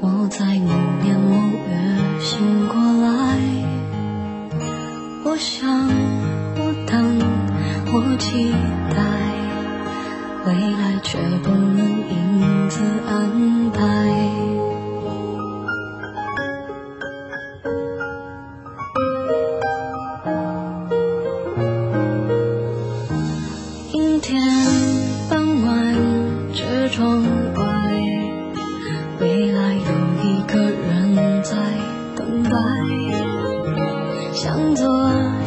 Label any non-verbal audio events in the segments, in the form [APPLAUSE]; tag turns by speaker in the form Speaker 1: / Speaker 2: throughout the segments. Speaker 1: 我在某年某月醒过来，我想，我等，我期待，未来却不能因此安排。阴天傍晚，车窗外，未来有一个人在等待。向左，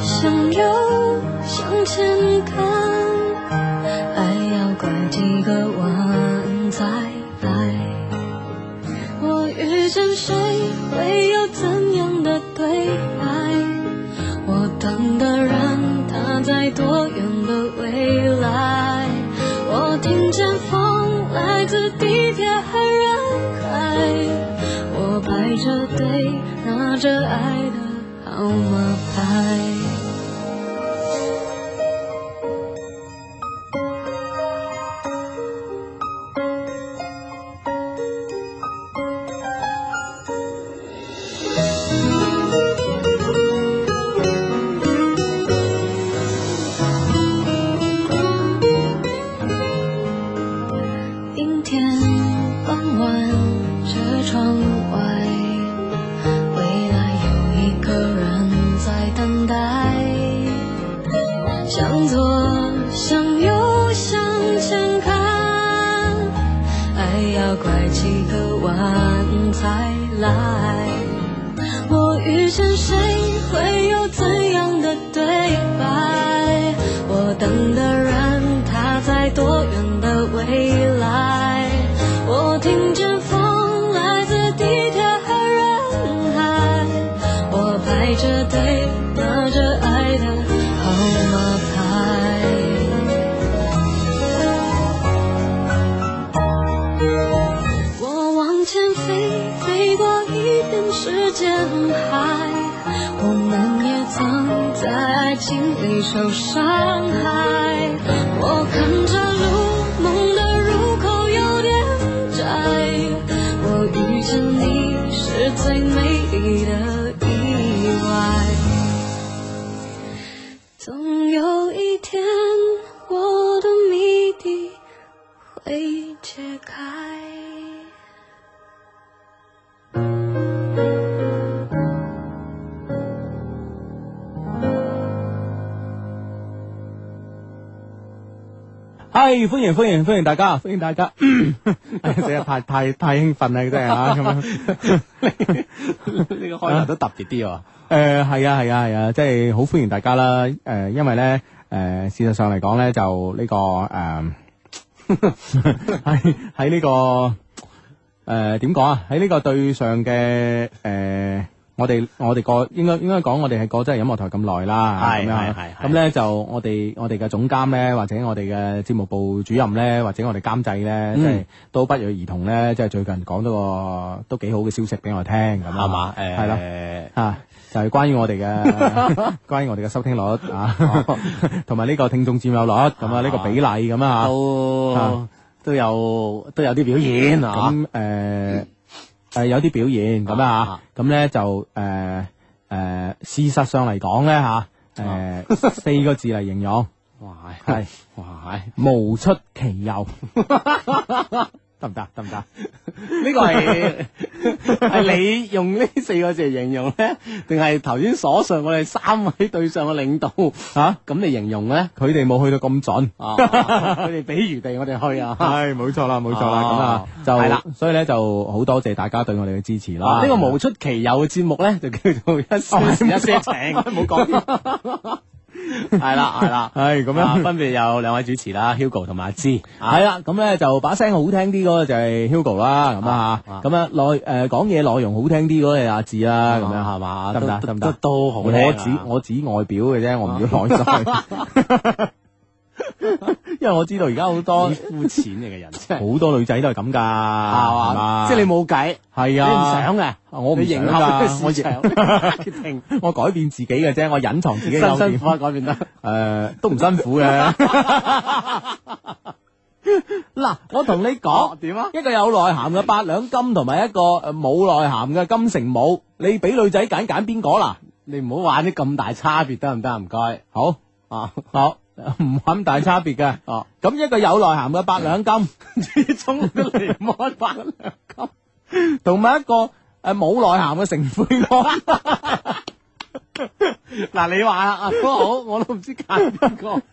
Speaker 1: 向右，向前看，还要拐几个弯才来。我遇见谁，会有怎样的对白？我等的人，他在多远的未来？我听见风来自地铁和人海，我排着队拿着爱的号码牌。阴天傍晚，车窗外，未来有一个人在等待。向左，向右，向前看，还要拐几个弯才来。我遇见谁，会有怎样的对白？我等的人，他在多远的未来？我听见风来自地铁和人海，我排着队拿着爱的号码牌。我往前飞，飞过一片时间海。我们也曾在爱情里受伤害。我看着路，梦的入口有点窄。我遇见你是最美丽的意外。总有一天，我的谜底会解开。
Speaker 2: 系欢迎欢迎欢迎大家，欢迎大家！ [CLEARS THROAT] 哎死啦，太太太兴奋啦，真系
Speaker 3: [LAUGHS]
Speaker 2: 啊咁样。
Speaker 3: 呢個開頭都特別啲喎。
Speaker 2: 诶，系啊，系啊，系啊，即系好欢迎大家啦。诶、因为咧，诶、事实上嚟讲咧，就呢、個个诶，喺喺呢個诶點講啊？喺呢個對上嘅诶、誒我哋我哋個應該應該講我哋係過真係音樂台咁耐啦，
Speaker 3: 係
Speaker 2: 咁樣
Speaker 3: 係係係
Speaker 2: 咁咧就我哋我哋嘅總監咧，或者我哋嘅節目部主任咧，或者我哋監製
Speaker 3: 嗯
Speaker 2: 咧，即係都不約而同咧，即係最近講到個都幾好嘅消息俾我聽咁啊
Speaker 3: 係嘛？誒，
Speaker 2: 係咯。啊，就係關於我哋
Speaker 3: [LAUGHS]
Speaker 2: 嘅，關於我哋嘅收聽率啊，
Speaker 3: 哦
Speaker 2: [LAUGHS] 同埋呢個聽眾佔有率咁啊，呢個比例咁啊，
Speaker 3: 都都有都有啲表演啊。
Speaker 2: 咁誒誒有啲表現咁啊
Speaker 3: 啊，
Speaker 2: 咁咧就誒誒事實上嚟講咧
Speaker 3: 啊
Speaker 2: 嚇，誒四個字嚟形容
Speaker 3: 哇，
Speaker 2: 係
Speaker 3: 哇，呢
Speaker 2: 無出其
Speaker 3: [LAUGHS]
Speaker 2: 右，得唔得？得唔得？
Speaker 3: 個 [LAUGHS] 係係你用呢四個字嚟形容咧，定係頭先所上我哋三位對上嘅領導
Speaker 2: 嚇
Speaker 3: 咁嚟形容咧？
Speaker 2: 佢哋冇去到咁準。
Speaker 3: 啊，佢哋俾餘地我哋去啊。
Speaker 2: [LAUGHS] 係冇錯啦，冇錯啦，咁啊
Speaker 3: 哦
Speaker 2: 就
Speaker 3: 係啦，
Speaker 2: 所以咧就好多謝大家對我哋嘅支持啦。
Speaker 3: 呢個無出其右嘅節目咧，就叫做一些事一些情，
Speaker 2: [LAUGHS] 冇講。
Speaker 3: 係啦係啦，
Speaker 2: 係咁樣
Speaker 3: 啊分別有兩位主持啦，Hugo 同埋阿芝，
Speaker 2: 系啦，咁咧就把聲好聽啲嗰個就係 Hugo 啦，咁啊
Speaker 3: 啊
Speaker 2: 咁啊內诶講嘢內容好聽啲嗰個係阿志啦，咁
Speaker 3: 咁樣
Speaker 2: 樣
Speaker 3: 係嘛？
Speaker 2: 得唔得
Speaker 3: 都
Speaker 2: 得唔
Speaker 3: 都
Speaker 2: 得
Speaker 3: 都好
Speaker 2: 我只我只外表嘅啫，我唔要內
Speaker 3: [LAUGHS]
Speaker 2: 在，因為我知道而家好多
Speaker 3: 多膚淺嚟嘅人，真係
Speaker 2: 好多女仔都係咁噶，
Speaker 3: 啊係
Speaker 2: 係
Speaker 3: 嘛？即係你冇計，
Speaker 2: 係
Speaker 3: 你唔
Speaker 2: 啊，
Speaker 3: 想嘅，
Speaker 2: 我唔
Speaker 3: 你迎
Speaker 2: 想
Speaker 3: 合
Speaker 2: 噶
Speaker 3: 呢個，
Speaker 2: 我
Speaker 3: 市
Speaker 2: 亦
Speaker 3: 場決 [LAUGHS] 定，
Speaker 2: 我改變自己嘅啫，我隱藏自己嘅
Speaker 3: 辛
Speaker 2: 優
Speaker 3: 辛
Speaker 2: 點
Speaker 3: 苦，苦改變得。
Speaker 2: 诶都唔辛苦嘅。 [LAUGHS] 嗱，我同你
Speaker 3: [LAUGHS] 哦
Speaker 2: 講，
Speaker 3: 點啊？
Speaker 2: 一個有內涵嘅八兩金，同埋一個呃冇內涵嘅金城武，你俾女仔揀揀邊個啦？
Speaker 3: 你唔好玩啲咁大差別得唔得？唔該。
Speaker 2: 好啊，好， [LAUGHS] 唔揾大差別嘅。
Speaker 3: 哦，
Speaker 2: 咁一個有內涵嘅八兩
Speaker 3: [LAUGHS]
Speaker 2: 金，
Speaker 3: 呢種都離唔開八兩金。
Speaker 2: 同埋一個诶冇內涵嘅成灰哥。
Speaker 3: [LAUGHS] 嗱，你話啦，啊都好，我都唔知揀邊個， [LAUGHS]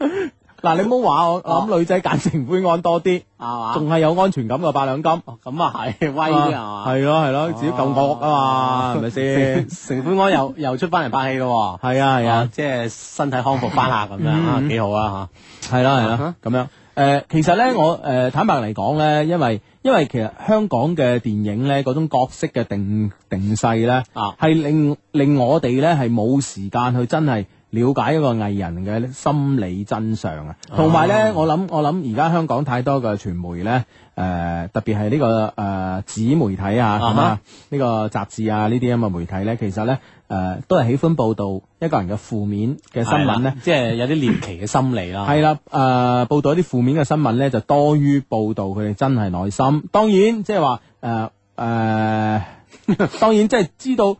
Speaker 3: 係
Speaker 2: 嗱，你唔好話我，我諗女仔揀成灰安多啲，
Speaker 3: 嘛？
Speaker 2: 仲係有安全感嘅八兩金。
Speaker 3: 啊哦咁啊係，威啲係嘛？
Speaker 2: 係咯係咯，自己夠惡啊嘛，係咪先？
Speaker 3: 成本安又又出翻嚟拍戲咯喎，
Speaker 2: 係啊係啊
Speaker 3: 哦，即係身體康復翻下咁樣
Speaker 2: 嗯
Speaker 3: 啊，
Speaker 2: 嗯
Speaker 3: 幾好啊
Speaker 2: 係啦係啦，咁樣。誒、其實咧，我誒、坦白嚟講咧，因為因為其實香港嘅電影咧，嗰種角色嘅定定勢咧，
Speaker 3: 啊
Speaker 2: 係令令我哋咧係冇時間去真係了解一個藝人嘅心理真相啊。同埋咧，我諗我諗而家香港太多嘅傳媒咧，誒、特別係呢個誒紙、媒體啊，
Speaker 3: 啊
Speaker 2: 係
Speaker 3: 哈
Speaker 2: 嘛呢個雜誌啊呢啲咁嘅媒體咧，其實咧誒、都係喜歡報導一個人嘅負面嘅
Speaker 3: 嚇，
Speaker 2: 新聞
Speaker 3: 係
Speaker 2: 咧
Speaker 3: 啦。即係有啲獵奇嘅心理啦。
Speaker 2: 系啦，诶、報道一啲負面嘅新聞咧，就多於報道佢哋真係內心。當然，即係話诶诶，呃 [LAUGHS] 當然即係知道佢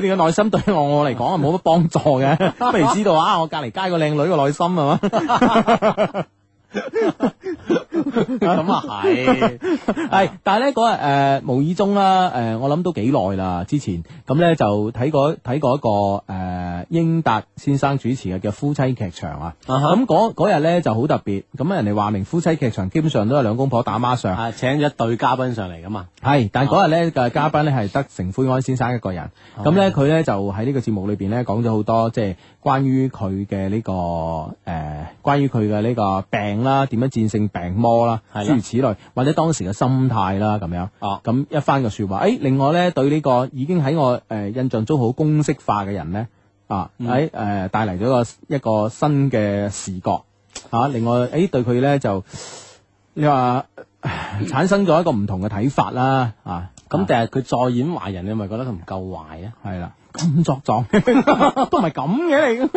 Speaker 2: 哋嘅內心對我我嚟講係冇乜幫助嘅，不如知道啊，我隔離街個靚女嘅內心係啊嘛，
Speaker 3: 咁啊係，
Speaker 2: 係。但係咧嗰日诶無意中啦，诶、我諗都幾耐啦，之前咁咧就睇過睇過一個诶、呃英達先生主持嘅叫夫妻劇場啊。咁嗰嗰日咧就好特別，咁人哋話明夫妻劇場基本上都係兩公婆打孖上。
Speaker 3: 啊請咗一對嘉賓上嚟噶嘛，
Speaker 2: 系，但嗰日咧嘅嘉賓咧係得成灰安先生一個人，
Speaker 3: 哦
Speaker 2: 咁咧佢咧就喺呢個節目裏边咧講咗好多即係關於佢嘅呢個诶、呃，关于佢嘅呢個病啦，點樣戰勝病魔啦，
Speaker 3: 係啦
Speaker 2: 諸如此類，或者當時嘅心態啦咁樣。
Speaker 3: 哦
Speaker 2: 咁一番嘅说話，诶、另外咧對呢個已經喺我诶、呃印象中好公式化嘅人咧，啊喺诶带嚟咗個一個新嘅視覺啊，另外诶、對佢咧就你話。產生咗一個唔同嘅睇法啦，啊，
Speaker 3: 咁
Speaker 2: 咁
Speaker 3: 但係佢再演壞人，你咪覺得佢唔夠壞啊？
Speaker 2: 係啦，咁作狀都唔係咁嘅你，
Speaker 3: [LAUGHS]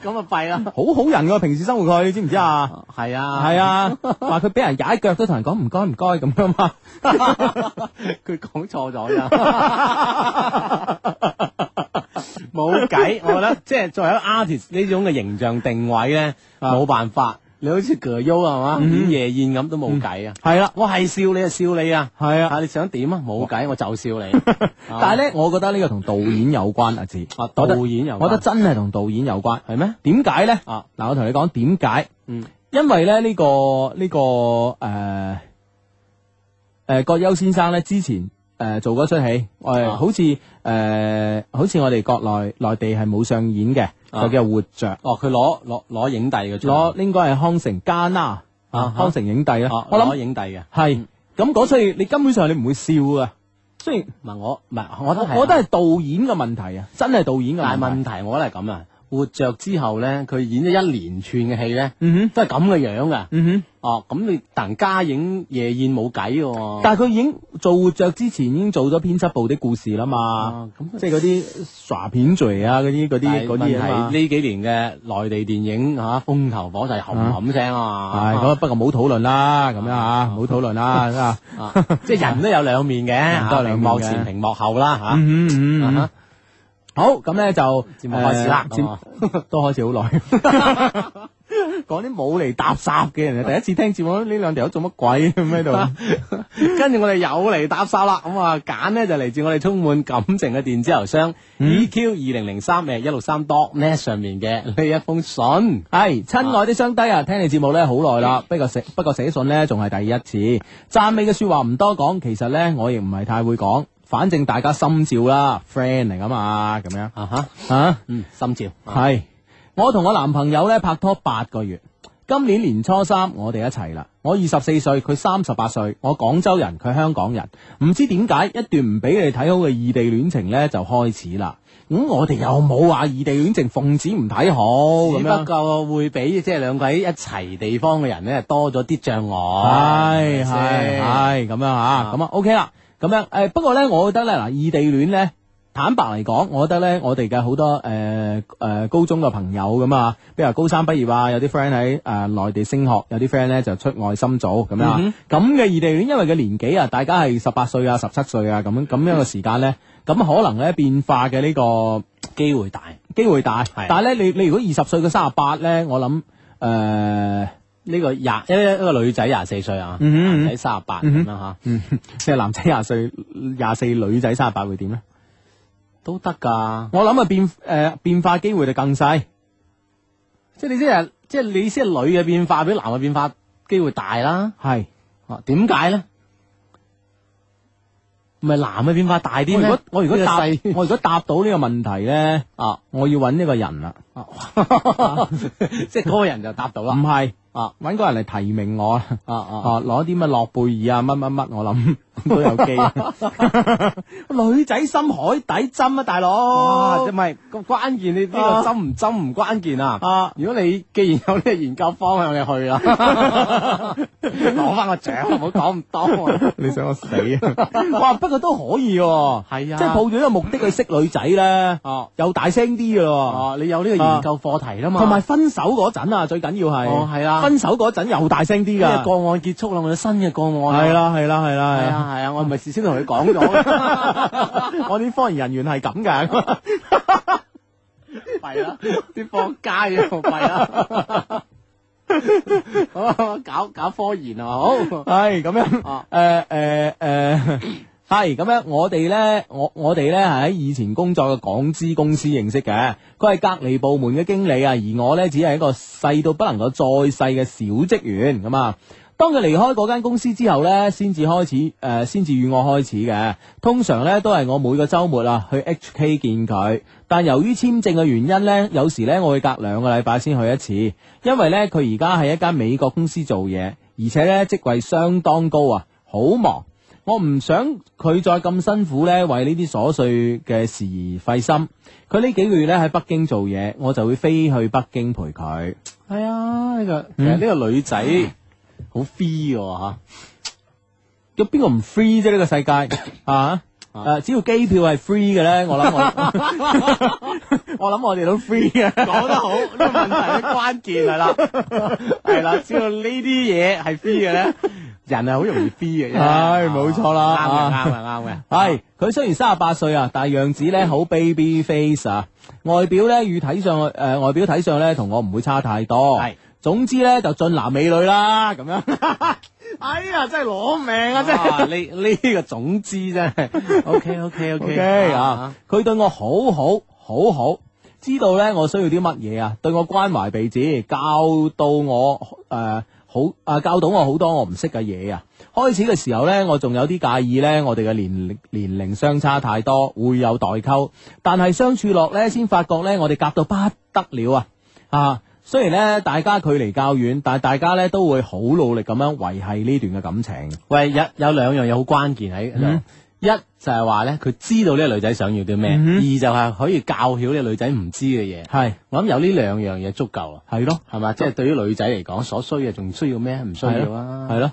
Speaker 3: 咁啊弊啦，
Speaker 2: 好好人噶，平時生活佢，你知唔知啊？
Speaker 3: 係啊，
Speaker 2: 係，啊，話佢俾人踩腳都同人講唔該唔該咁噶嘛，
Speaker 3: [LAUGHS] 佢講錯咗咋，冇計，我覺得即係作為一個 artist 呢種嘅形象定位咧，
Speaker 2: 啊
Speaker 3: 冇辦法，你好似葛優係嘛，
Speaker 2: 嗯
Speaker 3: 演夜宴咁都冇計啊。
Speaker 2: 係啦，
Speaker 3: 我係笑你啊，笑你啊！
Speaker 2: 係啊，
Speaker 3: 啊，你想點啊？冇計，我就笑你。
Speaker 2: [LAUGHS] 但係咧，我覺得呢個同導演有關，阿志，
Speaker 3: 啊，
Speaker 2: 我覺得
Speaker 3: 導演又
Speaker 2: 我覺得真係同導演有關，係咩？點解咧？
Speaker 3: 啊，
Speaker 2: 嗱，我同你講點解？
Speaker 3: 嗯，
Speaker 2: 因為咧呢、呢個呢、個誒誒葛優先生咧之前誒、呃做嗰出戲，我、呃
Speaker 3: 啊
Speaker 2: 好似誒、呃好似我哋國內內地係冇上演嘅，
Speaker 3: 啊
Speaker 2: 就叫活着，
Speaker 3: 哦，佢攞攞攞影帝嘅獎，
Speaker 2: 攞應該係康城加拿
Speaker 3: 啊
Speaker 2: 啊康城影帝啦。
Speaker 3: 啊
Speaker 2: 我
Speaker 3: 攞嗯
Speaker 2: 諗
Speaker 3: 影帝嘅。
Speaker 2: 係咁嗰出戲，你根本上你唔會笑啊。雖然
Speaker 3: 唔係我唔係，我覺得係啊
Speaker 2: 我覺得係導演嘅問題啊，真係導演嘅
Speaker 3: 但係
Speaker 2: 問題。
Speaker 3: 問題我覺得係咁啊。活着之後咧，佢演咗一連串嘅戲咧，
Speaker 2: 嗯哼，
Speaker 3: 都係咁嘅樣噶。
Speaker 2: 嗯哼。
Speaker 3: 哦，咁你突然加影夜宴冇計嘅喎。
Speaker 2: 但係佢已經做活着之前已經做咗編輯部的故事啦嘛，
Speaker 3: 啊，咁
Speaker 2: 即係嗰啲耍片罪啊，嗰啲嗰
Speaker 3: 但
Speaker 2: 啲
Speaker 3: 係
Speaker 2: 嗰
Speaker 3: 問
Speaker 2: 啲啊嘛
Speaker 3: 題呢幾年嘅內地電影嚇風頭火勢，冚冚聲啊嘛。
Speaker 2: 係咁啊，不過冇討論啦，咁樣啊，冇討論啦，啊，
Speaker 3: [LAUGHS] 啊，即係人都有兩面
Speaker 2: 人
Speaker 3: 嘅，
Speaker 2: [LAUGHS] 都有
Speaker 3: 嚇
Speaker 2: 兩
Speaker 3: 屏
Speaker 2: 面
Speaker 3: 幕
Speaker 2: 嘅
Speaker 3: 前屏幕後啦嚇。
Speaker 2: 嗯嗯
Speaker 3: 啊
Speaker 2: 嗯
Speaker 3: 哈
Speaker 2: 嗯，好，咁咧就
Speaker 3: 節目開始啦
Speaker 2: 呃
Speaker 3: 咁啊
Speaker 2: 節都開始好耐， [LAUGHS] 講啲冇嚟搭霎嘅人，第一次聽節目，呢兩條友做乜鬼咁
Speaker 3: [LAUGHS]
Speaker 2: 喺度？
Speaker 3: 跟住我哋又嚟搭手啦，咁啊揀呢就嚟自我哋充滿感情嘅電子郵箱
Speaker 2: 嗯
Speaker 3: EQ 二零零三誒一六三 dot net 上面嘅呢一封信。
Speaker 2: 系，親愛的雙低啊，聽你節目咧好耐啦，不過寫不過寫信咧仲係第一次，讚美嘅说話唔多講，其實咧我亦唔係太會講，反正大家心照啦，friend 嚟噶嘛，咁樣
Speaker 3: 啊哈，
Speaker 2: 啊，
Speaker 3: 嗯，心照。
Speaker 2: 係，我同我男朋友咧拍拖八個月，今年年初三我哋一齊啦，我二十四歲，佢三十八歲，我廣州人，佢香港人，唔知點解一段唔俾你睇好嘅異地戀情咧就開始啦，咁、我哋又冇話異地戀情奉旨唔睇好咁
Speaker 3: 只
Speaker 2: 樣
Speaker 3: 不。過會比即係兩個喺一齊地方嘅人呢多咗啲障礙，
Speaker 2: 系系
Speaker 3: 係咪先
Speaker 2: 系咁样吓，咁啊 OK 啦，咁样诶，不過咧，我覺得咧嗱，異地戀咧坦白嚟講，我覺得咧，我哋嘅好多誒誒、呃呃高中嘅朋友咁啊，比如話高三畢業啊，有啲 friend 喺誒內地升學，有啲 friend 咧就出外深造咁樣啊。
Speaker 3: 嗯
Speaker 2: 咁嘅異地戀，因為嘅年紀啊，大家係十八歲啊、十七歲啊咁樣咁樣嘅時間咧，咁可能咧變化嘅呢、個。
Speaker 3: 機會大，
Speaker 2: 機會大，
Speaker 3: 係
Speaker 2: 但係咧，你你如果二十歲嘅三十八咧，我諗誒、呃
Speaker 3: 呢個廿一一個女仔廿四歲啊，
Speaker 2: 嗯嗯嗯嗯
Speaker 3: 男仔三十八咁樣啊吓，
Speaker 2: 即係男仔廿歲，廿四女仔三十八會點咧？
Speaker 3: 都得㗎。
Speaker 2: 我諗啊變誒、呃、變化機會就更細，
Speaker 3: 即係你即係即係你先係女嘅變化比男嘅變化機會大啦。
Speaker 2: 係
Speaker 3: 啊，點解咧？唔係男嘅變化大
Speaker 2: 我
Speaker 3: 啲
Speaker 2: 如
Speaker 3: 咩
Speaker 2: 果？我如果答
Speaker 3: 呢個細
Speaker 2: 我如果答到呢個問題咧，
Speaker 3: 啊，
Speaker 2: 我要揾一個人啦，
Speaker 3: 即係嗰個人就答到
Speaker 2: 唔
Speaker 3: 啦。
Speaker 2: 係
Speaker 3: 啊
Speaker 2: 揾個人嚟提名我啦。
Speaker 3: 啊啊！
Speaker 2: 哦，攞啲乜諾貝爾啊，乜乜乜，我諗 [LAUGHS] 都
Speaker 3: [LAUGHS]
Speaker 2: 有機。女仔心海底針啊，大
Speaker 3: 哇，
Speaker 2: 佬
Speaker 3: 即係！咪咁關鍵？你呢
Speaker 2: 啊
Speaker 3: 個針唔針唔關鍵啊！
Speaker 2: 啊，
Speaker 3: 如果你既然有呢個研究方向，你去 [LAUGHS] 啦，攞翻個獎，唔好講咁多啊。
Speaker 2: 你想我死啊！ [LAUGHS] 哇，不過都可以喎，
Speaker 3: 係啊
Speaker 2: 即係抱住呢個目的去識女仔咧，
Speaker 3: 哦
Speaker 2: 又大聲啲嘅咯。
Speaker 3: 哦，你有呢個研究課題啦嘛，
Speaker 2: 同埋分手嗰陣啊，最緊要係，
Speaker 3: 哦係啊
Speaker 2: 分手嗰陣又大聲啲
Speaker 3: 呢
Speaker 2: 噶，
Speaker 3: 個個案結束啦，我有新嘅個案啊
Speaker 2: 係，啦係啦係啦
Speaker 3: 係
Speaker 2: 係
Speaker 3: 啊係啊，我唔係事先同你講
Speaker 2: [LAUGHS]
Speaker 3: 咗嘅。
Speaker 2: 啊，我啲科研人員係咁噶，
Speaker 3: 弊啦，啲科學家又弊啦。好 [LAUGHS] 搞搞科研啊，好
Speaker 2: [LAUGHS] 係咁樣，誒
Speaker 3: 啊
Speaker 2: 誒誒。呃係咁樣，我哋呢，我我哋呢係喺以前工作嘅港資公司認識嘅，佢係隔離部門嘅經理啊，而我呢，只係一個細到不能夠再細嘅小職員咁啊。當佢離開嗰間公司之後呢，先至開始誒，先至與我開始嘅。通常呢，都係我每個週末啊去 HK 見佢，但由於簽證嘅原因呢，有時呢，我會隔兩個禮拜先去一次，因為呢，佢而家喺一間美國公司做嘢，而且呢，職位相當高啊，好忙。我唔想佢再咁辛苦呢，為呢啲瑣碎嘅事而費心。佢呢幾個月呢喺北京做嘢，我就會飛去北京陪佢。嗯
Speaker 3: 係啊，呢個其實呢個女仔好 free 嘅喎嚇，
Speaker 2: 有邊個唔 free 啫？呢、個世
Speaker 3: [COUGHS]
Speaker 2: 界啊！誒、只要機票係 free 嘅呢，我諗我我諗我哋 [LAUGHS] 都 free 嘅。
Speaker 3: 講得好，呢個問題嘅關鍵係啦，係啦，只要呢啲嘢係 free
Speaker 2: [LAUGHS]
Speaker 3: 嘅咧，人係好容易 free 嘅啫，
Speaker 2: 唉冇錯啦
Speaker 3: 啱嘅
Speaker 2: 啊
Speaker 3: 啱嘅啱嘅，
Speaker 2: 係佢雖然三十八歲啊，但係樣子咧好 baby face 啊，外表咧與睇上誒、呃外表睇上咧同我唔會差太多。
Speaker 3: 係
Speaker 2: 總之咧就俊男美女啦咁樣。
Speaker 3: 哎呀，真係攞命啊！真係呢呢個總之真 [LAUGHS] 係 OK OK
Speaker 2: OK 啊，佢對我好好好好，知道咧我需要啲乜嘢啊，對我關懷備至，教到我誒、呃好啊，教到我好多我唔識嘅嘢啊。開始嘅時候呢，我仲有啲介意呢，我哋嘅年齡年齡相差太多，會有代溝。但係相處落呢，先發覺呢，我哋夾到不得了啊！啊，雖然呢，大家距離較遠，但係大家呢都會好努力咁樣維係呢段嘅感情。嗯
Speaker 3: 喂，有有兩樣嘢好關鍵喺度，一就係話咧，佢知道呢個女仔想要啲咩；
Speaker 2: 嗯哼
Speaker 3: 二就係可以教曉呢個女仔唔知嘅嘢。
Speaker 2: 係
Speaker 3: 我諗有呢兩樣嘢足夠啦，
Speaker 2: 係咯。
Speaker 3: 係嘛？即係對於女仔嚟講，所需嘅仲需要咩？唔需要啊，
Speaker 2: 系咯，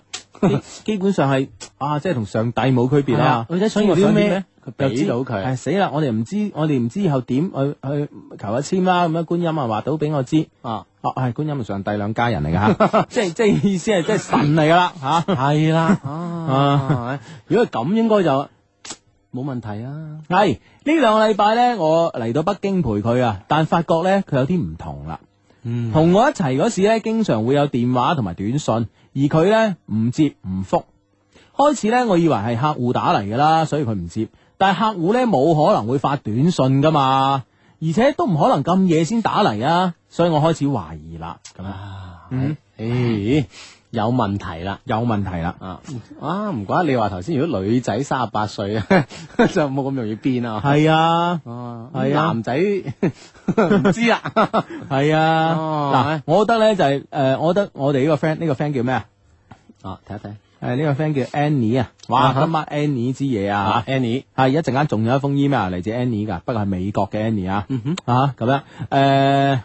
Speaker 2: 基基本上係啊，即係同上帝冇區別
Speaker 3: 係啊
Speaker 2: 啦。
Speaker 3: 女仔想要啲咩佢俾
Speaker 2: 又知
Speaker 3: 到佢
Speaker 2: 係死啦！我哋唔知，我哋唔知以後點去去求一簽啦。咁樣觀音啊話到俾我知，
Speaker 3: 啊，
Speaker 2: 哦、係觀音同上帝兩家人嚟噶吓， [LAUGHS] 即係即係意思係即係神嚟噶啦吓。
Speaker 3: 係
Speaker 2: [LAUGHS]
Speaker 3: 啦，啊，如果係咁應該就冇問題啊。
Speaker 2: 係呢兩個禮拜呢，我嚟到北京陪佢啊，但發覺呢，佢有啲唔同啦。
Speaker 3: 嗯
Speaker 2: 同我一齊嗰時呢，經常會有電話同埋短信，而佢呢唔接唔覆。開始呢，我以為係客戶打嚟噶啦，所以佢唔接。但係客戶呢冇可能會發短信噶嘛，而且都唔可能咁夜先打嚟啊，所以我開始懷疑啦，咁啊
Speaker 3: 啊，
Speaker 2: 嗯
Speaker 3: 誒，有問題啦。
Speaker 2: 有問題啦。
Speaker 3: 啊啊！唔怪得你話頭先，如果女仔三十八歲啊， [LAUGHS] 就冇咁容易變啊。
Speaker 2: 係啊，
Speaker 3: 哦，
Speaker 2: 係啊
Speaker 3: 男仔唔知啊，
Speaker 2: 係啊，嗱、
Speaker 3: 哦
Speaker 2: 我覺得呢就係、呃我覺得我哋呢個 friend 呢個 friend 叫咩啊？
Speaker 3: 啊睇一睇
Speaker 2: 誒呢個 friend 叫 Annie 啊，哇！
Speaker 3: 啊哈
Speaker 2: 今晚 Annie 之夜
Speaker 3: 啊
Speaker 2: 啊，
Speaker 3: ，Annie，
Speaker 2: 啊一陣間仲有一封 email 嚟自 Annie 噶，不過係美國嘅 Annie 啊，
Speaker 3: 嗯哼，
Speaker 2: 啊咁樣誒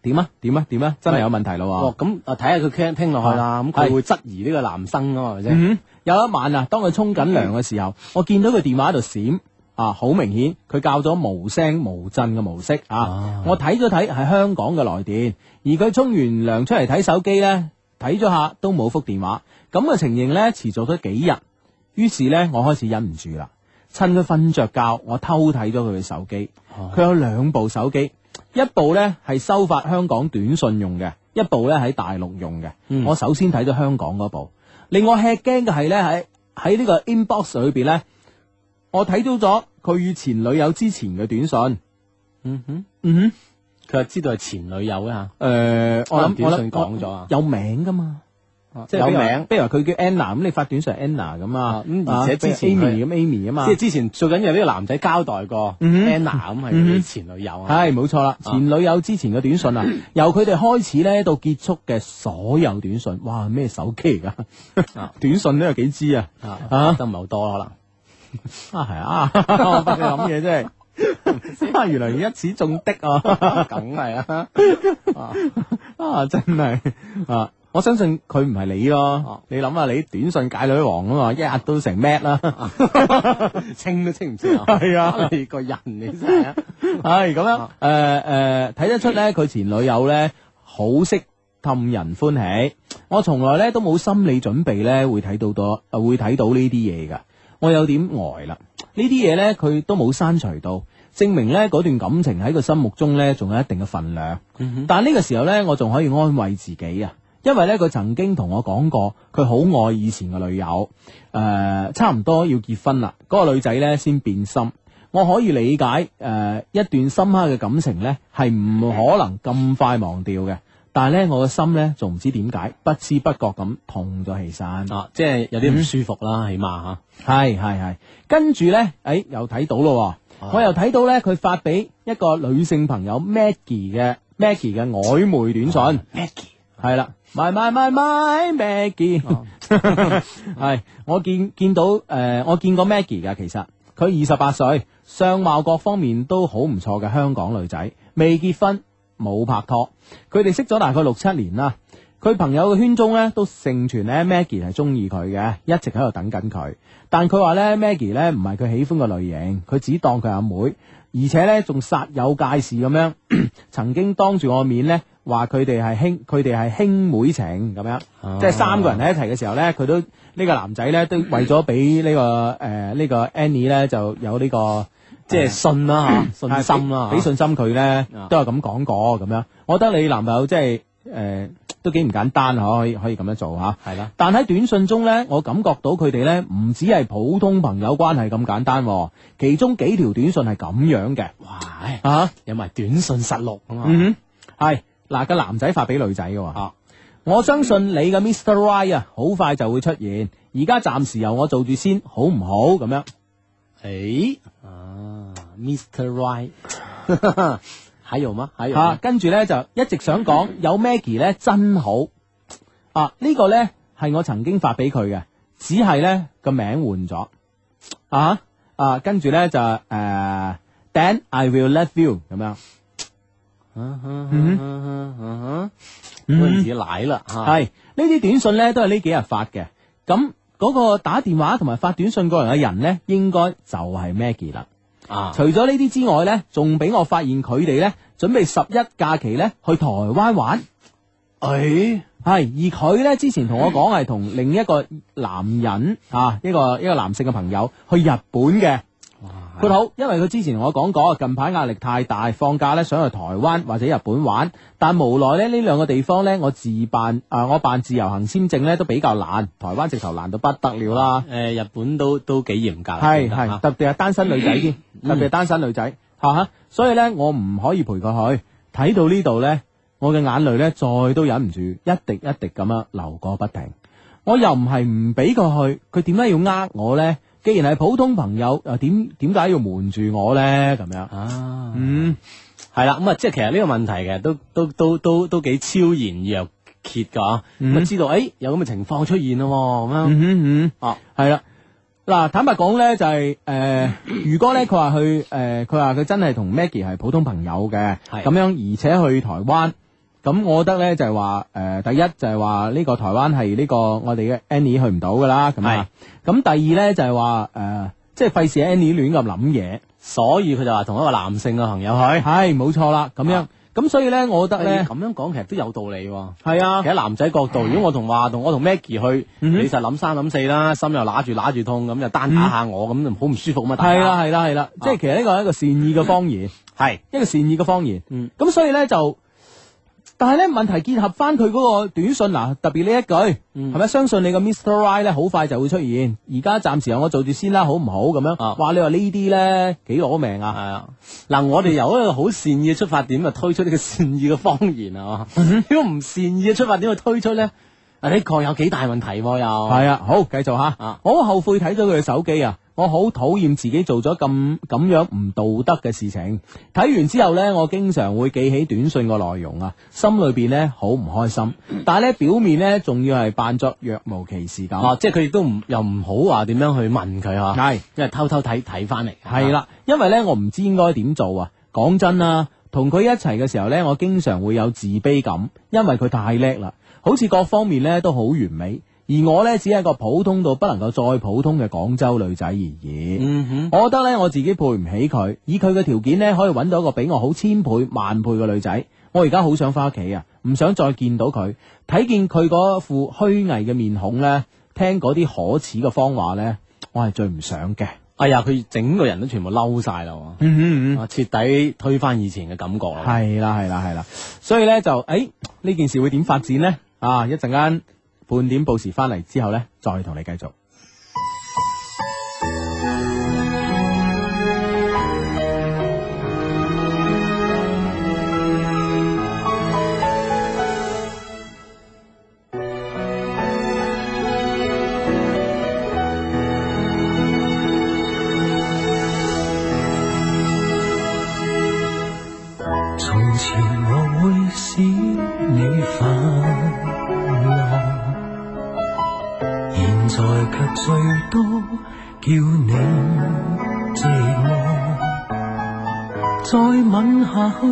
Speaker 2: 點啊點啊點啊，真係有問題咯
Speaker 3: 哦咁啊睇下佢傾傾落去啦，咁
Speaker 2: 啊係
Speaker 3: 佢會質疑呢個男生啊嘛，係咪
Speaker 2: 喎。
Speaker 3: 先？
Speaker 2: 嗯哼，有一晚啊，當佢沖緊涼嘅時候，我見到佢電話喺度閃啊，好明顯佢教咗無聲無震嘅模式啊！我睇咗睇係香港嘅來電，而佢沖完涼出嚟睇手機呢，睇咗下都冇覆電話，咁嘅情形呢，持續咗幾日。於是呢，我開始忍唔住啦，趁佢瞓着覺，我偷睇咗佢嘅手機。佢有兩部手機，一部呢係收發香港短信用嘅，一部呢喺大陸用嘅。我首先睇咗香港嗰部，令我吃驚嘅係呢，喺喺呢個 inbox 裏邊呢，我睇到咗佢與前女友之前嘅短信。
Speaker 3: 嗯哼，
Speaker 2: 嗯
Speaker 3: 佢就知道係前女友啊，
Speaker 2: 哼，誒、我諗我
Speaker 3: 可能短
Speaker 2: 諗
Speaker 3: 信講咗啊
Speaker 2: 有名噶嘛。即係
Speaker 3: 有
Speaker 2: 比如話
Speaker 3: 名
Speaker 2: 比如話佢叫 Anna，咁你發短信係 Anna 咁啊
Speaker 3: 啊，咁而且之前佢
Speaker 2: Amy 咁 Amy 啊嘛，
Speaker 3: 即係之前最緊要呢個男仔交代過
Speaker 2: 嗯哼
Speaker 3: Anna 咁係
Speaker 2: 嗯哼
Speaker 3: 佢前女友啊，
Speaker 2: 系冇錯啦，前女友之前嘅短信
Speaker 3: [LAUGHS]
Speaker 2: 啊，由佢哋開始咧到結束嘅所有短信，哇咩手機嚟噶
Speaker 3: 啊？
Speaker 2: [LAUGHS] 短信都有幾支啊？啊
Speaker 3: 啊都唔係好多可能。
Speaker 2: 啊係啊，我發你諗嘢真係，啊原來一此中的啊，
Speaker 3: 梗係 [LAUGHS] 啊，
Speaker 2: 啊真係啊！我相信佢唔係你咯
Speaker 3: 哦，
Speaker 2: 你諗下你短信界女王啊嘛，一日都成 mad 啦，
Speaker 3: 清都清唔清啊！
Speaker 2: 係啊。
Speaker 3: 你個人你真係啊，
Speaker 2: 系咁樣，
Speaker 3: 啊
Speaker 2: 诶诶、誒睇得出咧，佢前女友咧好識氹人歡喜。我從來咧都冇心理準備咧，會睇到到，呃會睇到呢啲嘢噶。我有點呆啦，呢啲嘢咧佢都冇刪除到，證明咧嗰段感情喺佢心目中咧仲有一定嘅份量。但呢個時候咧，我仲可以安慰自己啊，因為咧佢曾經同我講過，佢好愛以前嘅女友，诶、差唔多要結婚啦，嗰、個女仔咧先變心。我可以理解诶、呃一段深刻嘅感情呢係唔可能咁快忘掉嘅。但係呢，我嘅心呢，仲唔知點解，不知不覺咁痛咗起身。
Speaker 3: 啊，即係有啲唔舒服啦，起碼啊嚇。
Speaker 2: 係係係，跟住呢，誒、又睇到咯喎，
Speaker 3: 啊
Speaker 2: 我又睇到呢，佢發俾一個女性朋友 Maggie 嘅 Maggie 嘅曖昧短信。
Speaker 3: Maggie
Speaker 2: 係啦。買買買買 Maggie，係我見見到誒、呃我見過 Maggie 㗎，其實佢二十八歲，相貌各方面都好唔錯嘅香港女仔，未結婚冇拍拖，佢哋識咗大概六七年啦。佢朋友嘅圈中咧都盛傳咧 Maggie 係中意佢嘅，一直喺度等緊佢。但佢話咧 Maggie 咧唔係佢喜歡嘅類型，佢只當佢阿妹，而且咧仲煞有介事咁樣， [CLEARS THROAT] 曾經當住我面咧話佢哋係兄，佢哋係兄妹情咁樣，
Speaker 3: 啊
Speaker 2: 即係三個人喺一齊嘅時候咧，佢都呢、個男仔咧都為咗俾呢個 [CLEARS THROAT] 呃誒呢、個 Annie 咧就有呢、個。
Speaker 3: 即係
Speaker 2: [CLEARS THROAT]
Speaker 3: 信啦嚇，信心啦
Speaker 2: 俾俾信心佢咧
Speaker 3: 啊，
Speaker 2: 都有咁講過咁樣。我覺得你男朋友即係誒都幾唔簡單嚇，可以可以咁樣做嚇。
Speaker 3: 係啦，
Speaker 2: 但喺短信中呢，我感覺到佢哋呢唔只係普通朋友關係咁簡單喎，其中幾條短信係咁樣嘅
Speaker 3: 哇！唉
Speaker 2: 啊，
Speaker 3: 有埋短信實錄啊嘛，
Speaker 2: 嗯哼，係嗱個男仔發俾女仔嘅喎。
Speaker 3: 啊
Speaker 2: 我相信你嘅 Mr. Right 啊，好快就會出現。而家暫時由我做住先，好唔好咁樣？
Speaker 3: 誒啊，Mr. [LAUGHS] Right，還有嗎？還有
Speaker 2: 吓、
Speaker 3: 嗎
Speaker 2: 跟住呢，就一直想講有 Maggie 呢真好啊！呢、個呢，係我曾經發俾佢嘅，只係呢個名換咗啊啊！跟住呢，就誒、呃 Then I will love you 咁樣，
Speaker 3: 嗯
Speaker 2: 嗯
Speaker 3: 哼嗯哼嗯哼，
Speaker 2: 嗯
Speaker 3: 嗰陣時奶啦啊嚇，
Speaker 2: 係呢啲短信呢，都係呢幾日發嘅。咁嗰個打電話同埋發短信過嚟嘅人呢，應該就係 Maggie 啦。
Speaker 3: 啊，
Speaker 2: 除咗呢啲之外呢，仲俾我發現佢哋呢，準備十一假期呢，去台灣玩。
Speaker 3: 誒
Speaker 2: 系，而佢呢之前同我講係同另一個男人啊，一個一個男性嘅朋友去日本嘅。
Speaker 3: 哇
Speaker 2: 佢好，因為佢之前同我講過，近排壓力太大，放假呢想去台灣或者日本玩，但無奈呢呢兩個地方呢，我自辦啊、我辦自由行簽證呢都比較難，台灣直頭難到不得了啦。
Speaker 3: 誒日本都都幾嚴格，
Speaker 2: 係
Speaker 3: 我覺得啊
Speaker 2: 係，
Speaker 3: 嚇
Speaker 2: 特別係單身女仔添，特別係單身女仔吓、嚇所以呢，我唔可以陪佢去。睇到呢度呢，我嘅眼淚呢，再都忍唔住，一滴一滴咁樣流過不停。我又唔係唔俾佢去，佢點解要呃我呢？既然係普通朋友，又點點解要瞞住我呢？咁樣，
Speaker 3: 啊。
Speaker 2: 嗯，
Speaker 3: 系啦，咁啊，即係其實呢個問題嘅都都都都都幾超然若揭噶，咁啊、
Speaker 2: 嗯
Speaker 3: 知道诶、哎有咁嘅情況出現咯喎，咁樣
Speaker 2: 嗯哼嗯，
Speaker 3: 哦，
Speaker 2: 係啦。嗱，坦白講呢，就係、
Speaker 3: [COUGHS]
Speaker 2: 呃如果呢，佢話去誒，佢話佢真係同 Maggie 係普通朋友嘅，
Speaker 3: 係
Speaker 2: 咁樣而且去台灣，咁我覺得呢，就係話誒，第一就係話呢個台灣係呢個我哋嘅 Annie 去唔到噶啦，咁啊，咁第二呢，就係話誒，
Speaker 4: 即係費事 Annie 亂咁諗嘢。
Speaker 3: 所以佢就話同一個男性嘅朋友去。
Speaker 4: 係冇錯啦，咁樣
Speaker 3: 啊
Speaker 4: 咁所以咧，我覺得
Speaker 3: 喂
Speaker 4: 咧
Speaker 3: 你咁樣講其實都有道理喎。
Speaker 4: 係啊
Speaker 3: 其，實男仔角度，如果我同話同我同 Maggie 去，
Speaker 4: 嗯哼
Speaker 3: 你就諗三諗四啦，心又揦住揦住痛咁，就單打下我咁，就好唔舒服咁啊！大
Speaker 4: 係
Speaker 3: 家
Speaker 4: 啦，係啦，係啦，
Speaker 3: 啊
Speaker 4: 即係其實呢個係一個善意
Speaker 3: [COUGHS]
Speaker 4: 嘅方言。
Speaker 3: 係
Speaker 4: 一個善意嘅方言。
Speaker 3: 嗯，
Speaker 4: 咁所以咧就，但係咧問題結合翻佢嗰個短信嗱，特別呢一句，
Speaker 3: 嗯
Speaker 4: 係咪、相信你嘅 Mr. Right 咧好快就會出現？而家暫時由我做住先啦，好唔好咁樣？
Speaker 3: 啊
Speaker 4: 哇！你話呢啲咧幾攞命
Speaker 3: 係
Speaker 4: 啊？
Speaker 3: 啊！嗱，我哋由一個好善意嘅出發點啊，推出呢個善意嘅方言啊，
Speaker 4: 嗯
Speaker 3: 如果唔善意嘅出發點去推出咧，啊，呢個有幾大問題喎又
Speaker 4: 係啊，好，繼續吓。
Speaker 3: 哦啊
Speaker 4: 我好後悔睇咗佢嘅手機啊！我好討厭自己做咗咁咁樣唔道德嘅事情。睇完之後呢，我經常會記起短信個內容啊，心裏邊呢好唔開心，但係呢，表面呢仲要係扮作若無其事咁。
Speaker 3: 哦，即係佢亦都唔又唔好話點樣去問佢啊，
Speaker 4: 係
Speaker 3: 因為偷偷睇睇翻嚟
Speaker 4: 係，啦，因為呢，我唔知應該點做啊。講真啦，同佢一齊嘅時候呢，我經常會有自卑感，因為佢太叻啦，好似各方面呢都好完美，而我呢，只係一個普通到不能夠再普通嘅廣州女仔而已。
Speaker 3: 嗯哼，
Speaker 4: 我覺得呢，我自己配唔起佢，以佢嘅條件呢，可以揾到一個比我好千倍萬倍嘅女仔。我而家好想翻屋企啊，唔想再見到佢，睇見佢嗰副虛偽嘅面孔呢，聽嗰啲可恥嘅謊話呢，我係最唔想嘅。
Speaker 3: 哎呀，佢整個人都全部嬲晒啦喎。
Speaker 4: 嗯嗯
Speaker 3: 啊，徹底推翻以前嘅感覺啦。
Speaker 4: 系啦，系啦，系啦，所以咧就，诶呢件事會點發展呢？啊，一陣間半點報時翻嚟之後呢，再同你繼續。
Speaker 2: 從前我會使你煩惱，現在卻最多叫你寂寞。再吻下去，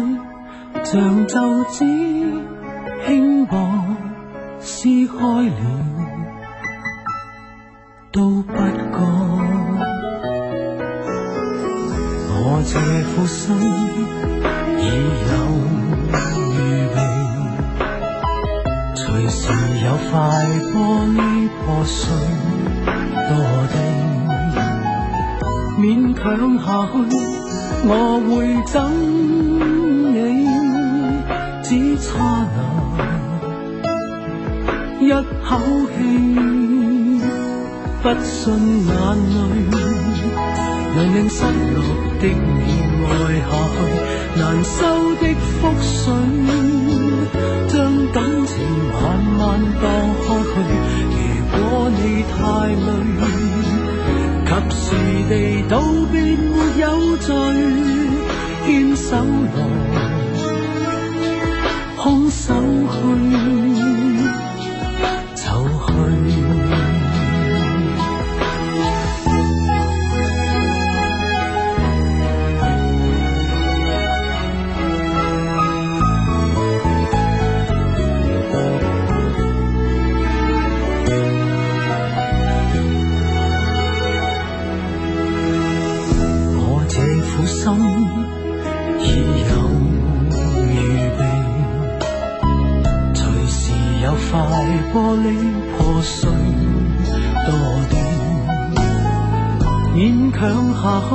Speaker 2: 像皺紙輕薄撕開了，都不覺。我這副身。已有預備，隨時有塊玻璃破碎多地，勉強下去，我會憎你，只差那一口氣，不信眼淚。難令失落的面愛下去，難收的覆水，將感情慢慢盪開去。如果你太累，及時地道別沒有罪，牽手來，空手去，走去。我這苦心已有預備，隨時有塊玻璃破碎多地，勉強下去，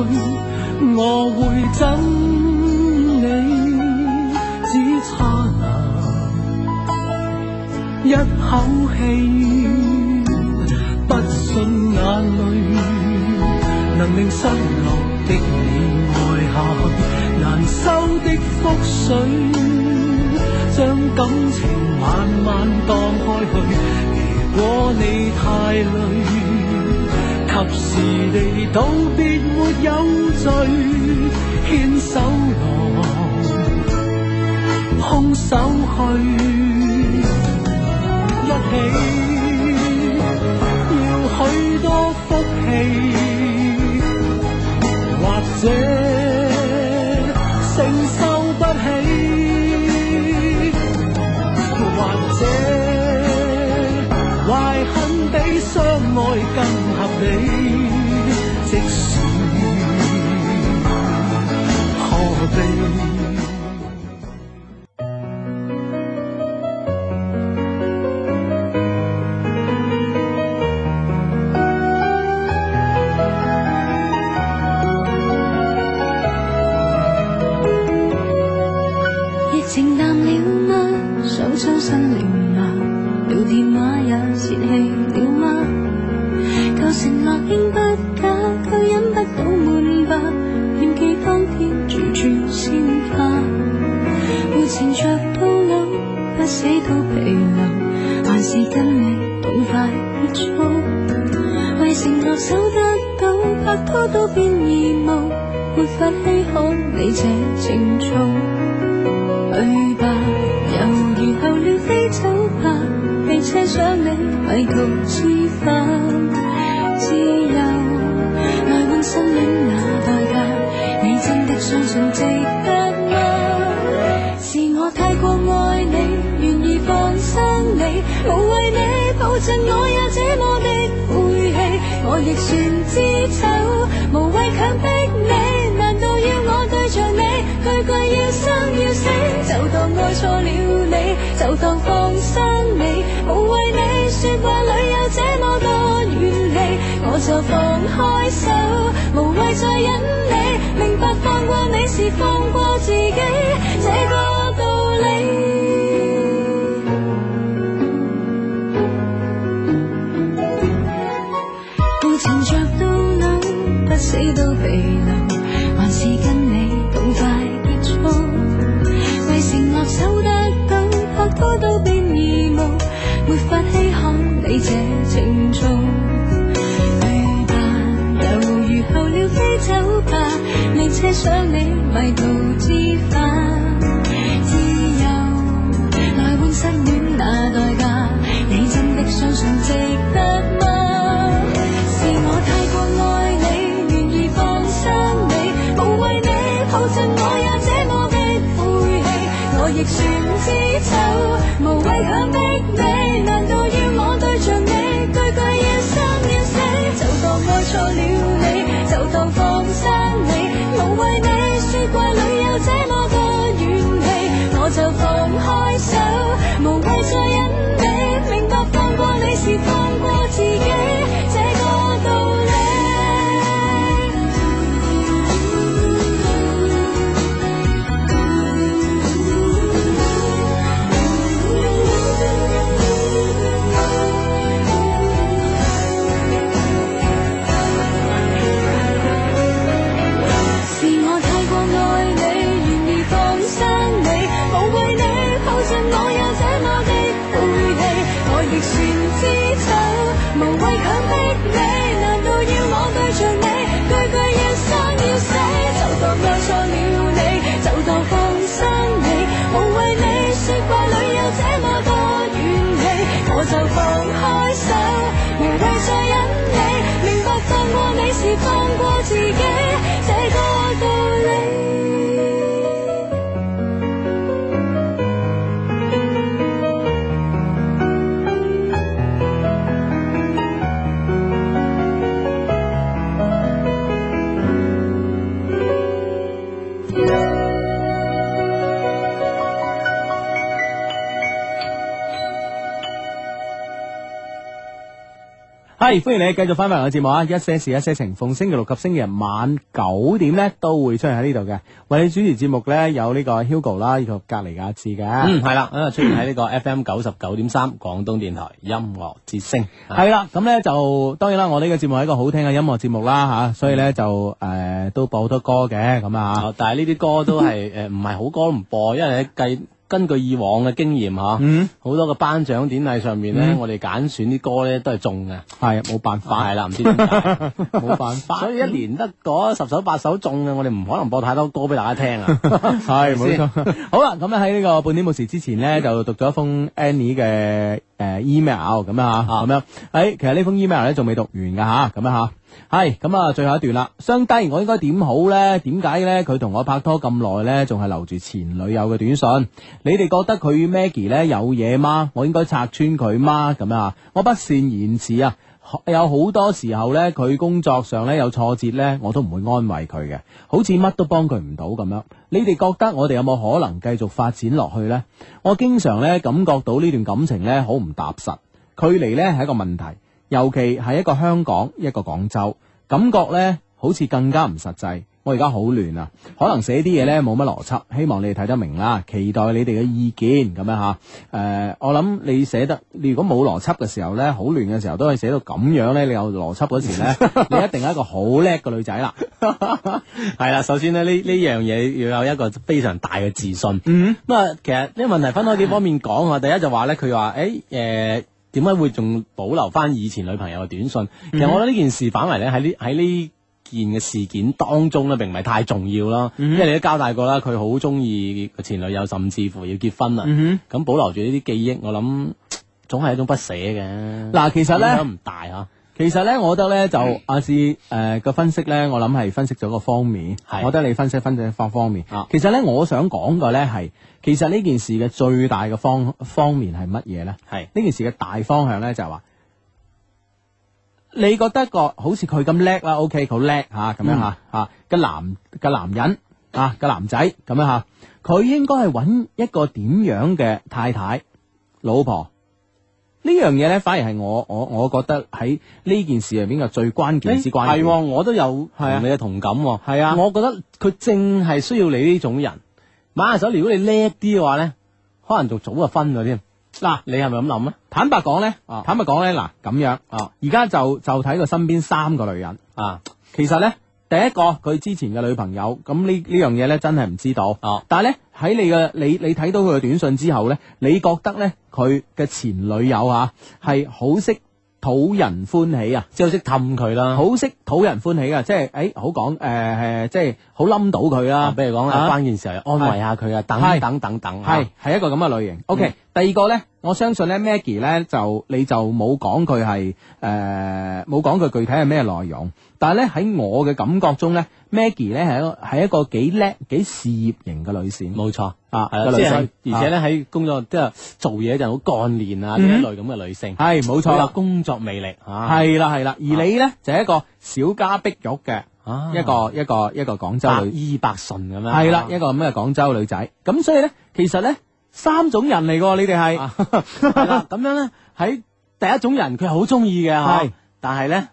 Speaker 2: 我會憎你，只差那。一口氣，不信眼淚能令失落的你愛下去，難收的覆水，將感情慢慢盪開去。如果你太累，及時地道別沒有罪，牽手來，空手去。一起，要許多福氣，或者承受不起，或者懷恨比相愛更合理，即使
Speaker 1: 拍拖都變義務，沒法稀罕你這情操。去吧，猶豫候了飛走吧，未車上你迷途知返自由，愛換生命拿代價，你真的相信值得嗎？是我太過愛你，願意放生你，無謂你抱着我也這麼的晦氣，我亦算知醜，無謂強迫你，難道要我對着你句句要生要死？就當愛錯了你，就當放生你，無謂你說話裏有這麼多怨氣，我就放開手，無謂再忍你。明白放過你是放過自己，這個道理。故情着到老，不死都疲勞，還是跟你痛快結束。為承諾守得到，拍拖都變義務，沒法稀罕你這情操。去吧，猶豫候了飛走吧，未車上你迷途知返自由，來換失戀那代價，你真的相信值得嗎？是我太過愛你，願意放生你，無謂你抱着我也這麼的晦氣，我亦算知醜，無謂強迫你，難道要我對着你句句要生要死？就當愛錯了你，就當放生你。無謂你雪櫃裏有這麼多怨氣，我就放開手，無謂再忍你。明白放過你是放過自己，這個道理。是我太過愛你，願意放生你，無謂你抱着我有這麼的晦氣，我亦算知醜，無謂強迫你，難道要我對着你句句要生要死？就當愛錯了你，就當放生你，無謂你雪櫃裏有這麼多怨氣，我就放開手，無謂再忍你，明白放過你是放過自己，這個道理。
Speaker 2: 系，欢迎你繼續翻返嚟我嘅節目啊！一些事，一些情，逢星期六及星期日晚九點咧都會出現喺呢度嘅。為你主持節目咧有呢個 Hugo 啦，以及隔離嘅阿志嘅。
Speaker 3: 嗯，系啦，咁啊出現喺呢個 FM 九十九點三廣東電台音樂之聲。啊
Speaker 2: 系啦，咁咧就當然啦，我呢個節目係一個好聽嘅音樂節目啦吓、所以咧就诶、呃都播好多歌嘅咁啊。
Speaker 3: 啊，但係呢啲歌都係 [LAUGHS] 诶唔係好歌都唔播，因為計根據以往嘅經驗吓，
Speaker 2: 嗯，
Speaker 3: 好多個頒獎典禮上面咧，我哋揀選啲歌咧都係中嘅。
Speaker 2: 係冇辦法，
Speaker 3: 快啦，唔知 [LAUGHS] 點解冇辦
Speaker 2: 法
Speaker 3: 所以一年得嗰十首八首中嘅，我哋唔可能播太多歌俾大家聽 [LAUGHS] 啊。
Speaker 2: 係嗯冇
Speaker 3: 先
Speaker 2: 錯。好啦，咁咧啊喺呢個半點冇時之前咧，就讀咗一封 Annie 嘅诶 email 咁啊，咁樣。诶，其實呢封 email 咧仲未讀完噶吓，咁樣吓。係咁啊，最後一段啦。相低，我應該點好呢？點解呢？佢同我拍拖咁耐呢，仲係留住前女友嘅短信。你哋覺得佢 Maggie 呢有嘢嗎？我應該拆穿佢嗎？咁樣啊，我不善言辭啊。有好多時候呢，佢工作上呢有挫折呢，我都唔會安慰佢嘅，好似乜都幫佢唔到咁樣。你哋覺得我哋有冇可能繼續發展落去呢？我經常呢感覺到呢段感情呢好唔踏實，距離呢係一個問題。尤其係一個香港一個廣州，感覺呢好似更加唔實際。我而家好亂啊，可能寫啲嘢呢冇乜邏輯，希望你哋睇得明啦。期待你哋嘅意見咁樣吓。誒、我諗你寫得，你如果冇邏輯嘅時候呢，好亂嘅時候都可以寫到咁樣呢。你有邏輯嗰時呢，你一定係一個好叻嘅女仔啦。
Speaker 3: 係啦，首先咧呢呢樣嘢要有一個非常大嘅自信。
Speaker 2: 嗯，
Speaker 3: 咁啊，其實呢個問題分開幾方面講啊。第一就話咧，佢話誒誒
Speaker 2: 嗯
Speaker 3: 點解會仲保留翻以前女朋友嘅短信？其實我覺得呢件事反為咧喺呢喺呢件嘅事件當中咧，並唔係太重要啦。
Speaker 2: 嗯
Speaker 3: 因為你都交代過啦，佢好中意個前女友，甚至乎要結婚啦。
Speaker 2: 嗯
Speaker 3: 咁保留住呢啲記憶，我諗總係一種不捨嘅。
Speaker 2: 哼，嗱，其實
Speaker 3: 影
Speaker 2: 咧
Speaker 3: 響。唔大啊吓，
Speaker 2: 其實咧，我覺得咧就阿志誒個分析咧，我諗係分析咗個方面。
Speaker 3: 係
Speaker 2: 我覺得你分析分析方方面。
Speaker 3: 啊
Speaker 2: 其實咧，我想講嘅咧係，其實呢件事嘅最大嘅方方面係乜嘢咧？
Speaker 3: 係
Speaker 2: 呢件事嘅大方向咧就係話，你覺得個好似佢咁叻啦，OK，佢好叻嚇
Speaker 3: 嗯
Speaker 2: 咁樣嚇嚇嘅男嘅男人啊嘅男仔咁樣嚇，佢應該係揾一個點樣嘅太太老婆？呢樣嘢咧，反而係我我我覺得喺呢件事入邊嘅最關鍵之關
Speaker 3: 係
Speaker 2: 鍵。
Speaker 3: 喎我都有
Speaker 2: 係啊
Speaker 3: 同你嘅同感喎。
Speaker 2: 係啊
Speaker 3: 我覺得佢正係需要你呢種人。馬下手，如果你叻啲嘅話咧，可能仲早就分咗添。
Speaker 2: 嗱，
Speaker 3: 你係咪咁諗咧？
Speaker 2: 坦白講咧，
Speaker 3: 啊
Speaker 2: 坦白講咧，嗱咁樣，
Speaker 3: 啊
Speaker 2: 而家就就睇佢身邊三個女人。
Speaker 3: 啊
Speaker 2: 其實呢，第一個佢之前嘅女朋友，咁呢呢樣嘢呢，真係唔知道。
Speaker 3: 哦
Speaker 2: 但係呢，喺你嘅你你睇到佢嘅短信之後呢，你覺得呢，佢嘅前女友啊係好識討人歡喜啊，
Speaker 3: 即係好識氹佢啦。
Speaker 2: 好識討人歡喜啊，即係誒好講誒誒，即係好冧到佢
Speaker 3: 啊，
Speaker 2: 啦。
Speaker 3: 比如講啊，
Speaker 2: 啊
Speaker 3: 關鍵時候安慰下佢啊，等
Speaker 2: 係
Speaker 3: 等等等啊
Speaker 2: 係係一個咁嘅類型。OK，、第二個呢，我相信呢 Maggie 呢，就你就冇講佢係誒冇講佢具體係咩內容，但係呢，喺我嘅感覺中呢 Maggie 呢係一個係一個幾叻幾事業型嘅女性
Speaker 3: 冇錯
Speaker 2: 啊
Speaker 3: 係啦
Speaker 2: 個
Speaker 3: 即
Speaker 2: 女
Speaker 3: 係
Speaker 2: 性，
Speaker 3: 而且咧喺工作即係做嘢就好幹練啊呢
Speaker 2: 嗯
Speaker 3: 一類咁嘅女性，
Speaker 2: 係冇
Speaker 3: 好
Speaker 2: 錯
Speaker 3: 有
Speaker 2: 啦，
Speaker 3: 工作魅力啊，
Speaker 2: 係啦係啦，而你呢，就係一個小家碧玉嘅
Speaker 3: 啊
Speaker 2: 一個一個一個廣
Speaker 3: 百
Speaker 2: 州女，
Speaker 3: 依百順咁樣，啊
Speaker 2: 係啦一個咁嘅廣州女仔，咁所以呢，其實呢，三種人嚟㗎喎，你哋 [LAUGHS] 係。
Speaker 3: 係啦咁樣咧喺第一種人佢係好中意嘅嚇
Speaker 2: 係，
Speaker 3: 但係咧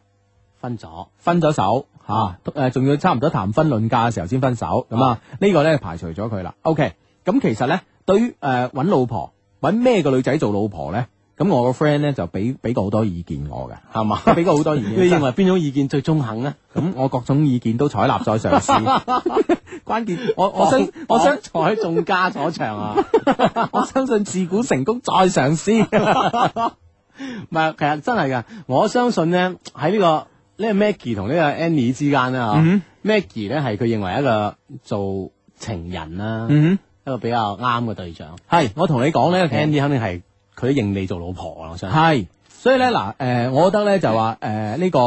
Speaker 3: 分咗
Speaker 2: 分咗手吓，誒、
Speaker 3: 啊
Speaker 2: 仲要差唔多談婚論嫁嘅時候先分手，咁啊呢個呢排除咗佢啦。OK，咁其實呢，對於誒揾老婆揾咩個女仔做老婆呢？咁我個 friend 呢就俾俾過好多意見我嘅，
Speaker 3: 係嘛？
Speaker 2: [LAUGHS] 俾過好多意見。
Speaker 3: 你認為邊種意見最中肯 [LAUGHS] 咧？
Speaker 2: 咁我各種意見都採納再嘗 [LAUGHS] 試。關鍵我我相我相
Speaker 3: 採眾家所長 [LAUGHS] 啊！
Speaker 2: 我相信自古成功再嘗試。
Speaker 3: 唔係，其實真係噶，我相信咧喺呢個呢、個 Maggie 同呢個 Annie 之間咧吓
Speaker 2: 嗯
Speaker 3: ，Maggie 咧係佢認為一個做情人啦、
Speaker 2: 嗯
Speaker 3: 一個比較啱嘅對象。
Speaker 2: 哼，係我同你講呢，其實
Speaker 3: Annie 肯定係佢都認你做老婆啊啦，我相信。
Speaker 2: 係，所以咧嗱，誒、我覺得咧就話誒呢個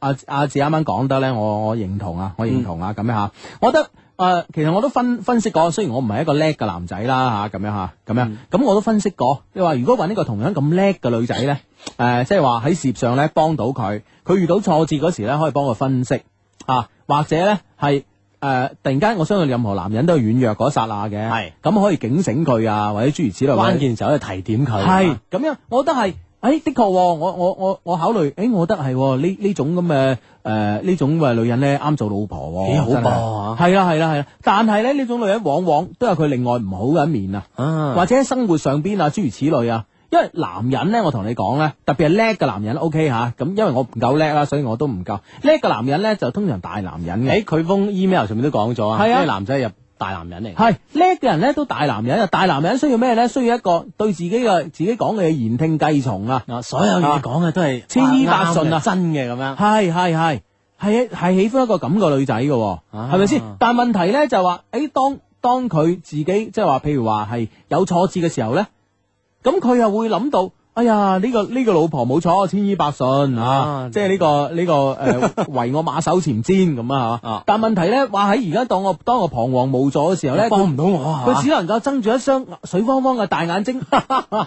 Speaker 2: 阿阿志啱啱講得咧，我我認同啊，我認同啊，咁
Speaker 3: 嗯
Speaker 2: 樣嚇，我覺得。誒、其實我都分分析過，雖然我唔係一個叻嘅男仔啦嚇，咁樣嚇，咁樣
Speaker 3: 嗯
Speaker 2: 咁、我都分析過。你話如果揾一個同樣咁叻嘅女仔咧，誒、即係話喺事業上咧幫到佢，佢遇到挫折嗰時咧可以幫佢分析啊，或者咧係誒突然間，我相信任何男人都有軟弱嗰一剎那嘅，
Speaker 3: 係
Speaker 2: 咁可以警醒佢啊，或者諸如此類。或者
Speaker 3: 關鍵就喺度提點佢。
Speaker 2: 係咁樣，我覺得係，誒的確喎，我我我我考慮，誒我覺得係喎呢呢種咁嘅誒呢種嘅女人咧啱做老婆喎，
Speaker 3: 幾好
Speaker 2: 真係
Speaker 3: 噃啊
Speaker 2: 係啦係啦係啦，但係咧呢種女人往往都有佢另外唔好嘅一面啊，
Speaker 3: 啊，
Speaker 2: 或者喺生活上邊啊諸如此類啊。因為男人咧，我同你講咧，特別係叻嘅男人，OK 吓，咁因為我唔夠叻啦，所以我都唔夠叻嘅男人咧，就通常大男人嘅。
Speaker 3: 誒佢封 email 上面都講咗啊，
Speaker 2: 係啊
Speaker 3: 呢個男仔係大男人嚟。
Speaker 2: 系叻嘅人咧都大男人啊，大男人需要咩咧？需要一個對自己嘅自己講嘅嘢言聽計從啊。
Speaker 3: 啊，所有嘢講嘅都係
Speaker 2: 千依百順啊
Speaker 3: 啱嘅真嘅咁樣。
Speaker 2: 系系系系系喜歡一個咁嘅女仔嘅喎，
Speaker 3: 啊
Speaker 2: 係咪先？但問題咧就話，誒當當佢自己即係話，譬如話係有挫折嘅時候咧，咁佢又會諗到。哎呀，呢、個呢、個老婆冇錯，千依百順啊
Speaker 3: 啊，
Speaker 2: 即係呢、個呢、個誒 [LAUGHS] 為我馬首前瞻咁啊嚇
Speaker 3: 啊
Speaker 2: 但問題咧，話喺而家當我當我彷徨無助嘅時候咧，佢
Speaker 3: 幫唔到我啊！
Speaker 2: 佢只能夠睜住一雙水汪汪嘅大眼睛，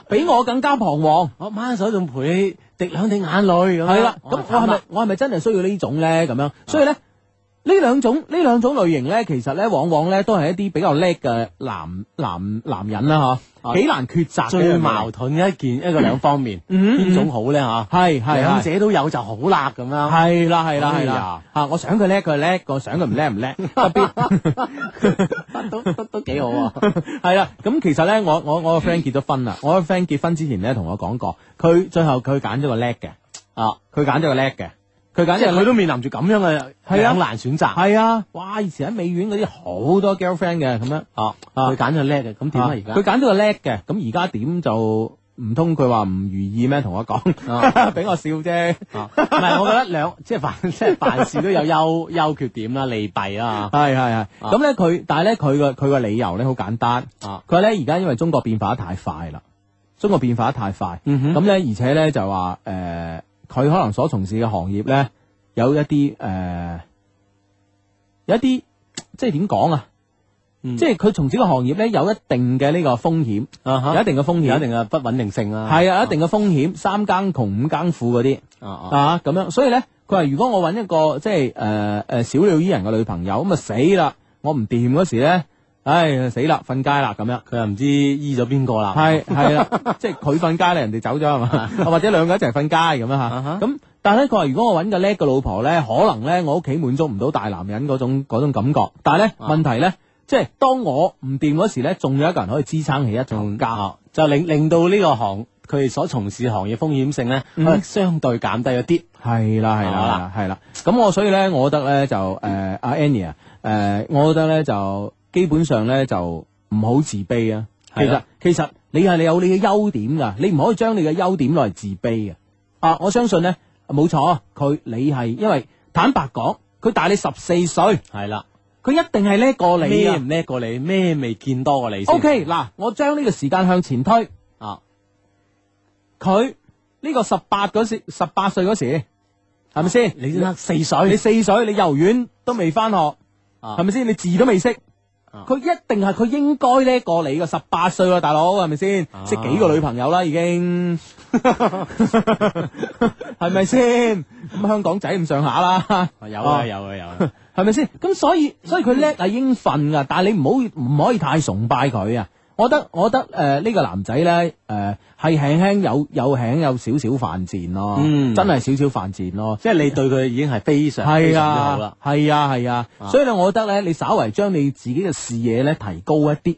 Speaker 2: 比我更加彷徨。
Speaker 3: 我掹手仲陪你滴兩滴眼淚咁哦啊樣。
Speaker 2: 系啦，咁我係咪我係咪真係需要呢種咧？咁樣，所以咧呢兩種呢兩種類型咧，其實咧往往咧都係一啲比較叻嘅男男男人啦，吓
Speaker 3: 啊
Speaker 2: 幾難抉擇嘅
Speaker 3: 最矛，盾嘅一
Speaker 2: [LAUGHS]
Speaker 3: 件一個兩方面，
Speaker 2: 嗯
Speaker 3: 邊種好咧吓？
Speaker 2: 係係
Speaker 3: 兩
Speaker 2: 係
Speaker 3: 者都有就好啦咁樣。
Speaker 2: 係啦係啦係
Speaker 3: 哎
Speaker 2: 啦
Speaker 3: 呀，
Speaker 2: 吓我想佢叻佢叻，我想佢唔叻唔
Speaker 3: [LAUGHS]
Speaker 2: 叻，特別。
Speaker 3: 都都都幾好啊！
Speaker 2: [LAUGHS] 系啦，咁其實咧，我我我個 friend 結咗婚啦，我個 friend 結婚之前咧同我講過，佢最後佢揀咗個叻嘅，啊，佢揀咗個叻嘅，佢揀
Speaker 3: 即
Speaker 2: 咗
Speaker 3: 係
Speaker 2: 個
Speaker 3: 佢都面臨住咁樣嘅
Speaker 2: 係啊
Speaker 3: 兩難選擇。
Speaker 2: 係啊，哇！以前喺美院嗰啲好多 girlfriend 嘅咁樣，
Speaker 3: 啊，
Speaker 2: 啊
Speaker 3: 佢揀咗叻嘅，咁點啊？而
Speaker 2: 佢
Speaker 3: 家
Speaker 2: 揀咗個叻嘅，咁而家點就唔通佢話唔如意咩？同我講， [LAUGHS] 俾我笑啫。
Speaker 3: 啊唔係，我覺得兩即係凡即係凡事都
Speaker 2: [LAUGHS]
Speaker 3: 有優優缺點啦、利弊啊啦
Speaker 2: 係係係，咁咧佢，但係咧佢個佢個理由咧好簡單，
Speaker 3: 啊
Speaker 2: 佢話咧而家因為中國變化得太快啦，中國變化得太快，
Speaker 3: 嗯哼
Speaker 2: 咁咧、而且咧就話誒，呃佢、可能所從事嘅行業咧有一啲誒、呃有一啲即係點講啊？
Speaker 3: 嗯
Speaker 2: 即係佢從事嘅行業咧有一定嘅呢個風險，
Speaker 3: 啊哈
Speaker 2: 有一定嘅風
Speaker 3: 有一
Speaker 2: 險，
Speaker 3: 定嘅不穩定性啦。
Speaker 2: 係啊，有一定嘅風險，三更窮五更富嗰啲。
Speaker 3: 啊啊
Speaker 2: 啊咁樣，所以咧，佢話如果我揾一個即係誒誒小鳥依人嘅女朋友，咁啊死啦！我唔掂嗰時咧，唉死啦，瞓街啦咁樣。
Speaker 3: 佢又唔知醫咗邊個啦。
Speaker 2: 係係啦， [LAUGHS] 即係佢瞓街啦，人哋走咗係嘛，
Speaker 3: [LAUGHS]
Speaker 2: 啊或者兩個一齊瞓街咁樣
Speaker 3: 啊哈
Speaker 2: 吓。咁但係咧，佢話如果我揾個叻嘅老婆咧，可能咧我屋企滿足唔到大男人嗰種嗰種感覺。但係咧
Speaker 3: 啊
Speaker 2: 問題咧，即係當我唔掂嗰時咧，仲有一個人可以支撐起一種家。
Speaker 3: 啊就令令到呢個行佢哋所從事行業風險性咧，可能相對減低咗啲。
Speaker 2: 系啦，系
Speaker 3: 係嘛
Speaker 2: 啦，系啦。咁我所以咧，我覺得咧就誒阿 Annie 啊，誒我覺得咧就基本上咧就唔好自卑啊。其
Speaker 3: 係
Speaker 2: 實
Speaker 3: 啦
Speaker 2: 其實你係你有你嘅優點噶，你唔可以將你嘅優點攞嚟自卑嘅。啊，我相信咧冇錯，佢你係因為坦白講，佢大你十四歲，
Speaker 3: 係啦，
Speaker 2: 佢一定係叻過你
Speaker 3: 咩
Speaker 2: 啊。
Speaker 3: 唔叻過你，咩未見多過你先
Speaker 2: O K，嗱，我將呢個時間向前推，
Speaker 3: 啊，
Speaker 2: 佢呢個十八嗰時，十八歲嗰時係咪先？
Speaker 3: 啊你先得四
Speaker 2: 你
Speaker 3: 歲
Speaker 2: 四歲，你幼兒園都未翻學，
Speaker 3: 啊
Speaker 2: 係咪先？你字都未識，
Speaker 3: 啊
Speaker 2: 佢一定係佢應該叻過你嘅十八歲啊，大佬係咪先？
Speaker 3: 啊
Speaker 2: 識幾個女朋友啦已
Speaker 3: [LAUGHS]
Speaker 2: 經，係咪先？咁香港仔咁上下啦，
Speaker 3: 啊有
Speaker 2: 啊
Speaker 3: 啊有啊有啊，
Speaker 2: 係咪先？咁所以所以佢
Speaker 3: 嗯
Speaker 2: 叻係應份噶，但係你唔好唔可以太崇拜佢啊！我覺得我覺得誒呢、個男仔咧誒係輕輕有有輕有少少犯賤咯，
Speaker 3: 嗯
Speaker 2: 真係少少犯賤咯。
Speaker 3: 即係你對佢已經係非常非
Speaker 2: 系
Speaker 3: 常之好啦
Speaker 2: 啊。，系啊，系啊，
Speaker 3: 啊
Speaker 2: 所以咧，我覺得咧，你稍為將你自己嘅視野咧提高一啲，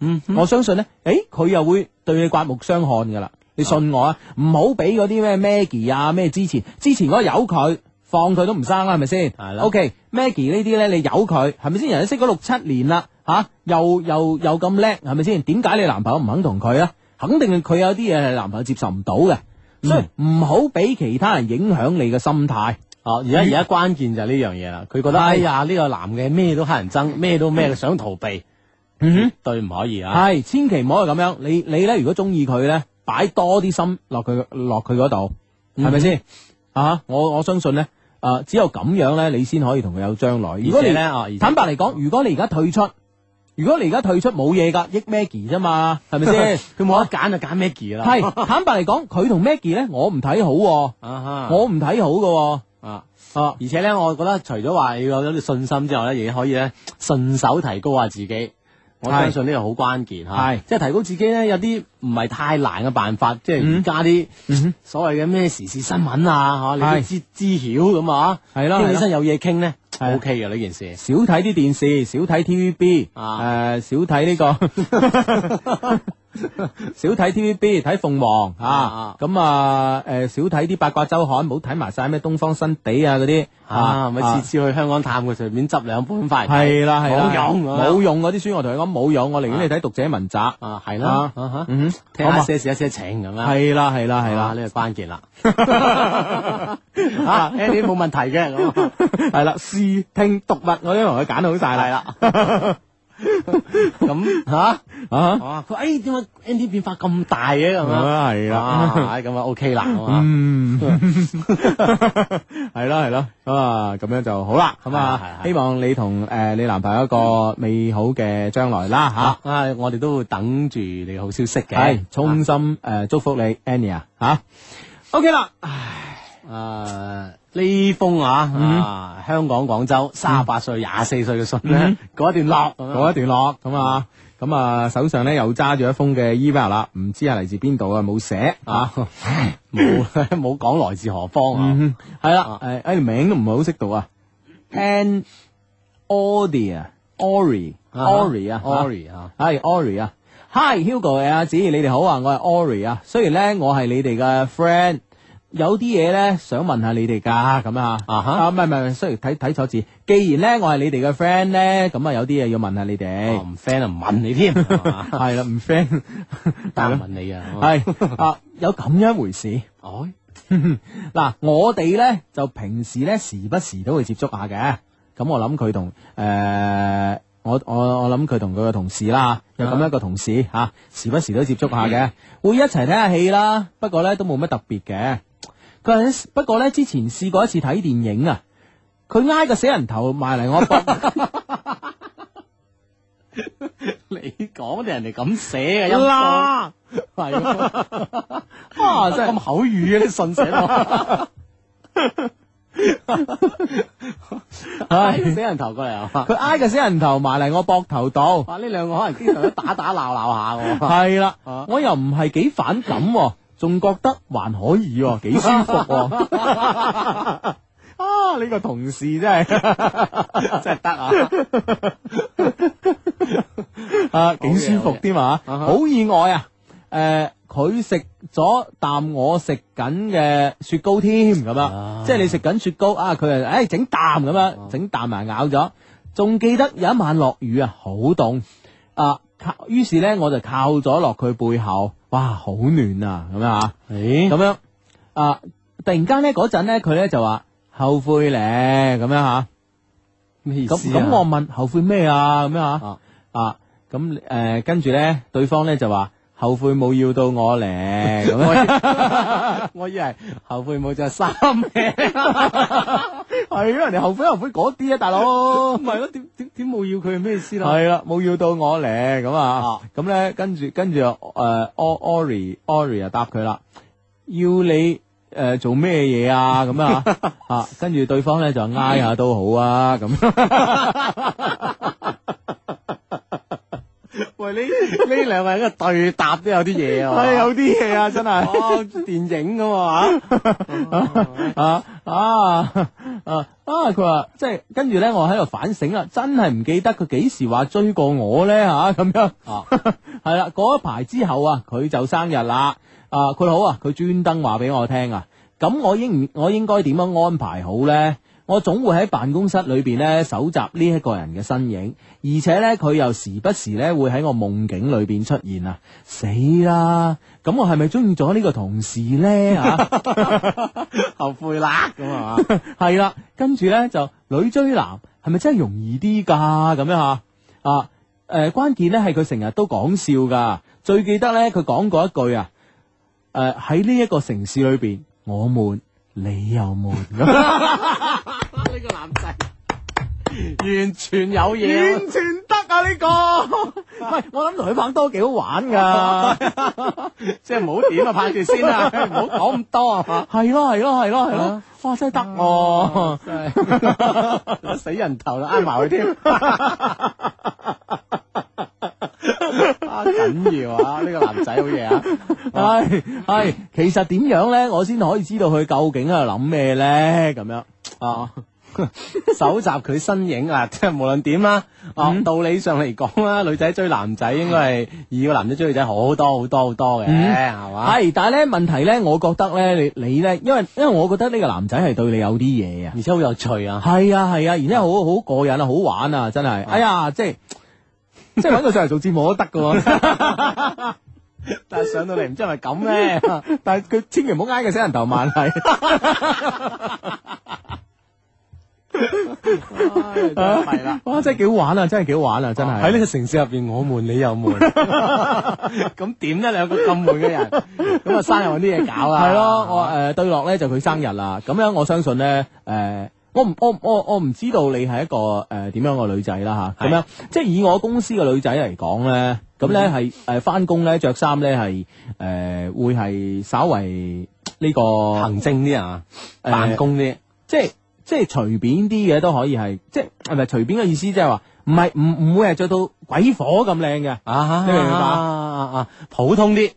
Speaker 3: 嗯哼
Speaker 2: 我相信咧，诶，佢又會對你刮目相看噶啦，你信我啊，唔好俾嗰啲咩 Maggie 啊，咩之前之前嗰個由佢。放佢都唔生啦，係咪先？
Speaker 3: 係啦
Speaker 2: O K，Maggie 呢啲咧，你由佢，係咪先？人哋識咗六七年啦，吓、又又又咁叻，係咪先？點解你男朋友唔肯同佢啊？肯定佢有啲嘢係男朋友接受唔到嘅，所以唔好俾其他人影響你嘅心態。
Speaker 3: 哦，而家而家關鍵就係呢樣嘢啦。佢覺得
Speaker 2: 哎係
Speaker 3: 哎呀呢個男嘅咩都乞人憎，咩都咩想逃避，
Speaker 2: 嗯哼。
Speaker 3: 對唔可以啊。
Speaker 2: 系，千祈唔好系咁樣。你你咧，如果中意佢咧，擺多啲心落佢落佢嗰度，
Speaker 3: 嗯
Speaker 2: 係咪先？啊，我我相信咧，啊、只有咁樣咧，你先可以同佢有將來。如
Speaker 3: 如
Speaker 2: 果
Speaker 3: 果
Speaker 2: 你
Speaker 3: 你咧哦，而且
Speaker 2: 坦白嚟講，如果你而家退出，如果你而家退出冇嘢噶，益
Speaker 3: [LAUGHS]
Speaker 2: Maggie 啫嘛，係咪先？
Speaker 3: 佢冇得揀就揀 Maggie 啦。
Speaker 2: 係坦白嚟講，佢同 Maggie 咧，我唔睇好喎、
Speaker 3: 啊哈，
Speaker 2: 我唔睇好嘅喎、
Speaker 3: 啊。
Speaker 2: 啊，
Speaker 3: 而且咧，我覺得除咗話要有啲信心之外咧，亦可以咧順手提高下自己。我
Speaker 2: 係
Speaker 3: 相信呢個好關鍵嚇，
Speaker 2: 係
Speaker 3: 即係提高自己咧，有啲唔係太難嘅辦法，即
Speaker 2: 嗯
Speaker 3: 係而家啲所謂嘅咩時事新聞啊嚇，你
Speaker 2: 係
Speaker 3: 都知知曉咁啊，
Speaker 2: 係啦
Speaker 3: 傾
Speaker 2: 係
Speaker 3: 起
Speaker 2: 啦
Speaker 3: 身有嘢傾咧
Speaker 2: 係啊
Speaker 3: ，OK 嘅呢件事。
Speaker 2: 少睇啲電視，少睇 TVB，誒、
Speaker 3: 啊
Speaker 2: 少睇呢、個， [LAUGHS] 少睇 TVB，睇鳳凰
Speaker 3: 啊
Speaker 2: 啊，咁啊，誒、少睇啲八卦周刊，唔好睇埋晒咩東方新地啊嗰啲
Speaker 3: 啊，咪次次去香港探佢，順便執兩本翻嚟睇。
Speaker 2: 係啦係啦，
Speaker 3: 冇用咁樣
Speaker 2: 冇用嗰啲書，我同你講冇用，我寧願你睇讀者文集，
Speaker 3: 啊，係啦
Speaker 2: 啊，
Speaker 3: 啊哈
Speaker 2: 嗯哼，
Speaker 3: 聽下一些事一些情咁啦。
Speaker 2: 係啦係啦係
Speaker 3: 係啦，
Speaker 2: 啦，
Speaker 3: 呢個關
Speaker 2: [LAUGHS]
Speaker 3: 鍵啦。啊 a n d 冇問題嘅咁。
Speaker 2: 係啦，視聽讀物我都同佢揀好晒
Speaker 3: 係
Speaker 2: 啦，
Speaker 3: 啦。咁
Speaker 2: [LAUGHS]
Speaker 3: 吓，
Speaker 2: 啊，
Speaker 3: 哇！佢誒點解 NT 變化咁大嘅咁樣？
Speaker 2: 啊係啦。
Speaker 3: 啊咁啊 OK 啦，咁啊
Speaker 2: 嗯， [LAUGHS] 系咯系咯，啊咁样就好啦，咁
Speaker 3: 係啊係
Speaker 2: 啊
Speaker 3: 啊
Speaker 2: 希望你同诶你男朋友一個美好嘅將來啦
Speaker 3: 啊啊！我哋都會等住你嘅好啊消息
Speaker 2: 吓，係
Speaker 3: 嘅，
Speaker 2: 衷心诶祝福你 Annie 啊吓，OK 啦，
Speaker 3: 啊呢封啊啊香港廣州三十八歲廿四歲嘅信咧
Speaker 2: 嗯，
Speaker 3: 嗰一段落咁
Speaker 2: 嗰
Speaker 3: 樣
Speaker 2: 一段落咁啊。咁啊，手上咧又揸住一封嘅 email 啦，唔知係嚟自邊度啊，冇寫啊，
Speaker 3: 冇 [LAUGHS] 冇講來自何方啊？
Speaker 2: 嗯哼，係啦，誒，誒名都唔係好識讀啊，An Audi 啊，Ori
Speaker 3: 啊
Speaker 2: Ori 啊
Speaker 3: Ori 啊，
Speaker 2: 系 Ori 啊，Hi Hugo 啊，子怡你哋好啊，我係 Ori 啊。雖然咧我係你哋嘅 friend，有啲嘢咧想問下你哋㗎，咁啊，
Speaker 3: 啊哈
Speaker 2: 唔係唔係，雖然睇睇錯字，既然咧我係你哋嘅 friend 咧，咁啊有啲嘢要問下你哋
Speaker 3: 哦，唔 friend 啊，唔問你 [LAUGHS] 添，係嘛
Speaker 2: 係啦，唔 friend，係
Speaker 3: 但係
Speaker 2: 咯
Speaker 3: 問你啊，
Speaker 2: [LAUGHS] 係啊，有咁樣一回事。
Speaker 3: 哦，
Speaker 2: 嗱，我哋咧就平時咧時不時都會接觸下嘅，咁我諗佢同誒。我我我諗佢同佢嘅同事啦，有咁一個同事吓、啊，時不時都接觸下嘅，會一齊睇下戲啦。不過咧都冇乜特別嘅。佢話不過咧之前試過一次睇電影啊，佢挨個死人頭埋嚟我
Speaker 3: [LAUGHS]
Speaker 2: 膊
Speaker 3: 你講啲人哋咁寫嘅音啦，
Speaker 2: 啦，
Speaker 3: 係喎
Speaker 2: 啊真係
Speaker 3: 咁口語嘅啲信寫到，
Speaker 2: 唉
Speaker 3: 死人頭過嚟啊！
Speaker 2: 佢挨個死人頭埋嚟我膊頭度。
Speaker 3: 哇！呢兩個可能經常都打打鬧鬧下喎。
Speaker 2: 系啦
Speaker 3: 啊，
Speaker 2: 我又唔係幾反感喎，仲覺得還可以喎，幾舒服
Speaker 3: [LAUGHS]
Speaker 2: 喎。 [LAUGHS] 啊！呢個同事真係
Speaker 3: [LAUGHS] 真係得啊！
Speaker 2: [LAUGHS] 啊，幾舒服添嘛，
Speaker 3: 好嘢好嘢
Speaker 2: 好意外啊！诶，佢食咗啖我食緊嘅雪糕添咁啊
Speaker 3: 啊，
Speaker 2: 即係你食緊雪糕啊，佢啊，诶整啖咁樣，整啖埋咬咗，仲記得有一晚落雨啊，好凍啊，靠於是咧我就靠咗落佢背後，哇，好暖啊，咁樣啊。
Speaker 3: 誒，
Speaker 2: 咁样啊，突然間咧嗰陣咧，佢咧就話後悔咧咁樣啊吓，
Speaker 3: 咩意
Speaker 2: 咁
Speaker 3: 思啊
Speaker 2: 咁我問後悔咩啊？咁樣吓
Speaker 3: 啊
Speaker 2: 啊，咁诶跟住咧，對方咧就話後悔冇要到我咧咁樣，[LAUGHS]
Speaker 3: [LAUGHS] 我以為後悔冇着衫嘅，
Speaker 2: 係咯，人哋後悔後悔嗰啲啊，大佬
Speaker 3: 唔。係咯？點點點冇要佢係咩意思啦？
Speaker 2: [LAUGHS] 係啦，冇要到我咧咁啊
Speaker 3: 啊，
Speaker 2: 咁咧跟住跟住誒，Ori Ori 啊答佢啦，要你誒做咩嘢啊咁 [LAUGHS] 啊啊，跟住對方咧就挨下都好啊 [LAUGHS] 咁。
Speaker 3: 喂，呢呢兩個人嘅對答都有啲嘢啊！
Speaker 2: 係有啲嘢啊，真
Speaker 3: [LAUGHS]
Speaker 2: 係
Speaker 3: 哦，電影咁啊
Speaker 2: 啊啊啊啊！佢話即係跟住咧，我喺度反省啦，真係唔記得佢幾時話追過我咧吓咁樣。
Speaker 3: 嘛，
Speaker 2: [LAUGHS] 係啦，嗰一排之後啊，佢就生日啦。啊，佢好啊，佢專登話俾我聽啊。咁我應唔我應該點樣安排好呢？我總會喺辦公室裏邊呢搜集呢一個人嘅身影，而且呢，佢又時不時呢會喺我夢境裏邊出現啊！死啦！咁我係咪中意咗呢個同事呢？啊， [LAUGHS]
Speaker 3: 後悔啦咁啊嘛，
Speaker 2: 係啦，跟住呢，就女追男係咪真係容易啲㗎？咁樣啊？啊，誒、關鍵咧係佢成日都講笑噶，最記得咧佢講過一句啊，誒喺呢一個城市裏邊，我悶，你又
Speaker 3: [LAUGHS]
Speaker 2: 悶，完
Speaker 3: 呢個男仔完全有嘢啊。
Speaker 2: 全得啊呢、個，喂，我諗同佢玩多幾好 [LAUGHS]
Speaker 3: [LAUGHS]
Speaker 2: 玩噶，
Speaker 3: 即係唔好點啊，拍住 [LAUGHS] 先啊，唔好講咁多啊嘛。
Speaker 2: 係咯係咯係咯係咯，哇真係得
Speaker 3: [LAUGHS]
Speaker 2: 喎，
Speaker 3: 真係死人頭啦，挨埋佢添。啊，緊要啊！呢、個男仔好嘢啊！
Speaker 2: 係係，其實點樣咧，我先可以知道佢究竟喺度諗咩咧咁樣。
Speaker 3: 啊，搜集佢身影啊，即係無論點啦，啊，
Speaker 2: 嗯
Speaker 3: 道理上嚟講啦，女仔追男仔應該係二個男仔追女仔好多好多好多嘅，
Speaker 2: 嗯
Speaker 3: 係嘛？
Speaker 2: 係，但係咧問題咧，我覺得咧，你你咧，因為因為我覺得呢個男仔係對你有啲嘢啊。
Speaker 3: 而且好有趣啊！
Speaker 2: 系啊系啊，而且好好過癮啊，好玩啊，真係。哎呀，即係即係揾佢上嚟做節目都得噶喎，
Speaker 3: [LAUGHS] 但係上到嚟唔知係咪咁咧？
Speaker 2: [LAUGHS] 但係佢千祈唔好挨佢死人頭萬係。
Speaker 3: 係啦。
Speaker 2: [LAUGHS] 哇， [LAUGHS] 真係幾好玩啊，真係幾好玩啊，真係。
Speaker 3: 喺呢個城市入邊，我悶你又悶，咁點呢？兩個咁悶嘅人，
Speaker 2: [LAUGHS]
Speaker 3: 咁啊生日揾啲嘢搞啦。
Speaker 2: 係咯，我誒對落咧就佢生日啦，咁樣我相信咧誒。我唔我我我唔知道你係一個誒點、樣嘅女仔啦吓，咁
Speaker 3: 係
Speaker 2: 樣即係以我公司嘅女仔嚟講咧，咁
Speaker 3: 嗯
Speaker 2: 咧係誒翻工咧着衫咧係誒會係稍為呢、個
Speaker 3: [LAUGHS] 行政啲啊，
Speaker 2: 誒
Speaker 3: 辦公啲，
Speaker 2: 即係即係隨便啲嘅都可以係，即係係咪隨便嘅意思即係話唔係唔唔會係着到鬼火咁靚嘅，
Speaker 3: 啊
Speaker 2: 你明唔明白
Speaker 3: 啊啊普通啲，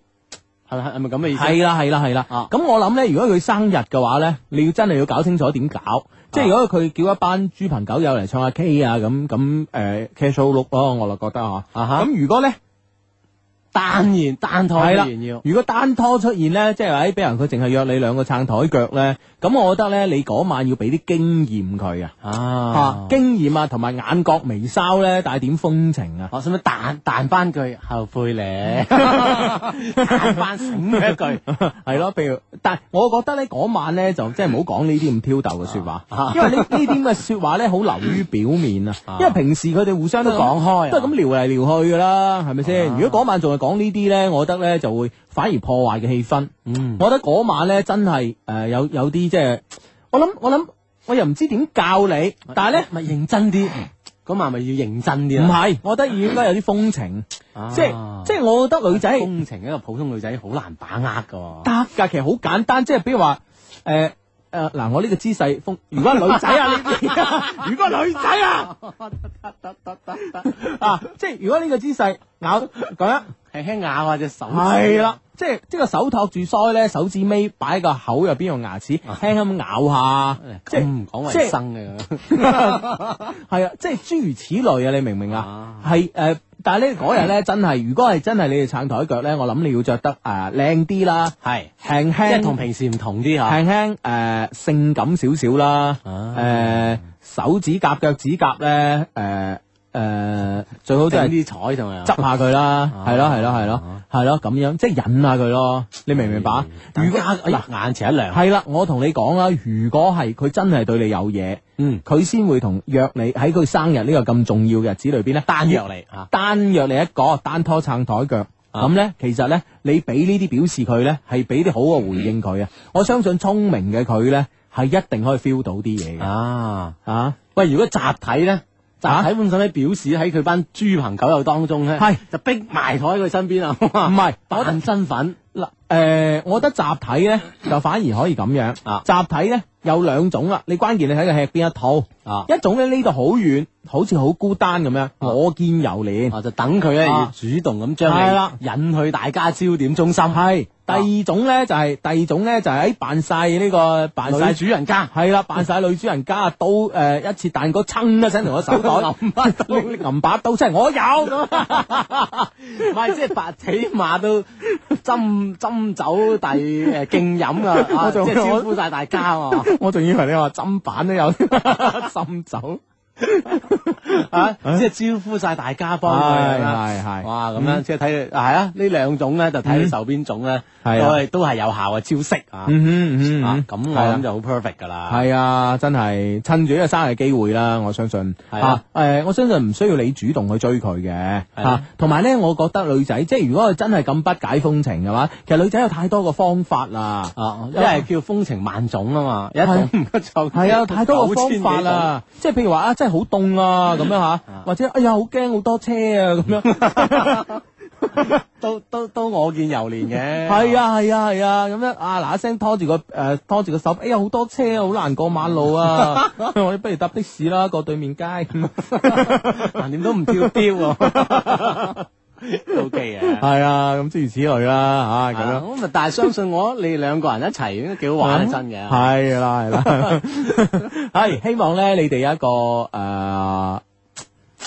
Speaker 3: 係咪係咪咁嘅意思？
Speaker 2: 係啦係啦係啦。
Speaker 3: 啊
Speaker 2: 咁我諗咧，如果佢生日嘅話咧，你要真係要搞清楚點搞。
Speaker 3: 啊
Speaker 2: 即係如果佢叫一班豬朋狗友嚟唱下呃 K 啊啊，咁咁誒 casual look 咯，我就覺得嚇。
Speaker 3: 啊哈
Speaker 2: 咁如果咧
Speaker 3: 淡然單拖
Speaker 2: 係啦
Speaker 3: 然要，
Speaker 2: 如果單拖出現呢，即係話誒，俾人佢淨係約你兩個撐台腳呢，咁我覺得呢，你嗰晚要俾啲經驗佢啊，啊
Speaker 3: 啊，
Speaker 2: 經驗啊，同埋眼角眉梢呢，帶點風情啊。
Speaker 3: 我使唔使彈彈翻句後
Speaker 2: [LAUGHS]
Speaker 3: 悔咧？彈翻醒佢一句，
Speaker 2: [LAUGHS] 係咯，譬如，但係我覺得咧嗰晚咧就即係唔好講呢啲咁挑逗嘅説話，
Speaker 3: 啊
Speaker 2: 因為呢呢啲咁嘅説話咧好流於表面啊。因為平時佢哋互相都
Speaker 3: 都講開啊
Speaker 2: 都係咁聊嚟聊去㗎啦，係咪先？如果嗰晚仲係講呢啲咧，我覺得咧就會反而破壞嘅氣氛。
Speaker 3: 嗯，
Speaker 2: 我覺得嗰晚咧真係誒、呃有有啲即係，我諗我諗我又唔知點教你，但係咧
Speaker 3: 咪認真啲，嗰晚咪要認真啲
Speaker 2: 唔
Speaker 3: 啦。
Speaker 2: 係，我覺得應該有啲風情，
Speaker 3: 啊
Speaker 2: 即係即係我覺得女仔。
Speaker 3: 工程一個普通女仔好難把握噶。
Speaker 2: 得噶，其實好簡單，即係比如話誒誒嗱，我呢個姿勢風，如果係女仔啊，呢 [LAUGHS] 啲如果係女仔啊，啊，即係如果呢個姿勢咬咁樣，
Speaker 3: 輕輕咬下隻手指，
Speaker 2: 係啦，即係即係個手托住腮咧，手指尾擺喺個口入邊用牙齒
Speaker 3: 啊
Speaker 2: 輕輕咁咬下
Speaker 3: 哎呀，，
Speaker 2: 即
Speaker 3: 即係
Speaker 2: 係
Speaker 3: 唔講
Speaker 2: 即
Speaker 3: 衞
Speaker 2: 係
Speaker 3: 生嘅，
Speaker 2: 係啊，即係諸如此類啊，你明唔明 [LAUGHS] 啊
Speaker 3: 啊？
Speaker 2: 係誒、呃但係呢嗰日咧真係，如果係真係你哋撐台腳咧，我諗你要着得誒靚啲啦，
Speaker 3: 係
Speaker 2: 輕
Speaker 3: 即
Speaker 2: 輕
Speaker 3: 係同平時唔同啲嚇。
Speaker 2: 輕輕誒性感少少啦，誒、
Speaker 3: 啊
Speaker 2: 呃手指甲腳指甲咧誒誒最好都
Speaker 3: 整
Speaker 2: 係
Speaker 3: 啲彩同埋
Speaker 2: 執下佢
Speaker 3: [LAUGHS]
Speaker 2: 啦，
Speaker 3: 啊
Speaker 2: 係咯係咯係咯係咯咁樣，即係引下佢咯，你明唔明白？啊如
Speaker 3: 如
Speaker 2: 果哎
Speaker 3: 果嗱眼前一亮，
Speaker 2: 係啦，我同你講啦，如果係佢真係對你有嘢，
Speaker 3: 嗯，
Speaker 2: 佢先會同約你喺佢生日呢個咁重要嘅日子裏邊咧
Speaker 3: 單藥嚟嚇，
Speaker 2: 單約你一個，單拖撐台腳。
Speaker 3: 啊
Speaker 2: 咁呢，其實呢，你俾呢啲表示佢呢，係俾啲好嘅回應佢啊！
Speaker 3: 嗯
Speaker 2: 我相信聰明嘅佢呢，係一定可以 feel 到啲嘢嘅
Speaker 3: 啊，
Speaker 2: 啊！
Speaker 3: 喂，如果集體咧？集體本身咧表示喺佢班豬朋狗友當中咧，
Speaker 2: 係
Speaker 3: 就逼埋台佢身邊啊， [LAUGHS]
Speaker 2: 唔係，我覺得
Speaker 3: 扮身份
Speaker 2: 嗱，誒、我覺得集體呢，就反而可以咁樣
Speaker 3: 嗯啊
Speaker 2: 集體呢，有兩種啦，你關鍵你睇佢吃邊一套，
Speaker 3: 啊，
Speaker 2: 一種呢，呢度好遠，好似好孤單咁樣，我見猶憐。
Speaker 3: 啊就等佢咧要
Speaker 2: 啊
Speaker 3: 主動咁
Speaker 2: 係啦
Speaker 3: 將你引去大家焦點中心，
Speaker 2: 係第二種呢，就係、第二種呢，就係喺扮晒呢個扮晒
Speaker 3: 女主人家 [LAUGHS]
Speaker 2: 系啦，扮晒女主人家啊，刀誒、呃一切蛋糕，噌一聲同我手袋
Speaker 3: 揞把刀
Speaker 2: 拎拎銀把刀出嚟，我有咁
Speaker 3: 唔係，即係白起碼都斟斟酒第誒敬飲啊，
Speaker 2: [LAUGHS] 我
Speaker 3: 啊即
Speaker 2: 仲
Speaker 3: 係招呼晒大家啊！
Speaker 2: 我仲以為你話砧板都有滲走， [LAUGHS]
Speaker 3: 啊，即係招呼晒大家幫佢啊
Speaker 2: 係
Speaker 3: 啦。
Speaker 2: 係係，
Speaker 3: 哇，咁樣即係睇佢係啊，呢兩種咧就睇你受邊種咧，都
Speaker 2: 嗯係啊
Speaker 3: 係都係有效嘅招式啊！
Speaker 2: 嗯哼嗯
Speaker 3: 啊
Speaker 2: 哼，
Speaker 3: 咁我
Speaker 2: 係啊
Speaker 3: 諗就好 perfect 噶啦。
Speaker 2: 係啊，真係趁住呢個生日機會啦，我相信
Speaker 3: 係啊
Speaker 2: 誒、呃我相信唔需要你主動去追佢嘅
Speaker 3: 係啊
Speaker 2: 嚇，同埋咧，我覺得女仔即係如果佢真係咁不解風情嘅話，其實女仔有太多個方法啦。
Speaker 3: 啊，因為叫風情萬種啊嘛，有一種唔得就
Speaker 2: 系啊，太多個方法
Speaker 3: 啦。
Speaker 2: 啦，即係譬如話啊，真係好凍
Speaker 3: 嗯
Speaker 2: 啊咁樣吓，或者哎呀好驚好多車啊咁
Speaker 3: [LAUGHS]
Speaker 2: 樣，
Speaker 3: 都都都我見猶憐嘅。
Speaker 2: 係啊係啊係啊咁樣啊嗱一聲拖住個诶拖住個手，哎呀好多車啊，好難過馬路
Speaker 3: [LAUGHS]
Speaker 2: 啊，我哋不如搭的士啦，過對面街咁。
Speaker 3: 橫掂都唔跳雕啊，O K 嘅。
Speaker 2: [LAUGHS] 係啊，咁諸如此類啦吓
Speaker 3: 咁樣咁啊，但係相信我，你兩個人一齊應該幾好玩啊，真嘅。
Speaker 2: 嗯係啦係啦，
Speaker 3: [LAUGHS]
Speaker 2: 係希望咧你哋有一個诶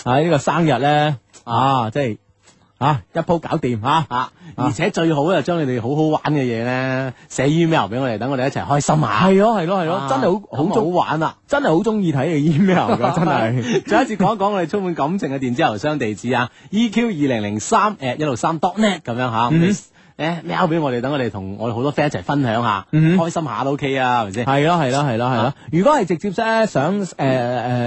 Speaker 2: 喺呢個生日咧啊，即係啊一鋪搞掂吓。
Speaker 3: 啊！而且最好咧，將你哋好好玩嘅嘢咧，寫 email 俾我哋，等我哋一齊開心下。
Speaker 2: 係咯係咯係咯
Speaker 3: 啊，
Speaker 2: 真係好好
Speaker 3: 咁
Speaker 2: 中
Speaker 3: 好玩啊！
Speaker 2: 真係好中意睇你 email 噶，真 [LAUGHS]
Speaker 3: [LAUGHS]
Speaker 2: 係。
Speaker 3: 再一次講一講我哋充滿感情嘅電子郵箱地址啊，EQ 二零零三誒一六三 dot net 咁樣嚇。
Speaker 2: 嗯
Speaker 3: 咁你誒 mail 俾我哋，等我哋同我哋好多 friend 一齊分享下，
Speaker 2: 嗯
Speaker 3: 開心下都 OK 啊，係咪先？
Speaker 2: 係咯係咯係咯係咯
Speaker 3: 啊，
Speaker 2: 如果係直接咧想誒誒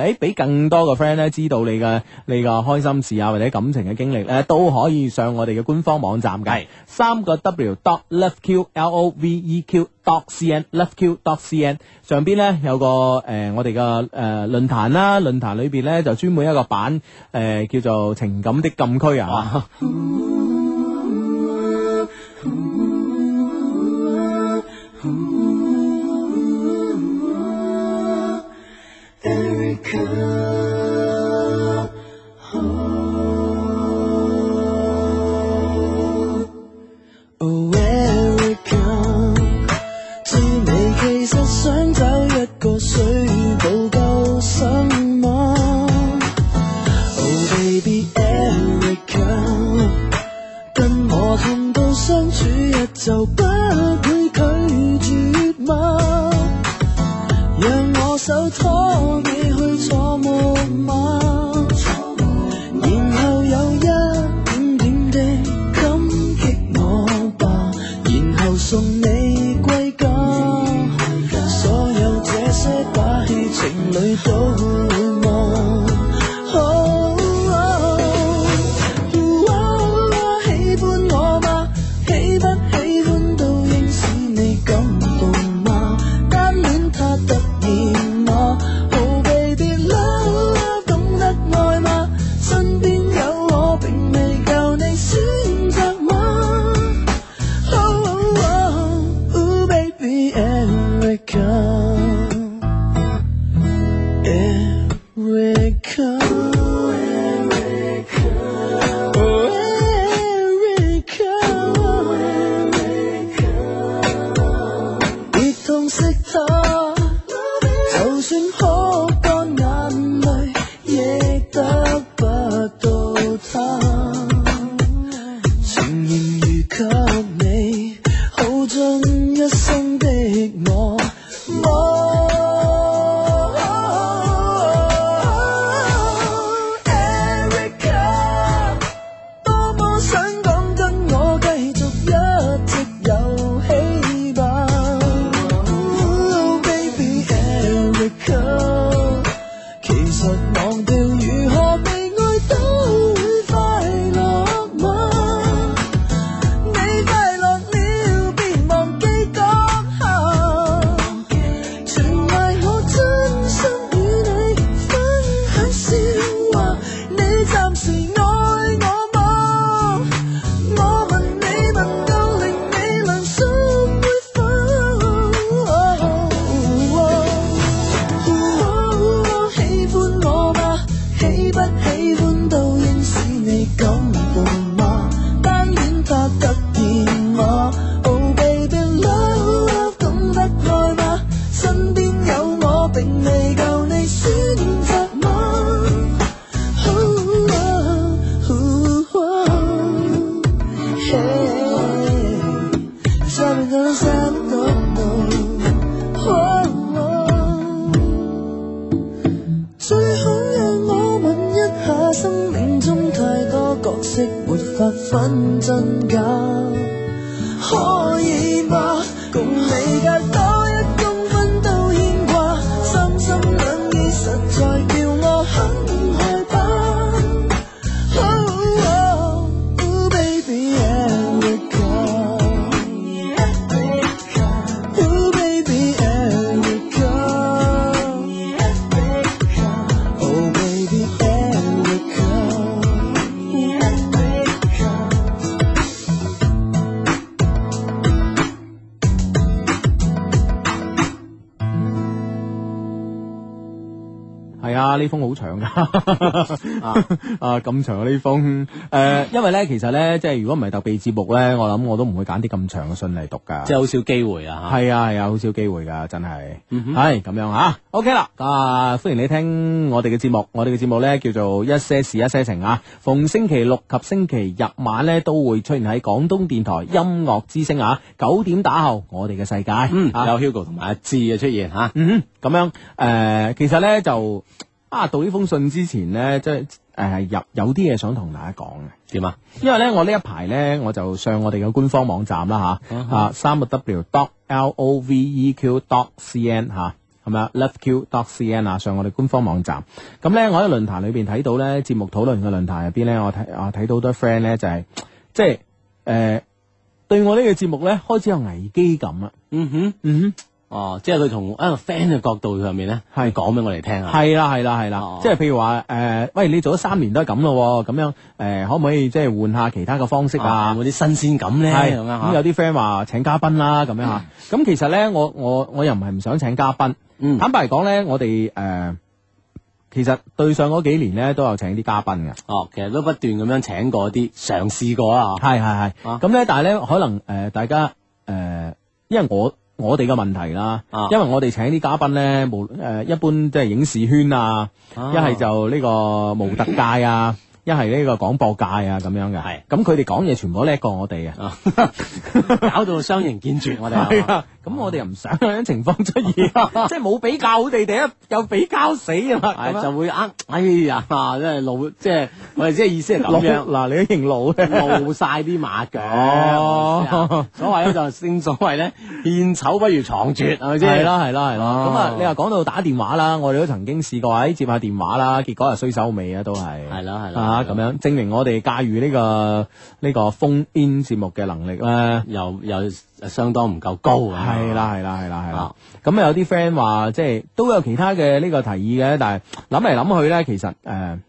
Speaker 2: 誒俾更多嘅 friend 咧知道你嘅你嘅開心事啊或者感情嘅經歷咧，都可以上我哋嘅官方網站嘅
Speaker 3: 係，
Speaker 2: 三個 W dot loveq L O V E Q dot C N loveq dot C N 上邊咧有個誒、呃我哋嘅誒論壇啦，論壇裏邊咧就專門一個版誒、呃叫做情感的禁區啊。
Speaker 5: Oh Erica，最尾其實想找一個水泡救生網。Oh baby Erica，跟我
Speaker 6: Oh
Speaker 1: 生命中太多角色没法分真假，可以嗎？共你隔多一公分都牽掛，三心兩意實在叫我很害怕。Oh, oh, baby, Erica. Oh, baby, Erica. Oh, baby, Erica.
Speaker 2: 系啊，呢封好
Speaker 3: [LAUGHS]
Speaker 2: 長噶，啊咁長嘅呢封，诶、因為咧其實咧，即係如果唔係特備節目咧，我諗我都唔會揀啲咁長嘅信嚟讀噶。
Speaker 3: 即係好少機會啊嚇。
Speaker 2: 係啊係啊，好少機會㗎，真係，
Speaker 3: 嗯哼
Speaker 2: 係咁樣吓。OK 啦，啊歡迎你聽我哋嘅節目，我哋嘅節目呢叫做一些事一些情啊，逢星期六及星期日晚呢都會出現喺廣東電台音樂之聲啊，九點打後我哋嘅世界，
Speaker 3: 嗯，
Speaker 2: 啊
Speaker 3: 有 Hugo 同埋阿志嘅出現嚇。
Speaker 2: 嗯哼，咁樣诶、呃其實咧就啊，讀呢封信之前咧，即係诶入有啲嘢想同大家講嘅。
Speaker 3: 點啊？
Speaker 2: 因為咧，我呢一排咧，我就上我哋嘅官方網站啦吓，啊三個 W dot L O V E Q dot C N 吓，係咪啊？Love Q dot C N 啊，上我哋官方網站。咁咧，我喺論壇裏邊睇到咧，節目討論嘅論壇入邊咧，我睇我睇到好多 friend 咧就係即係誒對我呢個節目咧開始有危機感啦。
Speaker 3: 嗯哼，
Speaker 2: 嗯哼。
Speaker 3: 哦，即係佢從一個 friend 嘅角度上面咧，
Speaker 2: 係
Speaker 3: 講俾我哋聽啊。
Speaker 2: 系啦系啦系啦
Speaker 3: 哦，
Speaker 2: 即係譬如話诶，喂，你做咗三年都係咁咯喎，咁樣诶，可唔可以即係換下其他嘅方式啊
Speaker 3: 啊，？有冇啲新鮮感咧？
Speaker 2: 係哦哎
Speaker 3: 咁樣
Speaker 2: 咁啊嗯
Speaker 3: 嚇
Speaker 2: 有。啲 friend 話請嘉賓啦，咁樣吓，咁其實咧，我我我又唔係唔想請嘉賓，
Speaker 3: 嗯
Speaker 2: 坦白嚟講咧，我哋诶，其實對上嗰幾年咧都有請啲嘉賓嘅。
Speaker 3: 哦，其實都不斷咁樣請過啲，嘗試過啦
Speaker 2: 系系系，
Speaker 3: 啊
Speaker 2: 咁咧，但系咧，可能诶、呃大家诶、呃因為我我哋嘅問題啦，
Speaker 3: 啊
Speaker 2: 因為我哋請啲嘉賓咧，無诶、一般即係影視圈啊，一
Speaker 3: 啊
Speaker 2: 係、就呢個模特界啊。
Speaker 3: [LAUGHS]
Speaker 2: 一係呢個廣播界啊咁樣嘅，
Speaker 3: 係
Speaker 2: 咁佢哋講嘢全部都叻過我哋嘅，
Speaker 3: 嗬，啊搞到雙形見絕我哋
Speaker 2: [LAUGHS] 係
Speaker 3: 啊。
Speaker 2: 啊，咁我哋又唔想咁樣情況
Speaker 3: [LAUGHS]
Speaker 2: 出現，即係冇比較好地哋一有比較死
Speaker 3: [LAUGHS]
Speaker 2: 啊嘛，咁
Speaker 3: 係
Speaker 2: 樣
Speaker 3: 就會呃，哎呀，真係露，即係我哋即係意思係咁樣
Speaker 2: 老。嗱你都認老嘅，
Speaker 3: 露晒啲馬腳，
Speaker 2: 哦
Speaker 3: 啊所謂咧就正所謂咧，獻醜不如藏拙， [LAUGHS] 係咪先？
Speaker 2: 係啦係啦係啦，
Speaker 3: 哦
Speaker 2: 咁啊你話講到打電話啦，我哋都曾經試過喺接下電話啦，結果係衰手尾啊都係。
Speaker 3: 係啦係啦
Speaker 2: 啊咁樣證明我哋駕馭呢個呢個 phone in 節目嘅能力咧。
Speaker 3: 又又相當唔夠高啊嘛
Speaker 2: 係，啦係啦係啦係啦
Speaker 3: 啊，
Speaker 2: 咁有啲 friend 話即係都有其他嘅呢個提議嘅，但係諗嚟諗去咧，其實誒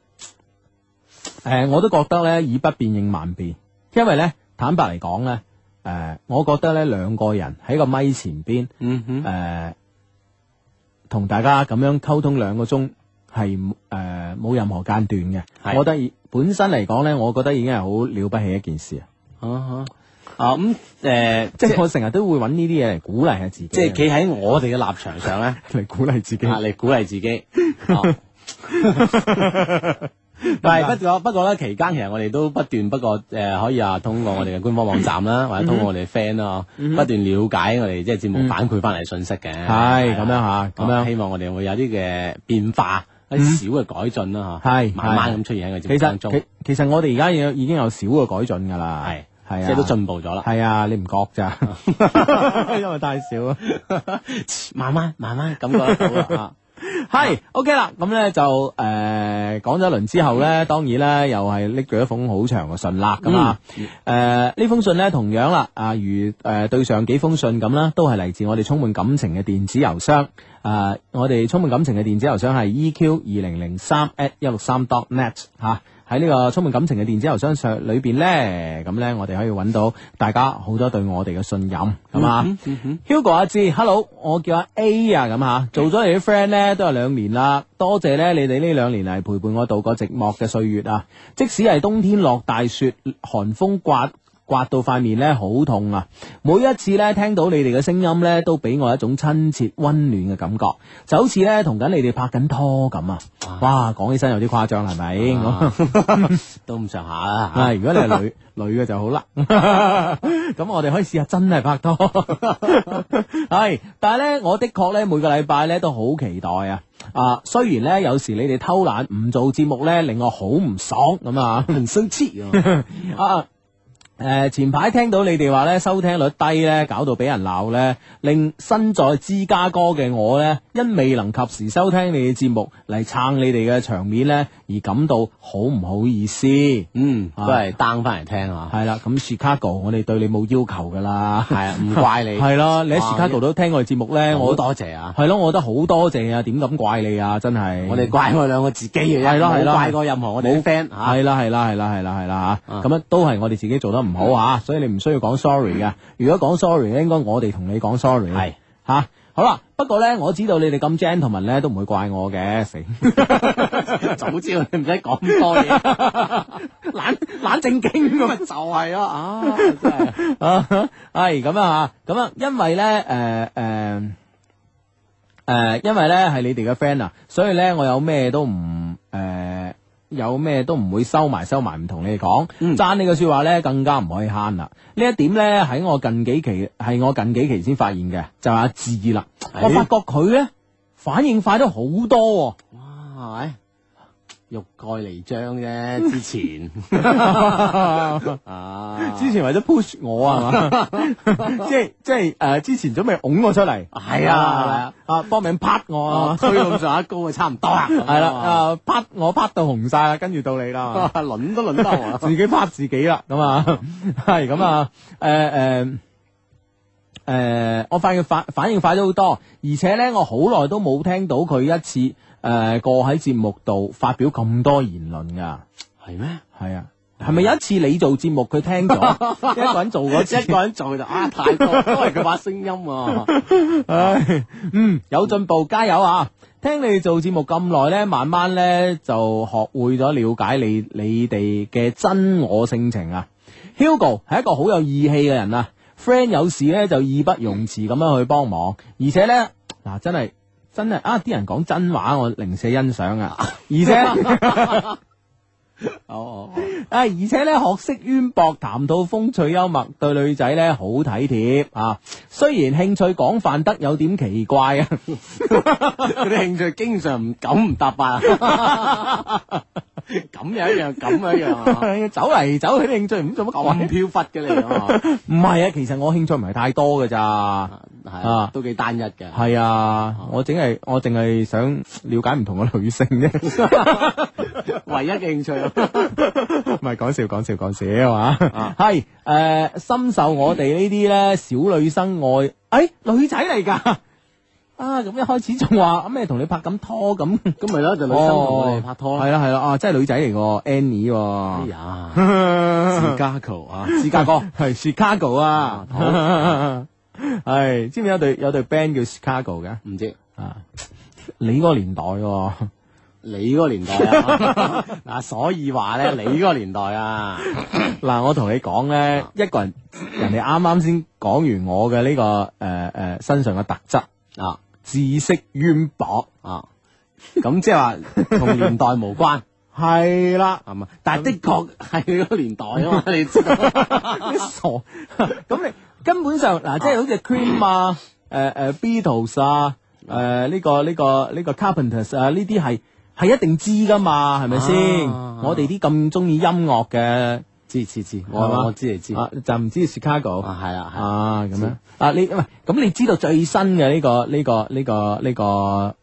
Speaker 2: 誒我都覺得咧以不變應萬變，因為咧坦白嚟講咧誒，我覺得咧兩個人喺個咪前邊。
Speaker 3: 嗯哼，
Speaker 2: 诶，同、大家咁樣溝通兩個鐘係诶冇任何間斷嘅。
Speaker 3: 係
Speaker 2: 我覺得已本身嚟講咧，我覺得已經係好了不起一件事啊！
Speaker 3: 啊哈啊咁誒，
Speaker 2: 即
Speaker 3: 即
Speaker 2: 係
Speaker 3: 係
Speaker 2: 我成日都會揾呢啲嘢嚟鼓勵下自己，啊
Speaker 3: 即係企喺我哋嘅立場上咧，
Speaker 2: [LAUGHS] 嚟鼓勵自己。
Speaker 3: 啊嚟鼓勵自己。
Speaker 2: [LAUGHS]
Speaker 3: 啊但係不過不過咧，期間其實我哋都不斷不過誒、呃可以啊，通過我哋嘅官方網站啦，
Speaker 2: 嗯
Speaker 3: 或者通過我哋 friend 啦，哦不斷了解我哋即係節目反饋翻嚟信息嘅。
Speaker 2: 係哎咁樣吓，咁
Speaker 3: 啊
Speaker 2: 樣。嗯
Speaker 3: 希望我哋會有啲嘅變化，一小嘅改進啦嚇，
Speaker 2: 係
Speaker 3: 慢慢
Speaker 2: 係
Speaker 3: 咁出現喺個節
Speaker 2: 其
Speaker 3: 目當
Speaker 2: 實
Speaker 3: 中，
Speaker 2: 其其實我哋而家有已經有少嘅改進㗎啦，
Speaker 3: 係
Speaker 2: 係啊，
Speaker 3: 即係都進步咗啦。
Speaker 2: 係啊，你唔覺咋？
Speaker 3: [LAUGHS]
Speaker 2: [LAUGHS] 因為太少啊。
Speaker 3: 慢慢慢慢感覺得到啦
Speaker 2: [LAUGHS]
Speaker 3: 啊。
Speaker 2: 系，OK 啦，咁咧就诶讲咗一輪之後咧，當然咧又係拎咗一封好長嘅信啦，咁啊，诶呢封信咧同樣啦，啊如诶對上幾封信咁啦，都係嚟自我哋充滿感情嘅電子郵箱，啊我哋充滿感情嘅電子郵箱係 EQ 二零零三 at 一六三 dot net 吓。喺呢個充滿感情嘅電子郵箱上裏邊咧，咁咧我哋可以揾到大家好多對我哋嘅信任，咁啊。Hugo 阿志，Hello，我叫阿 A 啊，咁吓，做咗你啲 friend 咧都有兩年啦，多謝咧你哋呢兩年嚟陪伴我度過寂寞嘅歲月啊！即使係冬天落大雪、寒風刮刮到塊面咧好痛啊！每一次咧聽到你哋嘅聲音咧，都俾我一種親切温暖嘅感覺，就好似咧同緊你哋拍緊拖咁啊！哇，講起身有啲誇張係咪？咁
Speaker 3: 哦
Speaker 2: [LAUGHS]
Speaker 3: 都咁上下啦
Speaker 2: 啊！如果你係女 [LAUGHS] 女嘅就好啦，咁我哋可以試下真係拍拖。 [LAUGHS] 係，但係咧，我的確咧每個禮拜咧都好期待啊！啊，雖然咧有時你哋偷懶唔做節目咧，令我好唔爽咁啊， [LAUGHS] 唔生氣 [LAUGHS] 啊！啊誒、前排聽到你哋話咧收聽率低咧，搞到俾人鬧咧，令身在芝加哥嘅我咧，因未能及時收聽你哋節目嚟撐你哋嘅場面咧，而感到好唔好意思。
Speaker 3: 嗯，
Speaker 2: 啊
Speaker 3: 都係 down 翻嚟聽啊，
Speaker 2: 係啦，咁 Chicago 我哋對你冇要求噶啦，
Speaker 3: 係啊，唔怪你，
Speaker 2: 係咯，你喺
Speaker 3: 哇
Speaker 2: Chicago 都聽我哋節目咧，
Speaker 3: 好
Speaker 2: 我
Speaker 3: 多謝啊！
Speaker 2: 係咯，我覺得好多謝啊，點敢怪你啊，真係
Speaker 3: 我哋怪我兩個自己嘅啫，
Speaker 2: 係咯係咯
Speaker 3: 冇怪過任何我哋啲 friend 吓。
Speaker 2: 系啦系啦系啦系啦系啦吓，
Speaker 3: 啊
Speaker 2: 咁样都係我哋自己做得唔好啊，所以你唔需要講 sorry 嘅。如果講 sorry 咧，应该我哋同你講 sorry。
Speaker 3: 係
Speaker 2: 吓，好啦。不過咧，我知道你哋咁 gentleman 咧，都唔會怪我嘅。死，
Speaker 3: 早知道你唔使講咁多嘢，
Speaker 2: 懶懶正經咁啊
Speaker 3: 咪就係咯啊！
Speaker 2: 啊，系咁啊，咁啊，因為咧，诶、诶，诶、呃因為咧係你哋嘅 friend 啊，所以咧我有咩都唔诶、誒有咩都唔會收埋收埋，唔同你哋講。讚你嘅说話咧，更加唔可以慳啦。呢一點咧喺我近幾期係我近幾期先發現嘅，就係阿志啦。我發覺佢咧反應快咗好多、喎。
Speaker 3: 哇，係啊欲蓋彌彰啫，之前啊，
Speaker 2: 之前為咗 push 我啊， [LAUGHS] 係嘛？即係即係诶、誒之前準備拱我出嚟，
Speaker 3: 係啊，
Speaker 2: 啊搏命拍我
Speaker 3: 啊
Speaker 2: 啊，
Speaker 3: 推到咁上下高啊，差唔多啦，
Speaker 2: 係啦，啊拍我拍到紅晒啦，跟住到你啦
Speaker 3: [LAUGHS] 啊，，輪都輪啊得我啦。
Speaker 2: 自己拍自己啦，咁啊， [LAUGHS] 係咁啊，诶诶。誒、我發現反反應快咗好多，而且呢，我好耐都冇聽到佢一次誒、過喺節目度發表咁多言論㗎，
Speaker 3: 係咩？
Speaker 2: 係啊，係咪有一次你做節目佢聽
Speaker 3: [LAUGHS]
Speaker 2: 咗，一個人做嗰次
Speaker 3: 一個人做就啊太多，都係佢把聲音啊。
Speaker 2: 唉，嗯，有進步，加油啊！聽你哋做節目咁耐呢，慢慢呢就學會咗了解你你哋嘅真我性情啊。Hugo 係一個好有義氣嘅人啊，friend 有事呢就義不容辭咁樣去幫忙，而且呢，嗱、真係真係啊！啲人講真話，我零舍欣賞啊，而且。
Speaker 3: 哦，
Speaker 2: 啊，而且咧學識淵博，談吐風趣幽默，對女仔咧好體貼啊。雖然興趣廣泛得有點奇怪啊， [LAUGHS]
Speaker 3: 佢啲興趣經常唔九唔搭八，啊咁又一樣，咁又一樣
Speaker 2: [LAUGHS]
Speaker 3: 啊。
Speaker 2: 走嚟走去啲興趣唔知做乜
Speaker 3: 咁
Speaker 2: 鬼。
Speaker 3: 飄忽嘅你啊
Speaker 2: 唔係啊，其實我興趣唔係太多㗎咋。啊
Speaker 3: 係，都幾單一嘅。
Speaker 2: 係啊，我淨係我淨係想了解唔同嘅女性啫，
Speaker 3: 唯一嘅
Speaker 2: [LAUGHS]
Speaker 3: 興趣
Speaker 2: 唔係講笑講笑講笑啊
Speaker 3: 啊！
Speaker 2: 係诶，深受我哋呢啲咧小女生愛，诶女仔嚟㗎 [LAUGHS] 啊！咁一開始仲話啊咩同你拍緊拖咁。
Speaker 3: 咁咪咯，哦就女
Speaker 2: 哦
Speaker 3: 生同我哋拍拖啦。
Speaker 2: 系啦系啦，啊，真係女仔嚟喎 Annie
Speaker 3: 哎
Speaker 2: 喎，[LAUGHS]
Speaker 3: 呀，芝加哥啊，芝加哥，
Speaker 2: 系 Chicago [LAUGHS] 啊
Speaker 3: 啊好，
Speaker 2: 係知唔知有隊有隊 band 叫 Chicago 嘅
Speaker 3: 唔知
Speaker 2: 啊？你嗰個年代 [LAUGHS] 喎，
Speaker 3: 你嗰個年代啊，
Speaker 2: [LAUGHS]
Speaker 3: 嗱，所以話咧，你嗰個年代啊，
Speaker 2: 嗱，我同你講咧，一個人人哋啱啱先講完我嘅呢個诶诶身上嘅特質
Speaker 3: 啊
Speaker 2: 知識淵博，
Speaker 3: 啊，咁即係話同年代無關。
Speaker 2: 係啦，
Speaker 3: 係嘛？但係的確 [LAUGHS] 係你嗰個年代
Speaker 2: [LAUGHS]
Speaker 3: 啊嘛，你知道
Speaker 2: 你傻，咁你根本上嗱，即係好似 Cream 啊，誒誒 Beatles 啊，誒呢個呢個呢個 Carpenters 啊，呢啲係係一定知噶嘛，係咪先？
Speaker 3: 啊
Speaker 2: 我哋啲咁中意音樂嘅，
Speaker 3: 知知知，
Speaker 2: 係嘛
Speaker 3: 我我知你知啊，
Speaker 2: 啊就唔知 Chicago
Speaker 3: 係啦係啦，
Speaker 2: 啊咁樣啊，你喂咁你知道最新嘅呢個呢個呢個呢個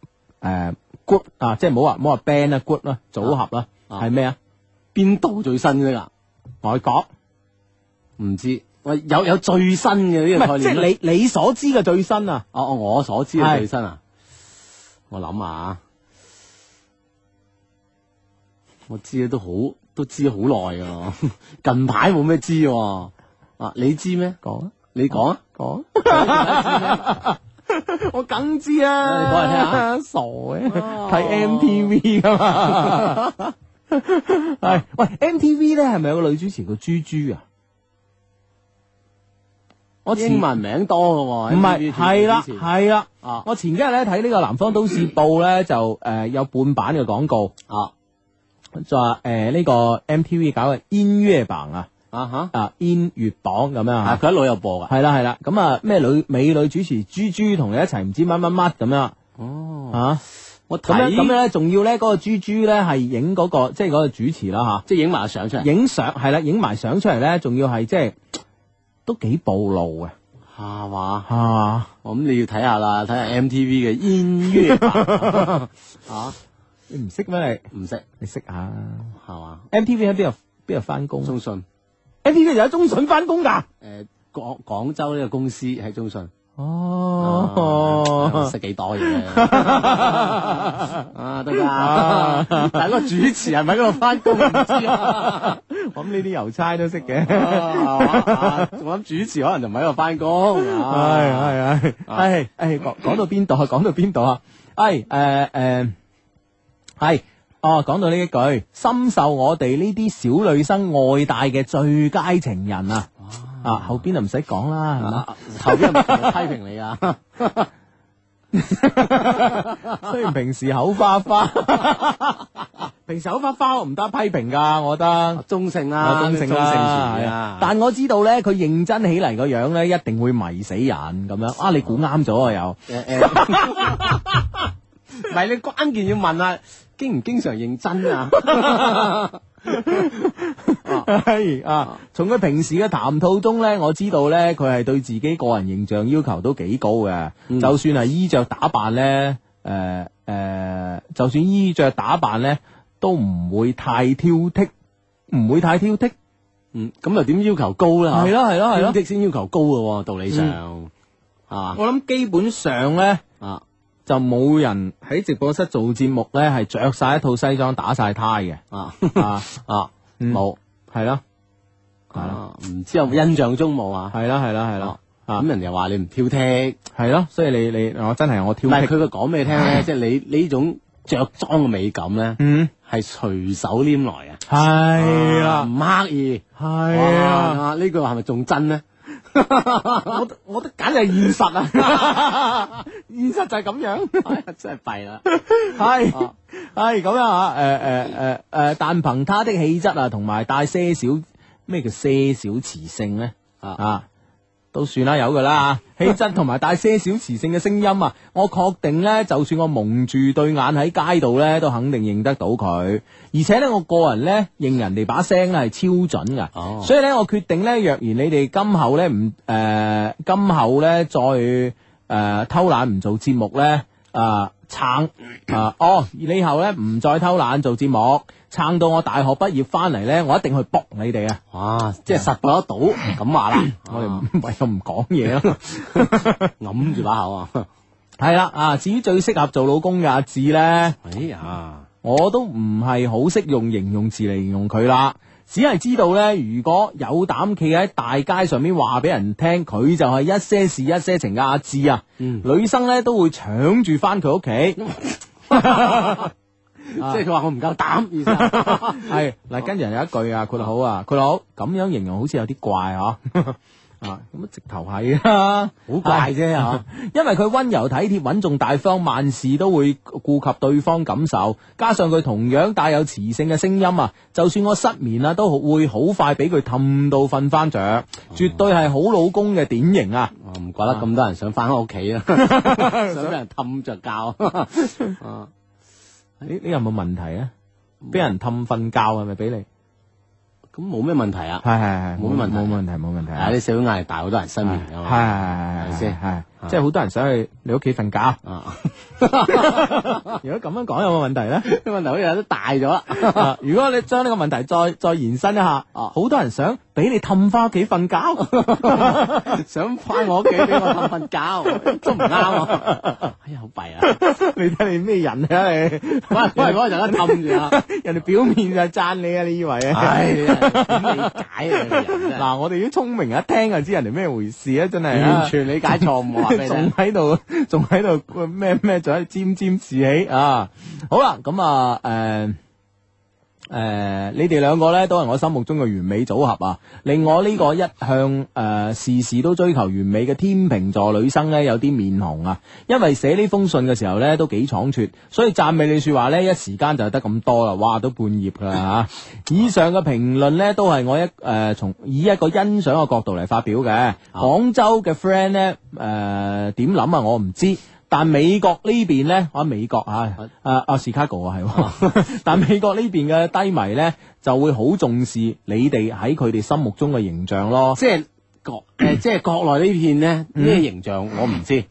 Speaker 2: 誒 group 啊，即係唔好話唔好話 band 啦，group 啦，組合啦，
Speaker 3: 啊
Speaker 2: 係咩啊？
Speaker 3: 邊度最新㗎啦？
Speaker 2: 外國。
Speaker 3: 唔知喂，有有最新嘅呢
Speaker 2: 唔
Speaker 3: 個概
Speaker 2: 係，即
Speaker 3: 念咩
Speaker 2: 係你你所知嘅最新啊！
Speaker 3: 哦，哦我所知嘅
Speaker 2: 係
Speaker 3: 最新啊，我諗下，啊我知都好都知好耐噶，近排冇咩知喎啊，你知咩？
Speaker 2: 講啊啊
Speaker 3: 你講啊，
Speaker 2: 講。 [LAUGHS] 我梗知啊哦啦，
Speaker 3: 你講嚟聽下
Speaker 2: 啊傻嘅，睇 MTV 噶 [LAUGHS] 嘛。係喂，MTV 咧係咪有個女主持叫豬豬啊？我前
Speaker 3: 英文名多嘅
Speaker 2: 唔
Speaker 3: 喎，
Speaker 2: 係係啦
Speaker 3: 系
Speaker 2: 係啦
Speaker 3: 啊，
Speaker 2: 我前幾日咧睇呢個《南方都市報》咧，就誒、呃有半版嘅廣告
Speaker 3: 啊
Speaker 2: 就話誒呢個 MTV 搞嘅音樂榜啊
Speaker 3: 啊吓，
Speaker 2: 啊音樂榜咁樣
Speaker 3: 啊
Speaker 2: 嚇，
Speaker 3: 佢一路有播噶，
Speaker 2: 係啦係啦，咁啊咩女美女主持豬豬同你一齊唔知乜乜乜咁樣
Speaker 3: 哦，
Speaker 2: 啊，
Speaker 3: 我
Speaker 2: 咁樣
Speaker 3: 睇
Speaker 2: 咁樣咧，仲要咧嗰個豬豬咧係影嗰個即係嗰個主持啦嚇。
Speaker 3: 即係影埋相出嚟，
Speaker 2: 影相係啦，影埋相出嚟咧，仲要係即係都幾暴露嘅
Speaker 3: 係嘛？
Speaker 2: 啊！
Speaker 3: 咁你要睇下啦，睇下 MTV 嘅音
Speaker 2: [LAUGHS]
Speaker 3: 樂吧啊，
Speaker 2: 你唔識咩？你
Speaker 3: 唔識
Speaker 2: 你識啊下
Speaker 3: 係嘛？
Speaker 2: MTV 喺邊度邊度翻工啊
Speaker 3: 中信
Speaker 2: ？MTV 就喺中信翻工㗎。
Speaker 3: 誒廣廣州呢個公司喺中信，啊 [LAUGHS]
Speaker 2: 哦，
Speaker 3: 識幾
Speaker 2: [LAUGHS]
Speaker 3: 多嘢啊啊得㗎，但係個主持人喺嗰度翻工唔知啊。
Speaker 2: 咁呢啲郵差都識 [LAUGHS] 嘅。 [LAUGHS]
Speaker 3: 啊我諗主持可能就唔喺度翻工，啊唉，
Speaker 2: 係係係係講講到邊度 [LAUGHS] 啊？講到邊度啊？係誒誒係哦，講到呢一句，深受我哋呢啲小女生愛戴嘅最佳情人啊！啊，後邊就唔使講啦，係嘛？
Speaker 3: 啊後邊有冇批評你啊？
Speaker 2: [LAUGHS] 虽然平時口花花， [LAUGHS] 平時口花花我唔得批評㗎，我覺得。
Speaker 3: 中啊性
Speaker 2: 我
Speaker 3: 啦，
Speaker 2: 啊中性啦，係啊
Speaker 3: 啊，
Speaker 2: 但我知道咧，佢認真起嚟個樣咧，一定會迷死人咁樣。啊，你估啱咗啊又。
Speaker 3: 誒
Speaker 2: [LAUGHS]
Speaker 3: 誒唔係你關鍵要問啊，經唔經常認真
Speaker 2: [LAUGHS]
Speaker 3: 啊？
Speaker 2: 係啊，從佢平時嘅談吐中咧，我知道咧，佢係對自己個人形象要求都幾高嘅。
Speaker 3: 嗯
Speaker 2: 就算係衣着打扮咧，誒、誒、就算衣着打扮咧，都唔會太挑剔，唔會太挑剔。
Speaker 3: 嗯，咁又點要求高啦？
Speaker 2: 係，咯係咯係咯嗯
Speaker 3: 標。的先要求高嘅喎，道理上啊係嘛？
Speaker 2: 我諗基本上咧
Speaker 3: 啊，
Speaker 2: 就冇人喺直播室做節目咧係着晒一套西裝打晒呔
Speaker 3: 啊
Speaker 2: 嘅，啊
Speaker 3: [LAUGHS] 啊
Speaker 2: 嗯
Speaker 3: 冇
Speaker 2: 係咯係啦
Speaker 3: 啊，唔知有冇印象中冇啊？
Speaker 2: 係啦係啦係啦啊
Speaker 3: 咁人哋話你唔挑剔，
Speaker 2: 係咯，所以你你我真係我挑
Speaker 3: 唔係
Speaker 2: 剔，
Speaker 3: 佢個講俾你聽咧，即係你呢種着裝嘅美感咧，
Speaker 2: 嗯
Speaker 3: 係隨手拈來啊，
Speaker 2: 係啦
Speaker 3: 唔刻意。
Speaker 2: 係啊，
Speaker 3: 哇，呢句話係咪仲真咧？
Speaker 2: [LAUGHS] 我我都簡直係現實啊， [LAUGHS] 現實就係咁樣。
Speaker 3: 哎呀 [LAUGHS] 真係弊啦！
Speaker 2: 系
Speaker 3: 啊
Speaker 2: 系咁样啊，诶诶诶诶，但憑他的氣質啊，同埋帶些少咩叫些少磁性咧
Speaker 3: 啊
Speaker 2: 啊，都算啦，有噶
Speaker 3: [LAUGHS]
Speaker 2: 啦，氣質同埋帶些少磁性嘅聲音啊，我確定咧，就算我蒙住對眼喺街度咧，都肯定認得到佢，而且咧，我個人咧認人哋把聲咧係超準噶。
Speaker 3: 哦
Speaker 2: 所以咧，我決定咧，若然你哋今後咧唔誒，今後咧再誒、呃偷懶唔做節目咧，啊、撐啊、哦，以後咧唔再偷懶做節目，撐到我大學畢業翻嚟咧，我一定去搏你哋啊！
Speaker 3: 哇，即係實搏得到咁話啦，
Speaker 2: 我
Speaker 3: 我
Speaker 2: 哋唔 [LAUGHS]
Speaker 3: 哋
Speaker 2: 唯有唔講嘢咯。
Speaker 3: [LAUGHS] 揞住把口啊！
Speaker 2: 係啦，啊，至於最適合做老公嘅阿志咧。
Speaker 3: 哎呀，
Speaker 2: 我都唔係好識用形容詞嚟形容佢啦，只係知道呢，如果有膽企喺大街上面話俾人聽，佢就係一些事一些情嘅阿志啊，
Speaker 3: 嗯
Speaker 2: 女生呢都會搶住翻佢屋企，
Speaker 3: [LAUGHS] 即係佢話我唔夠膽，意思 [LAUGHS]
Speaker 2: [LAUGHS]
Speaker 3: 啊
Speaker 2: 係嗱，跟住人有一句啊，佢好啊，佢好咁樣形容好似有啲怪啊， [LAUGHS] 啊咁直頭係啊啦，
Speaker 3: 好怪啫嚇。
Speaker 2: 啊因為佢温柔體貼、穩重大方，萬事都會顧及對方感受，加上佢同樣帶有磁性嘅聲音啊，就算我失眠啊，都會好快俾佢氹到瞓翻着，
Speaker 3: 哦
Speaker 2: 絕對係好老公嘅典型啊！
Speaker 3: 我唔怪得咁多人想翻
Speaker 2: [LAUGHS]
Speaker 3: 屋企啊，想俾人氹着覺。啊
Speaker 2: 呢呢有冇問題啊？俾人氹瞓覺係咪俾你？
Speaker 3: 咁冇咩問題啊。
Speaker 2: 係係係，
Speaker 3: 冇乜問題
Speaker 2: 冇問題，冇問題啊
Speaker 3: 啊！！啲社會壓力大，好多人失眠㗎
Speaker 2: 係
Speaker 3: 嘛。
Speaker 2: 係係係
Speaker 3: 咪
Speaker 2: 係
Speaker 3: 先
Speaker 2: 係，即係好多人想去你屋企瞓
Speaker 3: [LAUGHS]
Speaker 2: 覺。
Speaker 3: 啊，
Speaker 2: 如果咁樣講有冇問題 [LAUGHS] 咧？
Speaker 3: 呢個問題好似有啲大咗啦。
Speaker 2: 啊如果你將呢個問題再再延伸一下，啊好多人想俾你氹翻屋企瞓覺， [LAUGHS]
Speaker 3: 想翻我屋企俾我氹瞓覺，都唔
Speaker 2: [LAUGHS]
Speaker 3: 啱啊！哎呀，好弊啊！
Speaker 2: 你睇你咩人啊你？ [LAUGHS]
Speaker 3: 喂喂，嗰陣一氹住啊！
Speaker 2: 人哋表面就讚你啊，你以為啊？
Speaker 3: 唉，你真係點理解啊？你個人真係
Speaker 2: [LAUGHS] 嗱，我哋啲聰明人一聽就知人哋咩回事啊，真係啊
Speaker 3: 完全理解錯誤，我話俾
Speaker 2: [LAUGHS]
Speaker 3: 你
Speaker 2: 仲
Speaker 3: 聽。
Speaker 2: 喺度，仲喺度咩咩，仲喺度沾沾自喜啊！好啦，咁啊，誒、诶、你哋兩個咧都係我心目中嘅完美組合啊！令我呢個一向诶、呃事事都追求完美嘅天秤座女生咧，有啲面紅啊！因為寫呢封信嘅時候咧，都幾倉促，所以讚美你说話咧，一時間就得咁多啦，哇，都半頁噶啦吓！以上嘅評論咧，都係我一诶、呃、從以一個欣賞嘅角度嚟發表嘅。廣州嘅 friend 咧，诶點諗啊？我唔知。但美國呢邊呢，我喺美國啊，啊啊 Chicago 啊係喎， [LAUGHS] 但美國呢邊嘅低迷呢，就會好重視你哋喺佢哋心目中嘅形象咯。
Speaker 3: 即係國誒，即係國內呢片咧咩形象我唔知，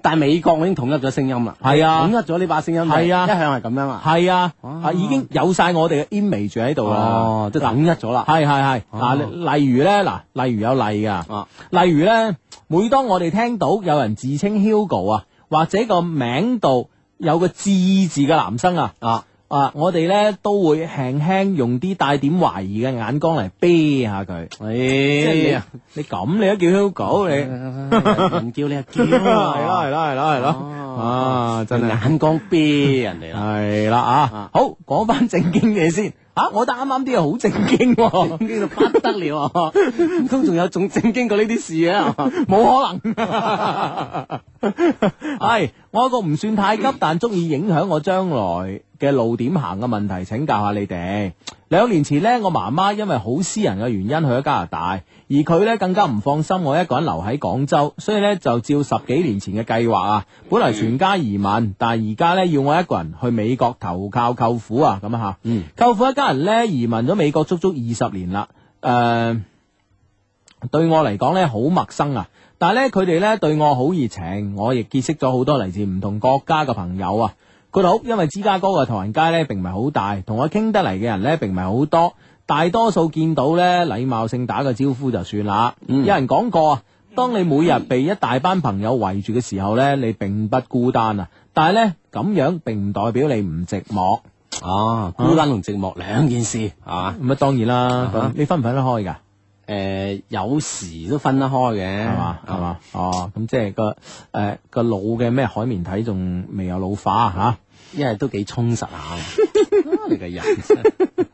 Speaker 3: 但係美國已經統一咗聲音啦，
Speaker 2: 係啊
Speaker 3: 統一咗呢把聲音，
Speaker 2: 係啊
Speaker 3: 一向係咁樣啊，
Speaker 2: 係啊，
Speaker 3: 哦
Speaker 2: 啊已經有晒我哋嘅 image 喺
Speaker 3: Ờ,
Speaker 2: 度啦，
Speaker 3: 哦，即係統一咗啦，
Speaker 2: 係係係
Speaker 3: 哦
Speaker 2: 嗱，例如呢，嗱，例如有例噶。
Speaker 3: 啊，
Speaker 2: 例如呢，每當我哋聽到有人自稱 Hugo 啊，或者個名度有個字字嘅男生啊，
Speaker 3: 啊
Speaker 2: 啊，我哋呢都會輕輕用啲帶點懷疑嘅眼光嚟啤下佢。即係你
Speaker 3: 誒，
Speaker 2: 你咁你都叫 Hugo 你？
Speaker 3: 嗯唔叫你啊叫，
Speaker 2: 係啦係
Speaker 3: 啦，
Speaker 2: 啦係啦係
Speaker 3: Ờ,
Speaker 2: 啦，
Speaker 3: 哦
Speaker 2: 啊真係。
Speaker 3: 眼光啤人哋啦。
Speaker 2: 系啦啊
Speaker 3: 啊，
Speaker 2: 好講翻正經嘢先啊！我覺得啱啱啲嘢好正經喎，
Speaker 3: [LAUGHS] 正經到不得了啊！唔通仲有仲正經過呢啲事嘅啊？
Speaker 2: 冇可
Speaker 3: Ờ,
Speaker 2: 能。 [LAUGHS] 係哎我有個唔算太急，但足以影響我將來嘅路點行嘅問題，請教下你哋。兩年前呢，我媽媽因為好私人嘅原因去咗加拿大，而佢呢更加唔放心我一個人留喺廣州，所以呢就照十幾年前嘅計劃啊，本來全家移民，但係而家呢要我一個人去美國投靠舅父啊，咁啊嚇。舅父一家人呢移民咗美國足足二十年啦，呃誒、對我嚟講呢，好陌生啊！但係咧，佢哋呢對我好熱情，我亦結識咗好多嚟自唔同國家嘅朋友啊！佢哋好，因為芝加哥嘅唐人街呢並唔係好大，同我傾得嚟嘅人呢並唔係好多，大多數見到呢禮貌性打個招呼就算啦。有人講過啊，當你每日被一大班朋友圍住嘅時候呢，你並不孤單啊！但係呢，咁樣並唔代表你唔寂寞。
Speaker 3: 哦，孤單同寂寞兩件事，係嘛？
Speaker 2: 咁啊，當然啦，
Speaker 3: 哈
Speaker 2: 你分唔分得開㗎？
Speaker 3: 誒，有時都分得開嘅，啊
Speaker 2: 係嘛係？嘛，哦，咁即係個诶个脑嘅咩海綿體仲未有老化啊吓。
Speaker 3: 因為都幾充實下啊，你嘅
Speaker 2: [LAUGHS]
Speaker 3: 人真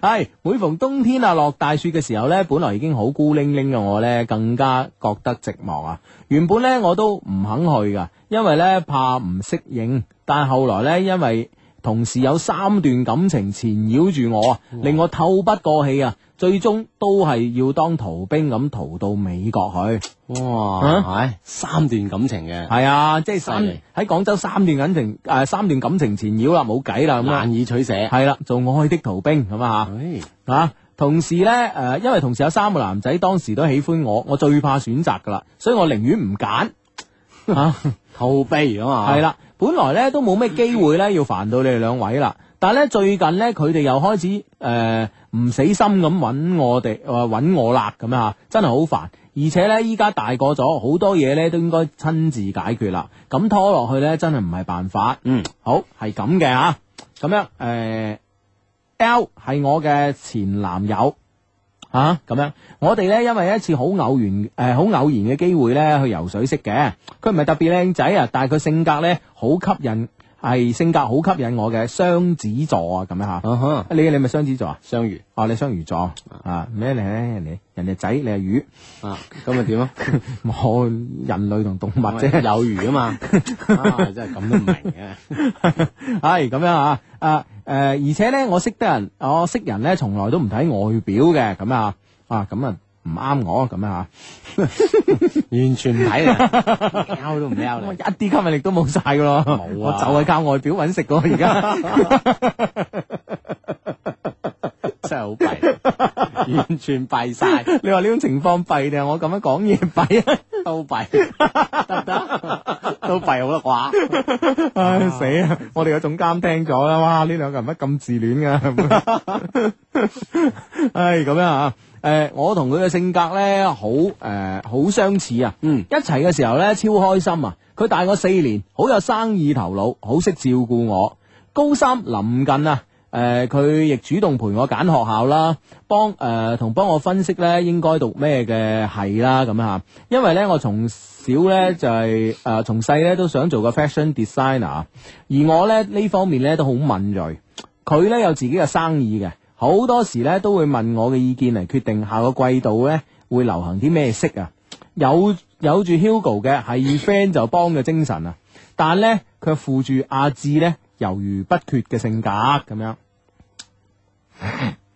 Speaker 3: 係
Speaker 2: 系每逢冬天啊落大雪嘅時候呢，本來已經好孤零零嘅我呢，更加覺得寂寞啊。原本呢，我都唔肯去噶，因為呢怕唔適應。但後來呢，因為同時有三段感情纏繞住我啊，令我透不過氣啊。最終都係要當逃兵咁逃到美國去。
Speaker 3: 哇，
Speaker 2: 啊
Speaker 3: 係三段感情嘅，
Speaker 2: 係啊，即係三
Speaker 3: 犀利
Speaker 2: 喺廣州三段感情诶、三段感情纏繞啦，冇計啦咁啊。
Speaker 3: 難以取捨。
Speaker 2: 係啦，做愛的逃兵咁啊吓。
Speaker 3: 唉
Speaker 2: 啊。同時呢，誒、因為同時有三個男仔當時都喜歡我，我最怕選擇噶啦，所以我寧願唔揀嚇，
Speaker 3: 逃避啊嘛，
Speaker 2: 係啦、本來呢都冇咩機會呢要煩到你哋兩位啦，但係呢，最近呢，佢哋又開始誒唔、死心咁揾我哋，話、揾我啦咁樣啊，真係好煩。而且呢，依家大個咗，好多嘢呢都應該親自解決啦，咁拖落去呢，真係唔係辦法。
Speaker 3: 嗯，
Speaker 2: 好係咁嘅嚇，咁樣誒。L 係我嘅前男友啊，咁樣我哋呢，因為一次好偶然诶，好、偶然嘅機會呢，去游水識嘅。佢唔係特別靚仔啊，但係佢性格呢，好吸引，係性格好吸引我嘅雙子座啊，咁樣吓。
Speaker 3: 啊哈，
Speaker 2: 你你咪雙子座啊？
Speaker 3: 相遇
Speaker 2: 哦，你雙魚座啊？咩你人哋人哋仔，你係魚， [LAUGHS]
Speaker 3: 啊，咁啊點啊？
Speaker 2: 我人類同動物啫。
Speaker 3: 有餘啊嘛，啊真係咁都唔明嘅。
Speaker 2: [LAUGHS] 系咁样啊，啊诶、呃而且咧，我識得人，我識人咧，從來都唔睇外表嘅，咁啊，啊咁啊，唔啱我咁樣啊， [LAUGHS]
Speaker 3: 完全唔睇你，撩都唔撩
Speaker 2: [LAUGHS] 我一啲
Speaker 3: 你。
Speaker 2: 吸引力都冇晒噶咯，
Speaker 3: 冇啊
Speaker 2: 我就係靠外表揾食噶，而家 [LAUGHS]
Speaker 3: 真係好弊，完全弊晒，
Speaker 2: [LAUGHS] 你話呢種情況弊定係我咁樣講嘢弊啊？
Speaker 3: 都弊，得唔得？都弊好啦啩，
Speaker 2: [LAUGHS] 唉死啊！我哋嘅總監聽咗啦，哇！呢兩個人乜咁自戀噶？唉，咁樣啊！诶、我同佢嘅性格咧，好诶，好、相似啊！
Speaker 3: 嗯，
Speaker 2: 一齊嘅時候咧，超開心啊！佢大我四年，好有生意頭腦，好識照顧我。高三臨近啊，诶、佢亦主動陪我揀學校啦，幫诶同幫我分析咧應該讀咩嘅系啦咁吓。因為咧，我從小咧就呃係诶啊從細咧都想做個 fashion designer，而我咧呢方面咧都好敏鋭。佢呢有自己嘅生意嘅，好多時呢都會問我嘅意見嚟決定下個季度呢會流行啲咩色啊。有有住 Hugo 嘅係 friend 就幫嘅精神啊，但呢，佢附住阿志呢猶豫不決嘅性格咁樣。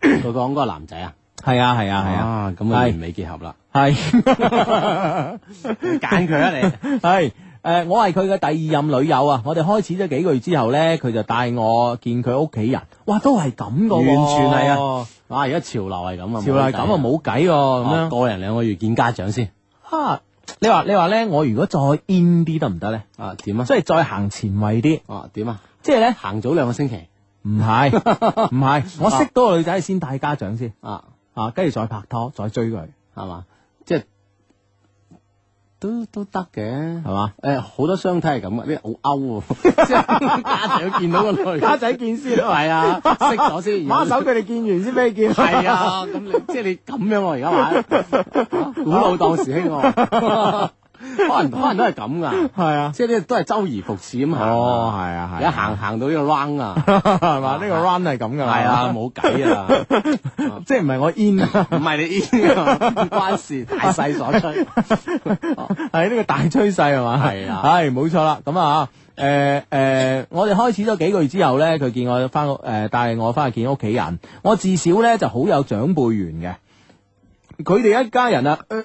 Speaker 3: 佢講嗰個男仔啊，
Speaker 2: 係啊係啊係啊，
Speaker 3: 啊，咁啊
Speaker 2: 係
Speaker 3: 完美結合啦，
Speaker 2: 係、 [LAUGHS]
Speaker 3: 揀佢啊 [LAUGHS] 你，
Speaker 2: 系诶、誒我係佢嘅第二任女友啊！我哋開始咗幾個月之後呢，佢就帶我見佢屋企人，哇，都係咁噶，
Speaker 3: 完全係啊
Speaker 2: 啊！
Speaker 3: 哇，而家潮流係咁啊，
Speaker 2: 潮流係咁啊，冇計喎，咁
Speaker 3: 啊
Speaker 2: 樣
Speaker 3: 個人兩個月見家長先，
Speaker 2: 啊！你話你話呢，我如果再 in 啲得唔得呢？
Speaker 3: 啊點啊
Speaker 2: 即，係再行前衞啲，
Speaker 3: 啊點啊，
Speaker 2: 即係呢，
Speaker 3: 行早兩個星期
Speaker 2: 唔 [LAUGHS] 係唔係，我識到個女仔先帶家長先
Speaker 3: 啊，
Speaker 2: 啊，跟住再拍拖，再追佢，
Speaker 3: 係嘛，即係都都得嘅 [LAUGHS]
Speaker 2: 係。嘛？
Speaker 3: 诶，好多相睇係咁嘅，啲好勾喎，即係家長見到個
Speaker 2: [LAUGHS]
Speaker 3: 女，
Speaker 2: 家仔見先，
Speaker 3: 係啊，識咗 [LAUGHS] 先，
Speaker 2: [LAUGHS] 馬手佢哋見完先俾你見，
Speaker 3: 係啊，咁你即係你咁樣我而
Speaker 2: [LAUGHS]
Speaker 3: 家玩，古老當時興喎，可能可能都係咁噶，
Speaker 2: 係啊，
Speaker 3: 即係呢都係周而復始咁行啊，
Speaker 2: 哦，係啊，
Speaker 3: 而
Speaker 2: 係
Speaker 3: 家
Speaker 2: 啊，
Speaker 3: 行行到呢個 round 啊，
Speaker 2: 係嘛？呢個 run 係咁噶，
Speaker 3: 係啊，冇計啊，
Speaker 2: [LAUGHS] 即係唔係我 in 啊？
Speaker 3: 唔係你煙啊，唔關事，大勢所
Speaker 2: [LAUGHS]
Speaker 3: 趨，
Speaker 2: 係哦呢個大趨勢係嘛？
Speaker 3: 係啊
Speaker 2: 係冇錯啦。咁啊，诶、诶、我哋開始咗幾個月之後咧，佢見我翻屋诶，帶我翻去見屋企人，我至少咧就好有長輩緣嘅。佢哋一家人啊，呃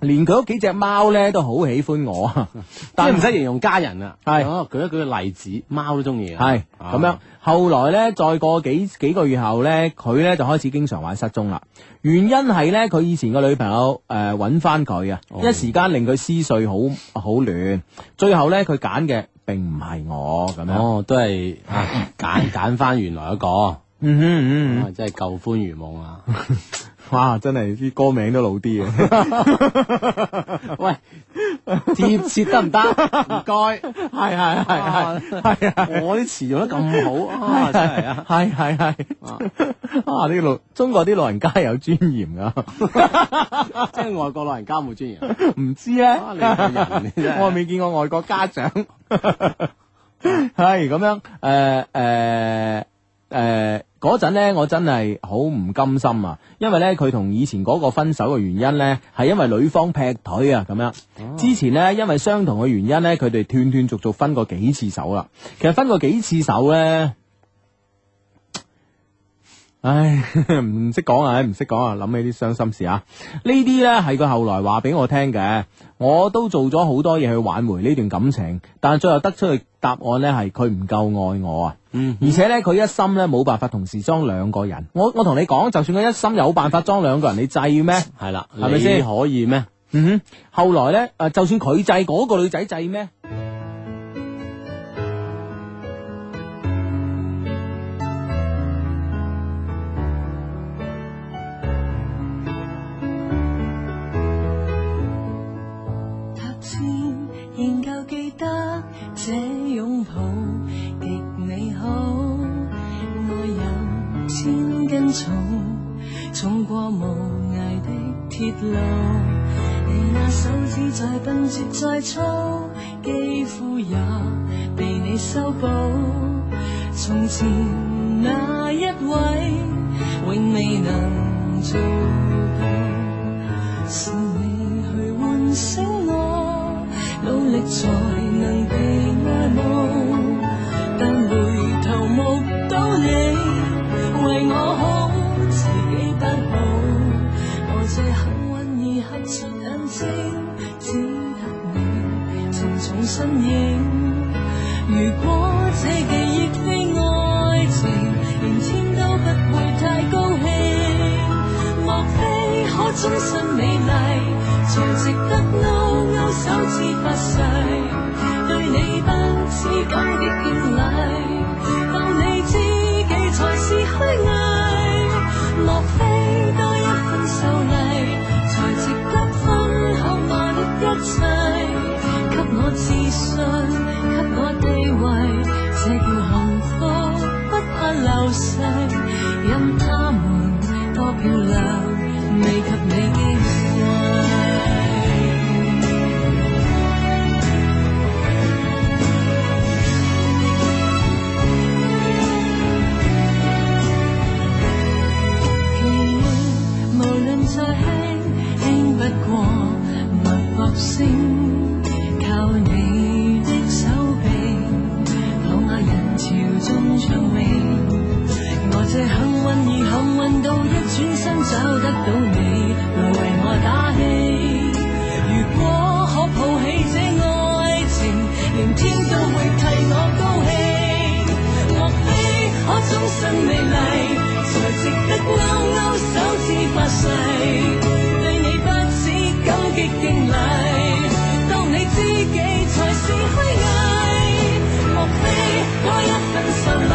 Speaker 2: 連佢屋幾隻貓咧都好喜歡我
Speaker 3: [LAUGHS]
Speaker 2: 啊，
Speaker 3: [LAUGHS] 但
Speaker 2: 但
Speaker 3: 唔使形容家人啊，
Speaker 2: 係
Speaker 3: 哦舉一舉個例子，貓都中意啊，
Speaker 2: 系咁樣，後來呢，再過幾幾個月後呢，佢呢就開始經常話失蹤啦。原因係呢，佢以前個女朋友诶揾翻佢啊，
Speaker 3: 哦
Speaker 2: 一時間令佢思緒好好亂。最後呢，佢揀嘅並唔係我咁樣。
Speaker 3: 哦，都係啊揀揀翻原來一個。
Speaker 2: 嗯哼嗯
Speaker 3: 啊真係舊歡如夢啊！
Speaker 2: 哼，哇！真係啲歌名都老啲嘅。
Speaker 3: 喂，貼切得唔
Speaker 2: [LAUGHS]
Speaker 3: 得？唔該，
Speaker 2: 係係係係係啊！
Speaker 3: [LAUGHS] 我啲詞用得咁好啊！哦真係啊！哦
Speaker 2: 係係係 [LAUGHS] 啊！呢個老中國啲老人家有尊嚴噶，
Speaker 3: 啊即係外國老人家冇尊嚴
Speaker 2: 唔知咧。
Speaker 3: 啊！你個人你真
Speaker 2: 我
Speaker 3: 係
Speaker 2: 未見過外國家長，係咁樣诶诶诶，嗰陣呢，我真係好唔甘心啊！因為呢，佢同以前嗰個分手嘅原因呢，係因為女方劈腿啊，咁樣。
Speaker 3: 哦
Speaker 2: 之前呢，因為相同嘅原因呢，佢哋斷斷續續分過幾次手啦。其實分過幾次手呢，唉，唔識講啊，唉唔識講啊，諗起啲傷心事啊。呢啲呢，係佢後來話俾我聽嘅。我都做咗好多嘢去挽回呢段感情，但係最後得出嘅答案呢係佢唔夠愛我 [LAUGHS] 啊，
Speaker 3: 嗯
Speaker 2: 而且呢，佢一心呢冇辦法同時裝兩個人。我我同你講，就算佢一心有辦法裝兩個人，你制咩？
Speaker 3: 係啦，
Speaker 2: 係咪先
Speaker 3: 你可以咩？
Speaker 2: 嗯哼，後來呢，誒就算佢制嗰個女仔制咩？
Speaker 6: 塔尖仍舊記得這擁抱極美好，愛有千斤重，重過無涯的鐵路。你那手指再笨拙再粗，肌膚也被你修補。從前那一位，永未能做到。是你去喚醒我，努力才能被愛慕，但回頭目睹你為我好，自己不好。我最幸運而合着眼睛，只得你重重身影。如果這記憶非愛情，連天都不會太高興。莫非可終身美麗，才值得勾勾手指發誓，對你不知感激敬禮，當你知己才是虛偽。莫非多一份秀麗，才值得分享我的一切，給我自信，給我地位，這叫幸福，不怕流逝，任他們。多漂亮，未及你矜貴。
Speaker 3: Hãy subscribe cho kênh Ghiền Mì Gõ Để không bỏ lỡ
Speaker 6: 運而幸運到一轉身找得到你，來為我打氣。如果可抱起這愛情，明天都會替我高興。莫非可終身美麗，才值得勾勾手指發誓，對你不止感激敬禮，當你知己才是虛偽。莫非我一份秀麗，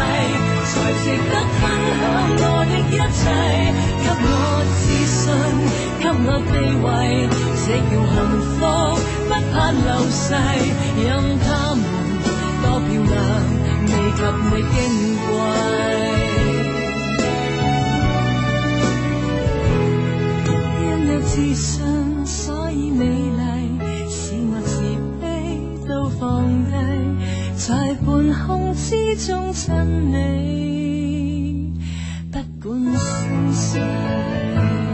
Speaker 6: 才值得分享我的一切？給我自信，給我地位，這叫幸福，不怕流逝。任他們多漂亮，未及你矜貴。因有自信，所以美麗，使我自卑都放低，在半空之中親你，不管盛世。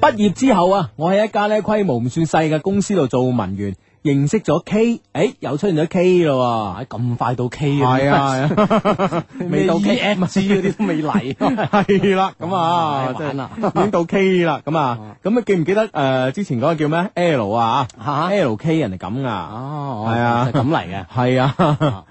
Speaker 2: 畢業之後啊，我喺一家咧規模唔算細嘅公司度做文員，認識咗 K，誒又出現咗 K 咯喎，唉咁快到 K 啊！
Speaker 7: 係啊，係啊
Speaker 2: [LAUGHS]
Speaker 7: E
Speaker 2: 未到 K
Speaker 7: EM
Speaker 2: M G 嗰啲都未 [LAUGHS] 嚟。
Speaker 7: 係啦，咁啊，
Speaker 2: 玩啦
Speaker 7: 真係已經到 K 啦，咁啊，咁啊記唔記得誒之前嗰個叫咩 L 啊
Speaker 2: 嚇
Speaker 7: ？L K 人哋咁啊，
Speaker 2: 哦
Speaker 7: 係啊
Speaker 2: 就咁嚟嘅。
Speaker 7: 係啊， [LAUGHS] 啊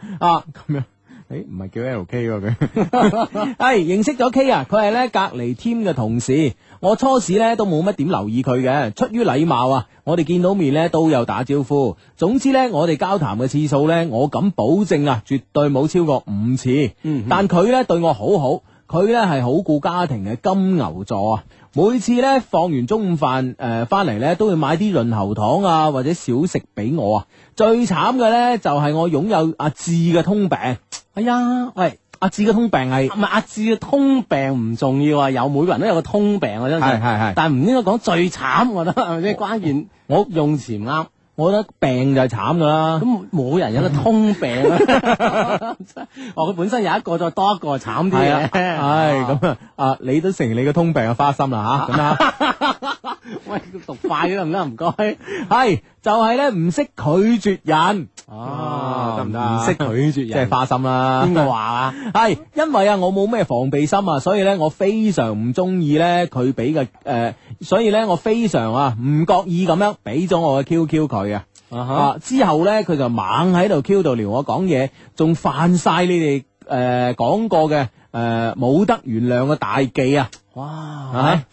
Speaker 7: 咁樣。誒唔係叫 L K 喎
Speaker 2: [LAUGHS]
Speaker 7: 佢，
Speaker 2: 係哎認識咗 K 啊，佢係咧隔離 team 嘅同事。我初時咧都冇乜點留意佢嘅，出於禮貌啊，我哋見到面咧都有打招呼。總之咧，我哋交談嘅次數咧，我敢保證啊，絕對冇超過五次。
Speaker 7: 嗯
Speaker 2: 但佢咧對我好好，佢咧係好顧家庭嘅金牛座啊。每次咧放完中午飯誒翻嚟咧，都會買啲潤喉糖啊或者小食俾我啊。最慘嘅咧就係、我擁有阿志嘅通病。哎呀，喂！阿志嘅通病係
Speaker 3: 唔系阿志嘅通病唔重要啊，有每個人都有個通病啊，真
Speaker 7: 係
Speaker 3: 係。
Speaker 7: 係係。
Speaker 3: 但唔應該講最慘，我覺得係咪先？關鍵我用詞唔啱，
Speaker 2: 我覺得病就係慘噶啦。
Speaker 3: 咁冇人有得通病 [LAUGHS] 啊！哦，佢本身有一個再多一個慘啲
Speaker 7: 系啊
Speaker 3: 嘅，。
Speaker 7: 唉，咁啊，啊，你都承認你個通病嘅花心 [LAUGHS] 啦吓，咁啊，
Speaker 3: 喂， [LAUGHS] 讀快啲得唔得？唔該。
Speaker 2: 係就係咧唔識拒絕人，
Speaker 3: 哦
Speaker 7: 啊得唔得啊
Speaker 2: 哦唔識拒
Speaker 7: 即
Speaker 2: 絕
Speaker 7: 係
Speaker 2: 人，
Speaker 7: 花心啦
Speaker 3: 邊。個
Speaker 7: [LAUGHS]
Speaker 3: 話啊？
Speaker 2: 係因為啊，我冇咩防備心啊，所以咧我非常唔中意咧佢俾嘅誒，所以咧我非常啊唔覺意咁樣俾咗我嘅 QQ 佢啊。啊！之後咧，佢就猛喺度 Q 度撩我講嘢，仲犯晒你哋誒講過嘅誒冇得原諒嘅大忌啊！
Speaker 3: 哇
Speaker 2: 啊！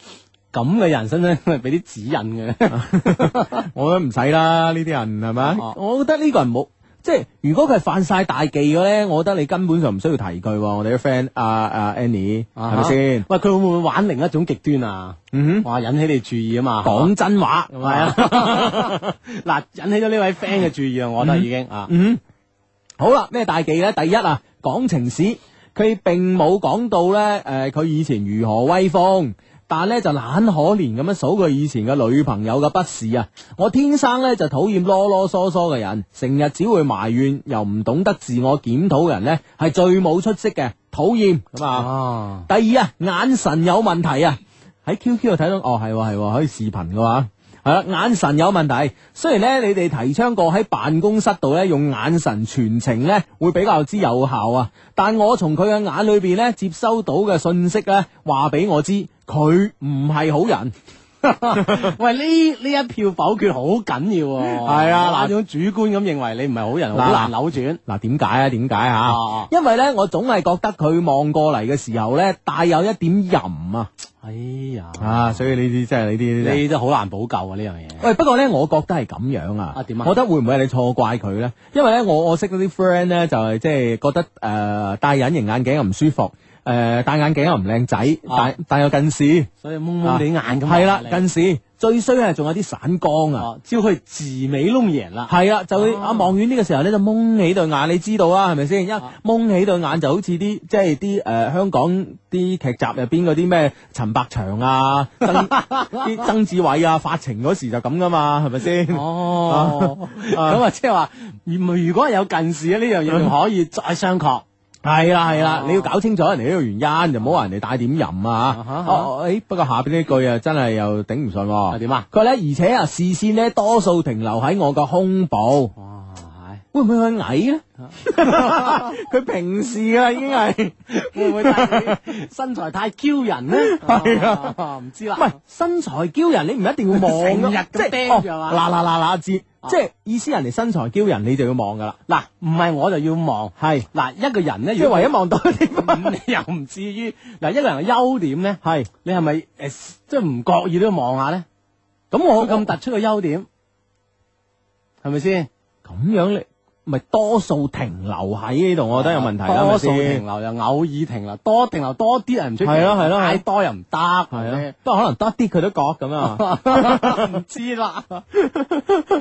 Speaker 3: 咁嘅人生
Speaker 2: [LAUGHS]
Speaker 3: 咧，咪俾啲指引嘅。
Speaker 7: [LAUGHS] 我都唔使啦，呢啲人係咪？
Speaker 2: 啊我覺得呢個人冇，即係如果佢係犯晒大忌嘅咧，我覺得你根本上唔需要提佢喎。我哋啲 friend 阿阿 Annie 係咪先？
Speaker 3: 啊喂，佢會唔會玩另一種極端啊？
Speaker 7: 啊嗯
Speaker 3: 哇！引起你注意啊嘛，
Speaker 2: 講真話
Speaker 3: 係啊！ [LAUGHS] 嗱，引起咗呢位 friend 嘅注意啊，我覺得已經啊，
Speaker 2: 嗯，好啦，咩大忌咧？第一啊，講情史，佢並冇講到咧，誒、佢以前如何威風。但咧就懶可憐咁樣數佢以前嘅女朋友嘅不是啊！我天生咧就討厭囉囉嗦嗦嘅人，成日只會埋怨又唔懂得自我檢討嘅人咧，係最冇出息嘅，討厭咁啊！
Speaker 3: 哦，
Speaker 2: 第二啊，眼神有問題啊！喺 QQ 度睇到，哦係喎係喎，可以視頻嘅話，係啦，眼神有問題。雖然咧你哋提倡過喺辦公室度咧用眼神傳情咧會比較之有效啊，但我從佢嘅眼裏邊咧接收到嘅信息咧話俾我知，佢唔係好 [LAUGHS] 人。
Speaker 3: 喂，呢呢一票否決好緊要喎，
Speaker 2: 係啊嗱
Speaker 3: 嗱，種主觀咁認為你唔係好人，
Speaker 2: 嗱
Speaker 3: 好難扭轉，
Speaker 2: 嗱，點解啊？點解啊
Speaker 3: 哦？
Speaker 2: 因為咧，我總係覺得佢望過嚟嘅時候咧，帶有一點淫啊。
Speaker 3: 哎呀，
Speaker 7: 啊，所以呢啲真係呢啲呢啲
Speaker 3: 你真係好難補救啊呢樣嘢，
Speaker 2: 喂，不過咧，我覺得係咁樣啊。
Speaker 3: 啊點啊
Speaker 2: 我覺得會唔會係你錯怪佢咧？因為咧，我我識嗰啲 friend 咧，就係即係覺得誒、呃戴隱形眼鏡又唔舒服，誒、呃戴眼鏡又唔靚仔，戴戴有近視，
Speaker 3: 所以蒙蒙地眼啊咁，
Speaker 2: 啊
Speaker 3: 啊
Speaker 2: 係啦，
Speaker 3: 跟
Speaker 2: 近視最衰係仲有啲散光啊。
Speaker 3: 哦，只要佢自美窿贏啦，
Speaker 2: 係啦，就
Speaker 3: 哦
Speaker 2: 會啊望遠呢個時候咧就蒙起對眼，你知道啊，係咪先？一蒙起對眼就好似啲即係啲誒香港啲劇集入邊嗰啲咩陳百祥啊、
Speaker 3: [LAUGHS]
Speaker 2: 曾啲曾志偉啊發情嗰時就咁噶嘛，係咪先？
Speaker 3: 哦
Speaker 2: 啊
Speaker 3: 啊哦，咁啊，即係話，如如果有近視咧，呢樣嘢仲可以再商榷。
Speaker 2: 系啦系啦，你要搞清楚人哋呢個原因，就唔好話人哋帶點淫啊
Speaker 3: 哈
Speaker 2: 吓。哦，诶，不過下邊呢句啊，真係又頂唔順喎。
Speaker 3: 係點啊？
Speaker 2: 佢話咧，而且啊，視線咧多數停留喺我個胸部，
Speaker 3: 哇，係
Speaker 2: 會唔會佢矮咧？ [LAUGHS] 佢平時啊已經係。
Speaker 3: 啊會唔會太身材太嬌人咧？係啊，唔知啦。
Speaker 2: 喂，身材驕人，你唔一定要望㗎
Speaker 3: 成日咁
Speaker 2: 即係
Speaker 3: 盯住係
Speaker 2: 哦
Speaker 3: 嘛哦
Speaker 2: 嗱嗱嗱嗱，知即係意思人哋身材驕人，你就要望噶啦。
Speaker 3: 嗱，唔係我就要望，
Speaker 2: 係
Speaker 3: 嗱一個人咧，
Speaker 2: 即係
Speaker 3: 如果
Speaker 2: 唯一望到嘅地方。
Speaker 3: [LAUGHS] 咁你又唔至於嗱一個人嘅優點咧，
Speaker 2: 係
Speaker 3: 你係咪诶即係唔覺意都要望下咧？咁我咁突出嘅優點，係咪先？
Speaker 2: 咁樣你咪多數停留喺呢度，我覺得有問題啦，
Speaker 3: 啊多數
Speaker 2: 係咪先
Speaker 3: 停留又偶爾停留，多停留多啲人唔出奇，
Speaker 2: 係咯係咯
Speaker 3: 太多又唔得，
Speaker 2: 係
Speaker 3: 係
Speaker 2: 啊，不過可能多啲佢都覺咁啊。
Speaker 3: 咯， [LAUGHS] 唔知啦，
Speaker 2: [LAUGHS]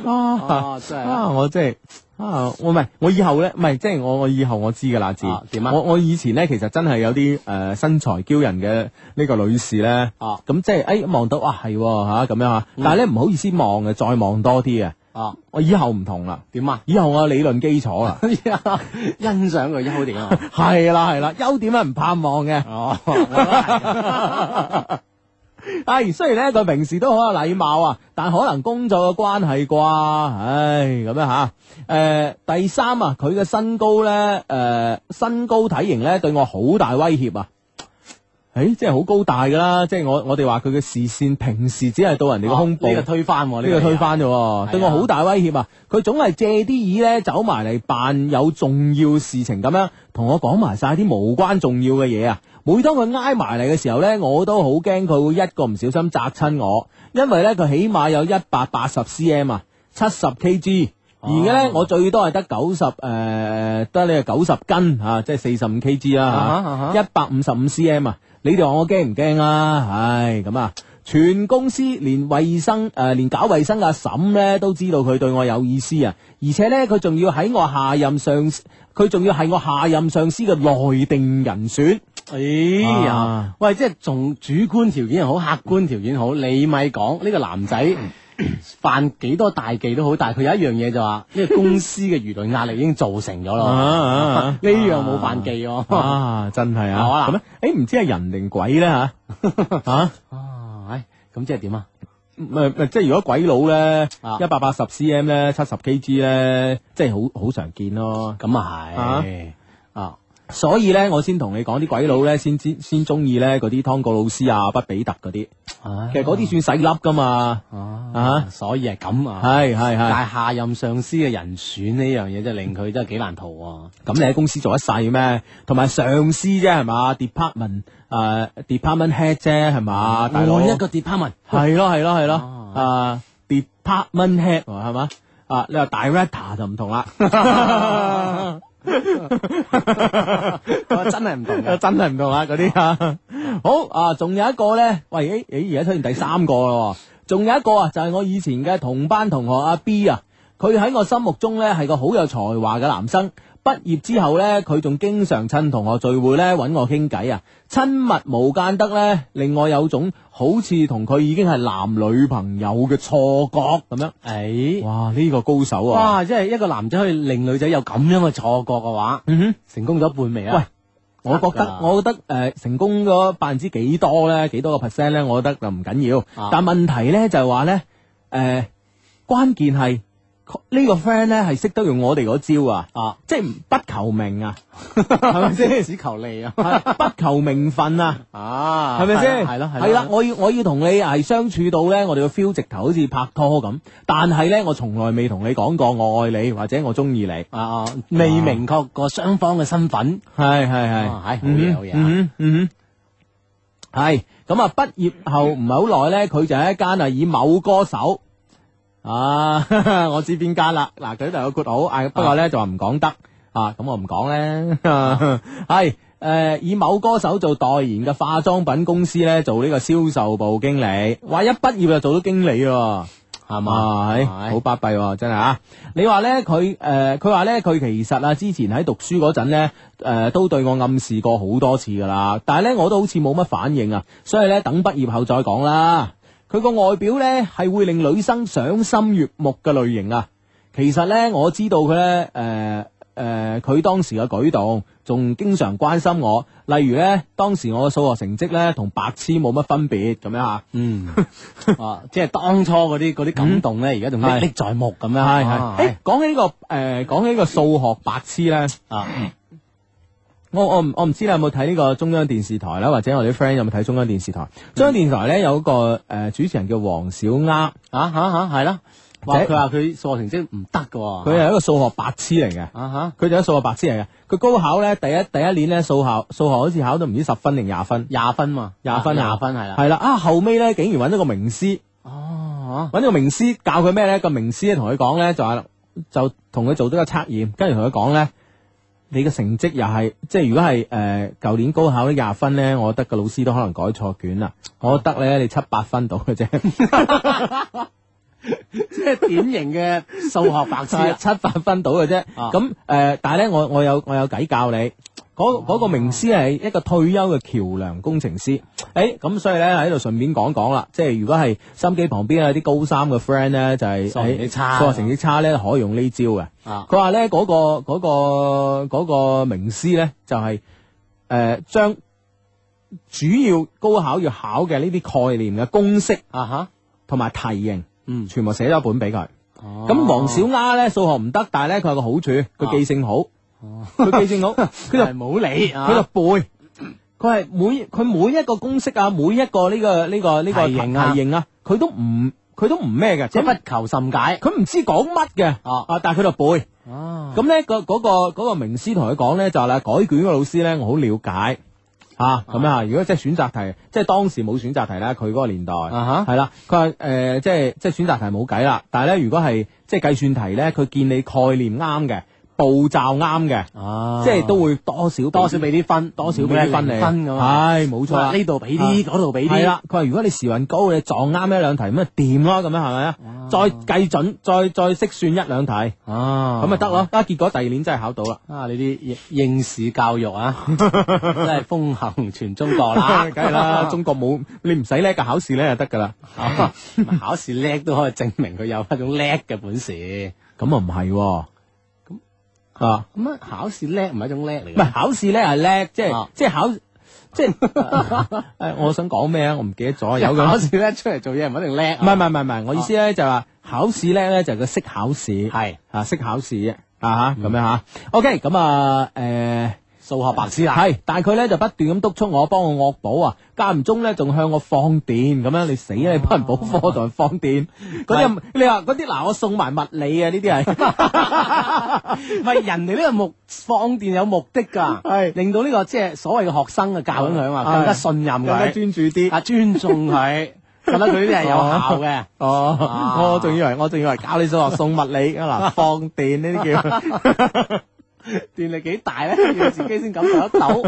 Speaker 2: 啊
Speaker 3: 啊真係
Speaker 2: 啊！我真係啊，我唔係我以後咧，唔係即係我我以後我知噶啦，字
Speaker 3: 啊點啊
Speaker 2: 我我以前咧，其實真係有啲誒身材驕人嘅呢個女士咧，
Speaker 3: 啊嗯
Speaker 2: 咁即係誒望到啊係喎嚇咁樣嚇，但係咧唔好意思望嘅，再望多啲啊！
Speaker 3: 啊
Speaker 2: 我以後唔同啦，
Speaker 3: 點啊？，
Speaker 2: 以後我有理論基礎啦
Speaker 3: 欣賞佢優點啊！
Speaker 2: 係啦係啦，優點咧唔盼望嘅。
Speaker 3: [LAUGHS] 哦，我覺得係
Speaker 2: 唉，雖然咧佢平時都好有禮貌啊，但可能工作嘅關係啩，唉咁樣吓。诶、第三啊，佢嘅身高咧，诶、身高體型咧對我好大威脅啊。诶、即係好高大噶啦，即係我我哋話佢嘅視線平時只係到人哋嘅胸部，
Speaker 3: 呢個哦推翻喎，
Speaker 2: 呢個推翻啫喎，對我好大威脅啊！佢總係借啲意咧走埋嚟扮有重要事情咁樣，同我講埋晒啲無關重要嘅嘢啊！每當佢挨埋嚟嘅時候咧，我都好驚佢會一個唔小心砸親我，因為咧佢起碼有一百八十 cm 啊，七十 kg。而家咧，我最多係得九十誒，得呢個九十斤嚇、啊即係四十五 kg 啦、
Speaker 3: 啊
Speaker 2: 啊
Speaker 3: 哈啊哈
Speaker 2: 一百五十五 cm 啊！你哋話我驚唔驚啊？唉，咁啊，全公司連衛生诶、呃，连搞衛生嘅阿嬸咧都知道佢對我有意思啊！而且咧，佢仲要喺我下任上司，佢仲要係我下任上司嘅內定人選。
Speaker 3: 哎呀
Speaker 2: 啊，
Speaker 3: 喂，即係仲主觀條件又好，客觀條件好，你咪講呢個男 [LAUGHS] 仔犯幾多大忌都好，但係佢有一樣嘢就話，呢個公司嘅輿論壓力已經造成咗咯
Speaker 2: 啊，
Speaker 3: 呢樣冇犯忌喎。
Speaker 2: 啊，真係
Speaker 3: 係嘛
Speaker 2: 啊！咁咧，诶，唔知係人定鬼咧吓
Speaker 3: [LAUGHS]
Speaker 2: 吓。
Speaker 3: [LAUGHS] 啊，唉咁即係點啊？
Speaker 2: 咪咪即係如果鬼佬咧，
Speaker 3: 啊
Speaker 2: 一百八十 cm 咧，七十 kg 咧，即係好好常見咯。
Speaker 3: 咁啊係啊，
Speaker 2: 所以咧，我先同你講啲鬼佬咧，先先先中意咧嗰啲湯告老師啊、畢比特嗰啲。
Speaker 3: 唉
Speaker 2: 其實嗰啲算細粒噶嘛。
Speaker 3: 啊，所以係咁啊。
Speaker 2: 係係係。
Speaker 3: 但係下任上司嘅人選呢樣嘢，真係令佢真係幾難逃啊！
Speaker 2: 咁你喺公司做一世咩？同埋上司啫係嘛？department 誒 department head 啫係嘛？大佬
Speaker 3: 哦我一個
Speaker 2: [LAUGHS]
Speaker 3: department
Speaker 2: 係咯係咯係
Speaker 3: 啊
Speaker 2: 咯。啊 department head 喎係嘛？啊你話 director 就唔同
Speaker 3: [LAUGHS]
Speaker 2: 啦。
Speaker 3: 真係唔同
Speaker 2: [LAUGHS]
Speaker 3: 嘅。
Speaker 2: 真係唔同啦，嗰啲啊。好啊，仲有一個咧，喂，诶、咦而家出現第三個咯，仲有一個啊，就係我以前嘅同班同學阿 B 啊，佢喺我心目中咧係個好有才華嘅男生。畢業之後咧，佢仲經常趁同學聚會咧揾我傾偈啊，親密無間得咧，令我有種好似同佢已經係男女朋友嘅錯覺咁樣。
Speaker 3: 誒。
Speaker 2: 哇！呢、個高手啊！
Speaker 3: 哇！即係一個男仔可以令女仔有咁樣嘅錯覺嘅話，
Speaker 2: 嗯哼。
Speaker 3: 成功咗一半未啊？
Speaker 2: 喂我覺
Speaker 3: 得
Speaker 2: 得
Speaker 3: 㗎，
Speaker 2: 我覺得誒、呃成功咗百分之幾多咧？幾多個 percent 咧？我覺得就唔緊要。
Speaker 3: 啊
Speaker 2: 但問題咧就係話咧，誒、關鍵係呢個 friend 咧係識得用我哋嗰招啊，
Speaker 3: 啊，
Speaker 2: 即係不求名
Speaker 3: [LAUGHS]
Speaker 2: 啊，係咪先？
Speaker 3: 只求利啊！
Speaker 2: 係不求名分啊！
Speaker 3: 啊，
Speaker 2: 系咪先？
Speaker 3: 係咯，係咯
Speaker 2: 係啦，，我要我要同你係相處到咧，我哋嘅 feel 直頭好似拍拖咁。但係咧，我從來未同你講過我愛你或者我中意你。係
Speaker 3: 啊啊，未明確個雙方嘅身份，
Speaker 2: [LAUGHS] 係
Speaker 3: 係
Speaker 2: 係
Speaker 3: 好嘢
Speaker 2: 嗯
Speaker 3: 好嘢啊！
Speaker 2: 嗯嗯哼，系咁啊！畢業後唔係好耐咧，佢就喺一間啊以某歌手 [LAUGHS] 啊，我知邊間啦。嗱，佢呢度有括號，啊不過咧就話唔講得啊，咁我唔講 [LAUGHS] 咧。係诶，誒以某歌手做代言嘅化妝品公司咧，做呢個銷售部經理，哇！一畢業就做到經理喎。
Speaker 3: 係嘛？
Speaker 2: 嘛，係
Speaker 3: 係
Speaker 2: 好巴閉喎，真係啊！你話咧佢誒，佢話咧佢其實啊，之前喺讀書嗰陣咧誒，都對我暗示過好多次噶啦，但係咧我都好似冇乜反應啊，所以咧等畢業後再講啦。佢個外表咧係會令女生賞心悅目嘅類型啊。其實咧我知道佢咧誒诶，佢、當時嘅舉動，仲經常關心我。例如呢，當時我嘅數學成績呢，同白痴冇乜分別咁樣吓。
Speaker 3: 嗯，啊，即係當初嗰啲嗰啲感
Speaker 2: 嗯
Speaker 3: 動咧，而家仲歷
Speaker 2: 係
Speaker 3: 歷在目咁樣。
Speaker 2: 係係，
Speaker 3: 啊
Speaker 2: 诶，講起呢個诶，讲起呢個數學白痴呢，
Speaker 3: 啊，
Speaker 2: 我我唔我唔知你有冇睇呢個中央電視台啦，或者我哋啲 friend 有冇睇中央電視台？中央電視台呢，有一個诶、呃主持人叫黃小丫，
Speaker 3: 啊吓吓，係啦。啊哇！
Speaker 2: 即係
Speaker 3: 佢話佢數學成績唔得嘅喎。
Speaker 2: 佢係一個數學白痴嚟嘅。
Speaker 3: 啊吓
Speaker 2: 佢就係數學白痴嚟嘅，佢高考咧第一第一年咧數學數學好似考到唔知十分定廿分，
Speaker 3: 廿分嘛，
Speaker 2: 廿分啊
Speaker 3: 廿分係啦。
Speaker 2: 係啦啊後尾咧竟然揾咗個名師，
Speaker 3: 哦，
Speaker 2: 揾咗個名師教佢咩咧？個名師咧同佢講咧就話就同佢做咗個測驗，跟住同佢講咧，你嘅成績又係即係如果係誒舊年高考呢廿分咧，我覺得個老師都可能改錯卷啦，我覺得咧你七八分到嘅啫，
Speaker 3: 即係典型嘅數學白痴啦。
Speaker 2: 七八分到嘅啫。
Speaker 3: 啊
Speaker 2: 咁誒、呃但係咧我我有我有計教你。
Speaker 3: 哦
Speaker 2: 嗰嗰個名師係一個退休嘅橋梁工程師，誒、咁所以咧喺度順便講講啦，即係如果係心機旁邊有啲高三嘅 friend 咧，就係、
Speaker 3: 數學成績差
Speaker 2: 數學成績差咧可以用呢招嘅。
Speaker 3: 啊
Speaker 2: 佢話咧嗰個嗰、個嗰、個名師咧就係、誒將主要高考要考嘅呢啲概念嘅公式
Speaker 3: 啊吓，
Speaker 2: 同埋題型，
Speaker 3: 嗯
Speaker 2: 全部寫咗一本俾佢。咁
Speaker 3: 咁
Speaker 2: 黃小丫咧數學唔得，但係咧佢有個好處，佢記性好，佢記性好， [LAUGHS] 佢就
Speaker 3: 佢就冇理啊。
Speaker 2: 佢就背。佢係每佢每一個公式啊，每一個呢、個呢、個呢、個
Speaker 3: 題型啊
Speaker 2: 題型啊，佢都唔佢都唔咩嘅，
Speaker 3: 即
Speaker 2: 咁
Speaker 3: 係不求甚解。
Speaker 2: 佢唔知講乜嘅
Speaker 3: 啊
Speaker 2: 啊，但係佢就背。
Speaker 3: 哦，
Speaker 2: 啊咁咧，個嗰個嗰個名師同佢講咧，就係啦，改卷嘅老師咧，我好了解啊，咁樣啊，如果即係選擇題，即係當時冇選擇題啦，佢嗰個年代
Speaker 3: 啊
Speaker 2: 係啦，佢話誒，即係即係選擇題冇計啦，但係咧，如果係即係計算題咧，佢見你概念啱嘅，步驟啱嘅，
Speaker 3: 吓，啊
Speaker 2: 即係都會多少
Speaker 3: 多少俾啲分，
Speaker 2: 多少俾啲分你，
Speaker 3: 分咁啊。
Speaker 2: 係冇錯啦
Speaker 3: 呢度俾啲，嗰度俾
Speaker 2: 係
Speaker 3: 啲。
Speaker 2: 啦，佢話如果你時運高，你撞啱一兩題咁啊掂咯，咁樣係咪啊？再計準，再再識算一兩題，咁
Speaker 3: 啊，
Speaker 2: 咪得咯。啊，結果第二年真係考到 [LAUGHS] 啦。
Speaker 3: 啊！你啲應應試教育啊， [LAUGHS] 真係風行全中國啦，
Speaker 2: [LAUGHS] 梗係啦，中國冇你唔使叻嘅考試咧就得噶 [LAUGHS] 啦。
Speaker 3: 啊考試叻都可以證明佢有一種叻嘅本事。
Speaker 2: 咁啊唔係喎，啊
Speaker 3: 咁啊，考試叻唔係一種叻嚟
Speaker 2: 唔係
Speaker 3: 嘅，
Speaker 2: 考試咧係叻，即係
Speaker 3: 啊
Speaker 2: 即係考 [LAUGHS] 即係誒，我想講咩啊？我唔記得咗，有
Speaker 3: [LAUGHS] 考
Speaker 2: 嘅。
Speaker 3: 試叻出嚟做嘢唔一定叻
Speaker 2: 唔
Speaker 3: 啊。
Speaker 2: 係唔係唔係唔係，我意思咧就係話考試叻咧就係佢識考試，
Speaker 3: 係
Speaker 2: 啊識考試啊嚇咁樣嚇。OK，咁啊誒。
Speaker 3: 嗯數學白痴啊啦，
Speaker 2: 系，但係佢咧就不斷咁督促我，幫我惡補啊，間唔中咧仲向我放電咁樣，你死啊啦！你幫人補課同人放電，
Speaker 3: 嗯
Speaker 2: 嗰啲你話嗰啲嗱，我送埋物理啊，呢啲係
Speaker 3: 唔係人哋呢個目放電有目的㗎，
Speaker 2: 係
Speaker 3: 令到呢個即係所謂嘅學生嘅教緊佢啊
Speaker 2: 係
Speaker 3: 嘛，更加信任佢，
Speaker 2: 注啲。
Speaker 3: 啊尊重佢，覺得佢呢啲係有效嘅。啊
Speaker 2: 哦，我仲以為我仲以為教你數學送物理啊嗱，放電呢啲叫，
Speaker 3: 電力幾大咧？要自己先感受得到。
Speaker 2: [LAUGHS]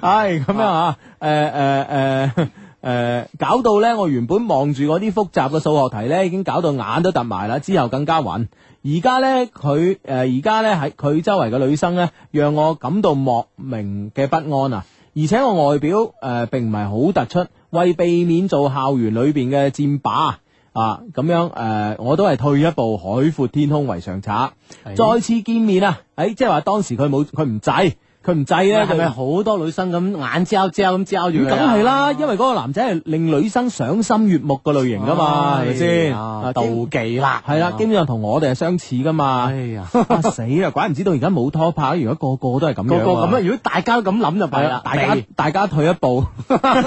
Speaker 2: 唉咁樣啊，誒誒誒。誒、搞到咧，我原本望住嗰啲複雜嘅數學題咧，已經搞到眼都突埋啦。之後更加暈。而家咧，佢誒而家咧喺佢周圍嘅女生咧，讓我感到莫名嘅不安啊！而且我外表誒、呃、並唔係好突出，為避免做校園裏邊嘅戰霸啊咁樣誒、呃我都係退一步，海闊天空為上策。再次見面啊！誒、即係話當時佢冇佢唔制，佢唔制咧，
Speaker 3: 係咪
Speaker 2: 就
Speaker 3: 好多女生咁眼焦焦咁焦住佢
Speaker 2: 咁
Speaker 3: 啊？
Speaker 2: 梗係啦，因為嗰個男仔係令女生賞心悅目嘅類型噶嘛，係咪先？
Speaker 3: 啊
Speaker 2: 啊
Speaker 3: 妒忌啦，啊
Speaker 2: 係啦，基
Speaker 3: 經
Speaker 2: 本上同我哋係相似噶嘛
Speaker 3: 哎。呀，
Speaker 2: 啊 [LAUGHS] 死啦！怪唔知道而家冇拖拍，如果個個都係咁樣
Speaker 3: [LAUGHS] 個
Speaker 2: 啊，
Speaker 3: 個咁啊！如果大家都咁諗就弊
Speaker 2: 係
Speaker 3: 啦
Speaker 2: 啦，，大家大家退一步，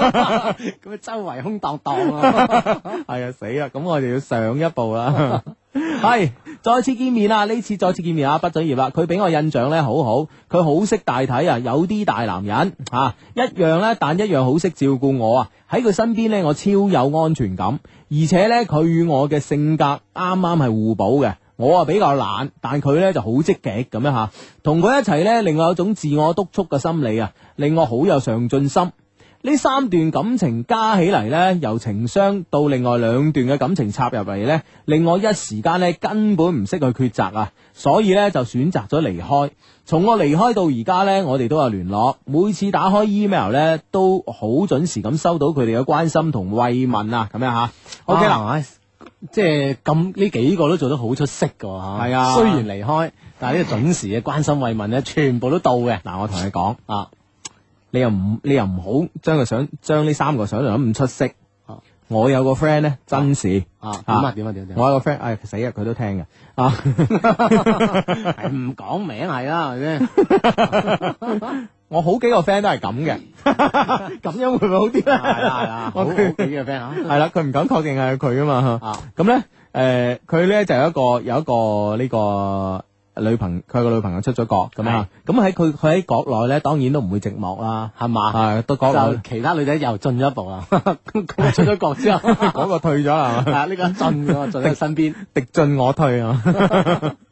Speaker 3: 咁啊周圍空蕩蕩 [LAUGHS] 啊，
Speaker 2: [LAUGHS] 係啊死啦！咁我哋要上一步啦。 [LAUGHS] 係再次見面啦！呢次再次見面啊，畢咗業啦。佢俾我印象咧好好，佢好識大體啊，有啲大男人嚇、啊一樣咧，但一樣好識照顧我啊。喺佢身邊咧，我超有安全感，而且咧佢與我嘅性格啱啱係互補嘅。我啊比較懶，但佢咧就好積極咁樣嚇。同佢一齊咧，另外有種自我督促嘅心理啊，令我好有上進心。呢三段感情加起嚟呢，由情商到另外兩段嘅感情插入嚟呢，令我一時間呢根本唔識去抉擇啊，所以呢，就選擇咗離開。從我離開到而家呢，我哋都有聯絡，每次打開 email 呢，都好準時咁收到佢哋嘅關心同慰問啊，咁樣吓。OK
Speaker 3: 啊
Speaker 2: 啦，
Speaker 3: 啊，即係咁呢幾個都做得好出色噶喎，
Speaker 2: 係啊
Speaker 3: 雖然離開，但係呢個準時嘅關心慰問咧，全部都到嘅。
Speaker 2: 嗱，我同你講
Speaker 3: 啊，
Speaker 2: 你又唔你又唔好將佢想將呢三個想象咁出色
Speaker 3: 啊。
Speaker 2: 我有個 friend 咧，真事
Speaker 3: 啊點啊點啊點啊點啊
Speaker 2: 我有個 friend，唉死啊，佢都聽嘅啊。 [LAUGHS]
Speaker 3: 係唔講名係啦，係咪先？ [LAUGHS]
Speaker 2: 我好幾個 friend 都係咁嘅，咁樣會唔會好啲咧？
Speaker 3: 係啦係 [LAUGHS] 啦，好好幾嘅 friend [LAUGHS] 啊
Speaker 2: 係啦，佢唔敢確定係佢啊嘛。
Speaker 3: 啊
Speaker 2: 咁咧，誒佢咧就有一個有一個呢個女朋，佢有個女朋友出咗國咁啊。咁喺佢佢喺國內咧，當然都唔會寂寞啦。
Speaker 3: 係嘛？
Speaker 2: 啊，到國
Speaker 3: 就
Speaker 2: 內
Speaker 3: 其他女仔又進咗一步啦， [LAUGHS] 佢出咗國之後，
Speaker 2: [LAUGHS] 嗰個退咗啦，係嘛
Speaker 3: 啊呢個進咗進咗身邊，
Speaker 2: 敵進我退
Speaker 3: [LAUGHS]
Speaker 2: 啊！ [LAUGHS]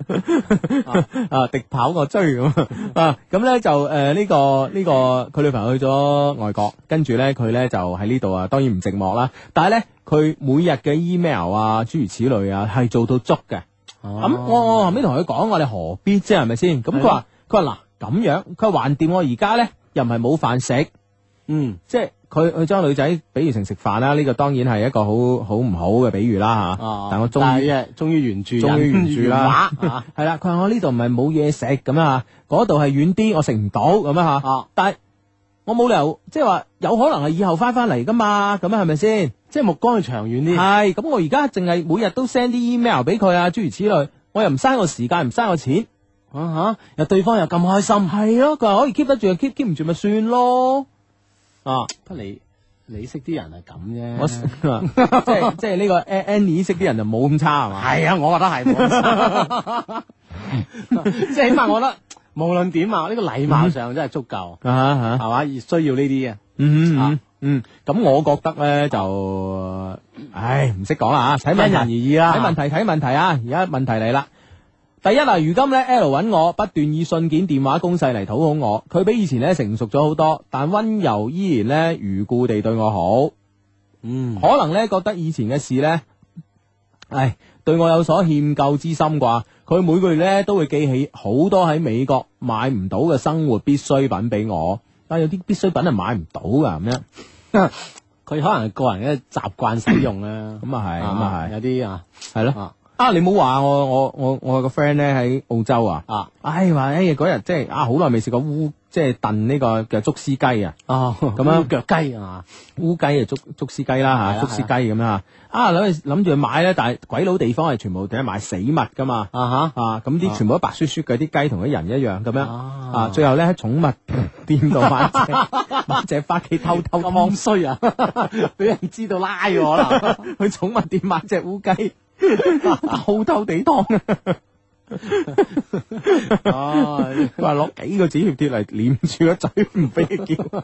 Speaker 2: 啊，敵跑我追咁啊啊！咁咧就誒呢個呢個佢女朋友去咗外國，跟住咧佢咧就喺呢度啊，當然唔寂寞啦。但係咧佢每日嘅 email 啊，諸如此類啊，係做到足嘅。
Speaker 3: 哦
Speaker 2: 咁、
Speaker 3: 咁
Speaker 2: 我我後尾同佢講，我哋何必啫，係咪先？咁佢話佢話嗱咁樣，佢話橫掂我而家咧又唔係冇飯食，
Speaker 3: 嗯
Speaker 2: 即係佢佢將女仔比喻成食飯啦，呢、個當然係一個好好唔好嘅比喻啦吓。
Speaker 3: 啊，
Speaker 2: 但我
Speaker 3: 但
Speaker 2: 終於
Speaker 3: 係呃終於原著
Speaker 2: 終於原著啦
Speaker 3: 原畫啊
Speaker 2: [LAUGHS] 係啦，佢話我呢度唔係冇嘢食咁啊，嗰度係遠啲，我食唔到咁啊吓。
Speaker 3: [LAUGHS] 啊，
Speaker 2: 但係我冇理由即係話有可能係以後翻翻嚟噶嘛，咁啊係咪先？
Speaker 3: 即係目光要長遠啲。
Speaker 2: 係咁，我而家淨係每日都 send 啲 email 俾佢啊，諸如此類，我又唔嘥我時間，唔嘥我錢。
Speaker 3: 啊吓，又對方又咁開心，
Speaker 2: 係咯，佢話可以 keep 得住，keep keep 唔住咪算咯。啊，
Speaker 3: 不你你識啲人係咁啫。
Speaker 2: 我 [LAUGHS] 即係即係呢個 Annie 識啲人就冇咁差係嘛？
Speaker 3: 係啊，我覺得係冇， [LAUGHS] 即係起碼我覺得無論點啊，呢個禮貌上真係足夠，
Speaker 2: 啊吓
Speaker 3: 係嘛？而需要呢啲嘅。
Speaker 2: 嗯嗯
Speaker 3: 啊
Speaker 2: 嗯，咁我覺得咧就，唉，唔識講啦吓，睇問
Speaker 3: 因人而
Speaker 2: 題
Speaker 3: 異啦
Speaker 2: 嗯睇問題睇問題啊！而家問題嚟啦。第一啊，如今咧 L 揾我，不斷以信件、電話攻勢嚟討好我。佢比以前咧成熟咗好多，但温柔依然咧如故地對我好。
Speaker 3: 嗯，
Speaker 2: 可能咧覺得以前嘅事咧，唉，對我有所歉疚之心啩。佢每個月咧都會寄起好多喺美國買唔到嘅生活必需品俾我，但有啲必需品係買唔到噶咁樣。
Speaker 3: 佢可能係個人嘅習慣使用啦。
Speaker 2: 咁啊係，咁啊係，
Speaker 3: 有啲啊
Speaker 2: 係咯
Speaker 3: 啊。
Speaker 2: 啊！你冇話我我我我有個 friend 咧喺澳洲啊，
Speaker 3: 啊
Speaker 2: 唉話哎呀嗰日即係啊好耐未食過烏即係燉呢個嘅竹絲雞啊，
Speaker 3: 哦，咁
Speaker 2: 樣
Speaker 3: 樣腳雞啊，
Speaker 2: 烏雞啊竹竹絲雞啦
Speaker 3: 係
Speaker 2: 嚇，
Speaker 3: 啦
Speaker 2: 竹絲雞咁樣嚇，啊諗住諗住去買咧，但係鬼佬地方係全部都係買死物噶嘛，
Speaker 3: 啊
Speaker 2: 啊咁啲全部都白雪雪嘅啲雞同啲人一樣咁
Speaker 3: 吓
Speaker 2: 樣，啊最後咧喺寵物 [LAUGHS] 店度買
Speaker 3: [LAUGHS]
Speaker 2: 只買隻翻屋企偷偷劏
Speaker 3: 咁衰啊，
Speaker 2: [LAUGHS]
Speaker 3: 俾人知道拉我 [LAUGHS] 啦，
Speaker 2: 去寵物店買只烏
Speaker 3: [LAUGHS]
Speaker 2: 雞，偷偷地劏
Speaker 3: 哦，
Speaker 2: 佢話攞幾個紙貼貼嚟黏住個嘴，唔俾佢叫。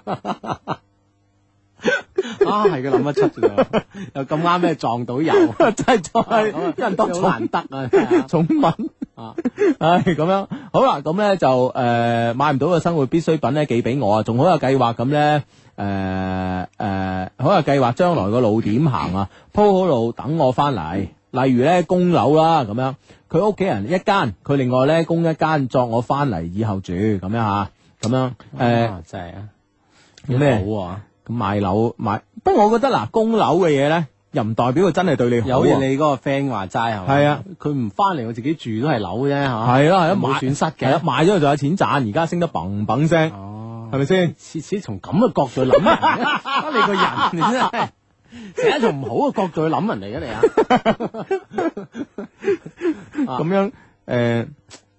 Speaker 3: [LAUGHS] 啊係佢諗得出嘅，又咁啱咩撞到
Speaker 2: [LAUGHS]
Speaker 3: 有，真係
Speaker 2: 係
Speaker 3: 人多好難得啊真係啊，
Speaker 2: [LAUGHS] 寵物
Speaker 3: 啊，
Speaker 2: [LAUGHS] 唉咁樣好啦，咁咧就誒、呃、買唔到嘅生活必需品咧寄俾我啊，仲好有計劃咁咧誒誒，好有計劃將來個路點行啊，鋪好路等我翻嚟。例如咧供樓啦咁樣，佢屋企人一間，佢另外咧供一間作我翻嚟以後住咁樣吓，咁樣誒
Speaker 3: 啊真係啊，
Speaker 2: 咩
Speaker 3: 好啊，
Speaker 2: 咁買樓買，不過我覺得嗱供樓嘅嘢咧，又唔代表佢真係對你好
Speaker 3: 有
Speaker 2: 啊。
Speaker 3: 嘢你嗰個 friend 話齋係嘛？
Speaker 2: 係啊，
Speaker 3: 佢唔翻嚟，我自己住都係樓啫
Speaker 2: 係
Speaker 3: 嚇。
Speaker 2: 啊啦係啦，
Speaker 3: 冇
Speaker 2: 買
Speaker 3: 損失
Speaker 2: 係啦
Speaker 3: 嘅。
Speaker 2: 買咗就有錢賺，而家升得砰砰聲，
Speaker 3: 哦，
Speaker 2: 係咪先？
Speaker 3: 次次從咁嘅角度諗
Speaker 2: [LAUGHS]
Speaker 3: 人啊，你個人真係成日從唔好嘅角度去諗人嚟嘅你啊！啊
Speaker 2: 咁樣誒，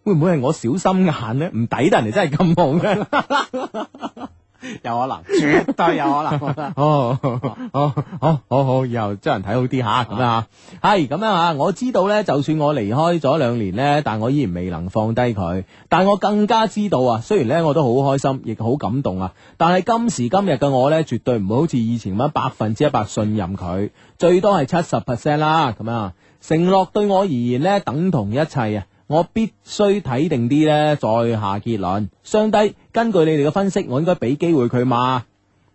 Speaker 2: 會唔會係我小心眼咧？唔抵得人哋真係咁好嘅。
Speaker 3: [LAUGHS] 有可能，絕對有可能。
Speaker 2: [LAUGHS] 哦，好好好好，以後真人睇好啲吓，咁啊，係咁樣啊！我知道咧，就算我離開咗兩年咧，但我依然未能放低佢。但我更加知道啊，雖然咧我都好開心，亦好感動啊，但係今時今日嘅我咧，絕對唔會好似以前咁樣百分之一百信任佢，最多係七十 percent 啦，咁啊，承諾對我而言咧，等同一切啊。我必須睇定啲咧，再下結論。相低，根據你哋嘅分析，我應該俾機會佢嘛？